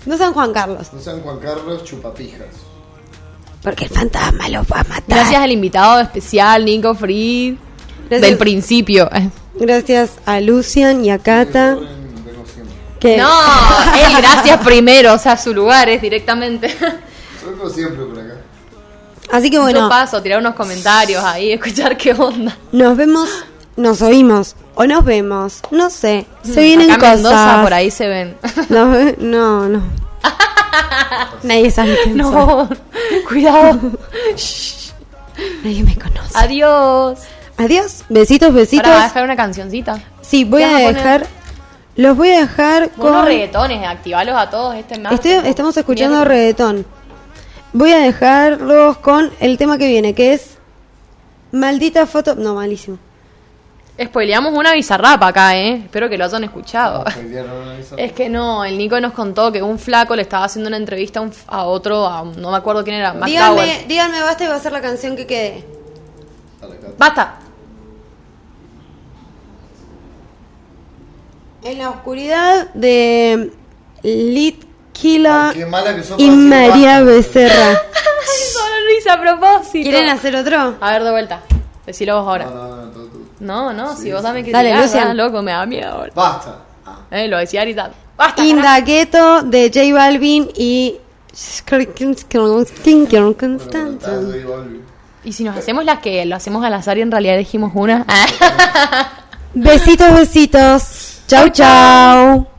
Speaker 1: No San Juan Carlos.
Speaker 6: No sean Juan Carlos chupapijas.
Speaker 1: Porque el fantasma los va a matar.
Speaker 3: Gracias al invitado especial, Nico Fried.
Speaker 1: Gracias.
Speaker 3: Del principio.
Speaker 1: Gracias a Lucian y a Cata.
Speaker 6: Corren, vengo siempre.
Speaker 1: Que
Speaker 3: No, él gracias primero, o sea, su lugar es directamente.
Speaker 6: Vengo siempre por acá.
Speaker 1: Así que <laughs>
Speaker 3: Yo
Speaker 1: bueno,
Speaker 3: paso, tirar unos comentarios ahí, escuchar qué onda.
Speaker 1: nos vemos, nos oímos. O nos vemos, no sé. Se vienen
Speaker 3: Acá en
Speaker 1: cosas.
Speaker 3: Mendoza por ahí
Speaker 1: <laughs>
Speaker 3: se ven.
Speaker 1: Nos ve- no,
Speaker 3: <laughs>
Speaker 1: no. Nadie sabe quién soy.
Speaker 3: No, cuidado.
Speaker 1: <laughs> Nadie me conoce.
Speaker 3: Adiós.
Speaker 1: Adiós. Besitos, besitos.
Speaker 3: Para dejar una cancioncita.
Speaker 1: Sí, voy
Speaker 3: ¿Qué
Speaker 1: a
Speaker 3: vas a poner?
Speaker 1: dejar. Los voy a dejar
Speaker 3: Unos
Speaker 1: con.
Speaker 3: reggaetones, activalos a todos este martes.
Speaker 1: Estoy- estamos escuchando
Speaker 3: Miércoles.
Speaker 1: reggaetón. Voy a dejarlos con el tema que viene, que es Maldita foto. No, malísimo.
Speaker 3: Spoileamos una bizarrapa acá, ¿eh? Espero que lo hayan escuchado.
Speaker 6: Hoy día no lo hizo.
Speaker 3: Es que no, el Nico nos contó que un flaco le estaba haciendo una entrevista a, un f- a otro, a un- no me acuerdo quién era, Matt
Speaker 1: Díganme,
Speaker 3: Dowell.
Speaker 1: díganme, basta y va a ser la canción que quede.
Speaker 6: A la Cata.
Speaker 3: Basta.
Speaker 1: En la oscuridad de Lit Killa
Speaker 6: Ay, Qué mala que sos
Speaker 1: y
Speaker 6: para decir
Speaker 1: María
Speaker 6: basta.
Speaker 1: Becerra.
Speaker 3: <laughs> Solo lo hice a propósito.
Speaker 1: ¿Quieren hacer otro?
Speaker 3: A ver, de vuelta. Decilo vos
Speaker 6: No,
Speaker 3: ahora.
Speaker 6: no, no, todo tú.
Speaker 3: No, no,
Speaker 6: Sí,
Speaker 3: si vos dame
Speaker 6: sí.
Speaker 3: que
Speaker 1: Dale, Lucian.
Speaker 3: loco, me da miedo ahora.
Speaker 6: Basta. Ah,
Speaker 3: Eh, lo decía ahorita. Basta. carajo.
Speaker 1: Indagueto de J Balvin y.
Speaker 6: bueno, pero tarde y volví.
Speaker 3: Y si nos hacemos las que lo hacemos al azar y en
Speaker 1: <laughs>
Speaker 3: realidad dijimos una.
Speaker 1: Besitos, besitos. Chau, chau.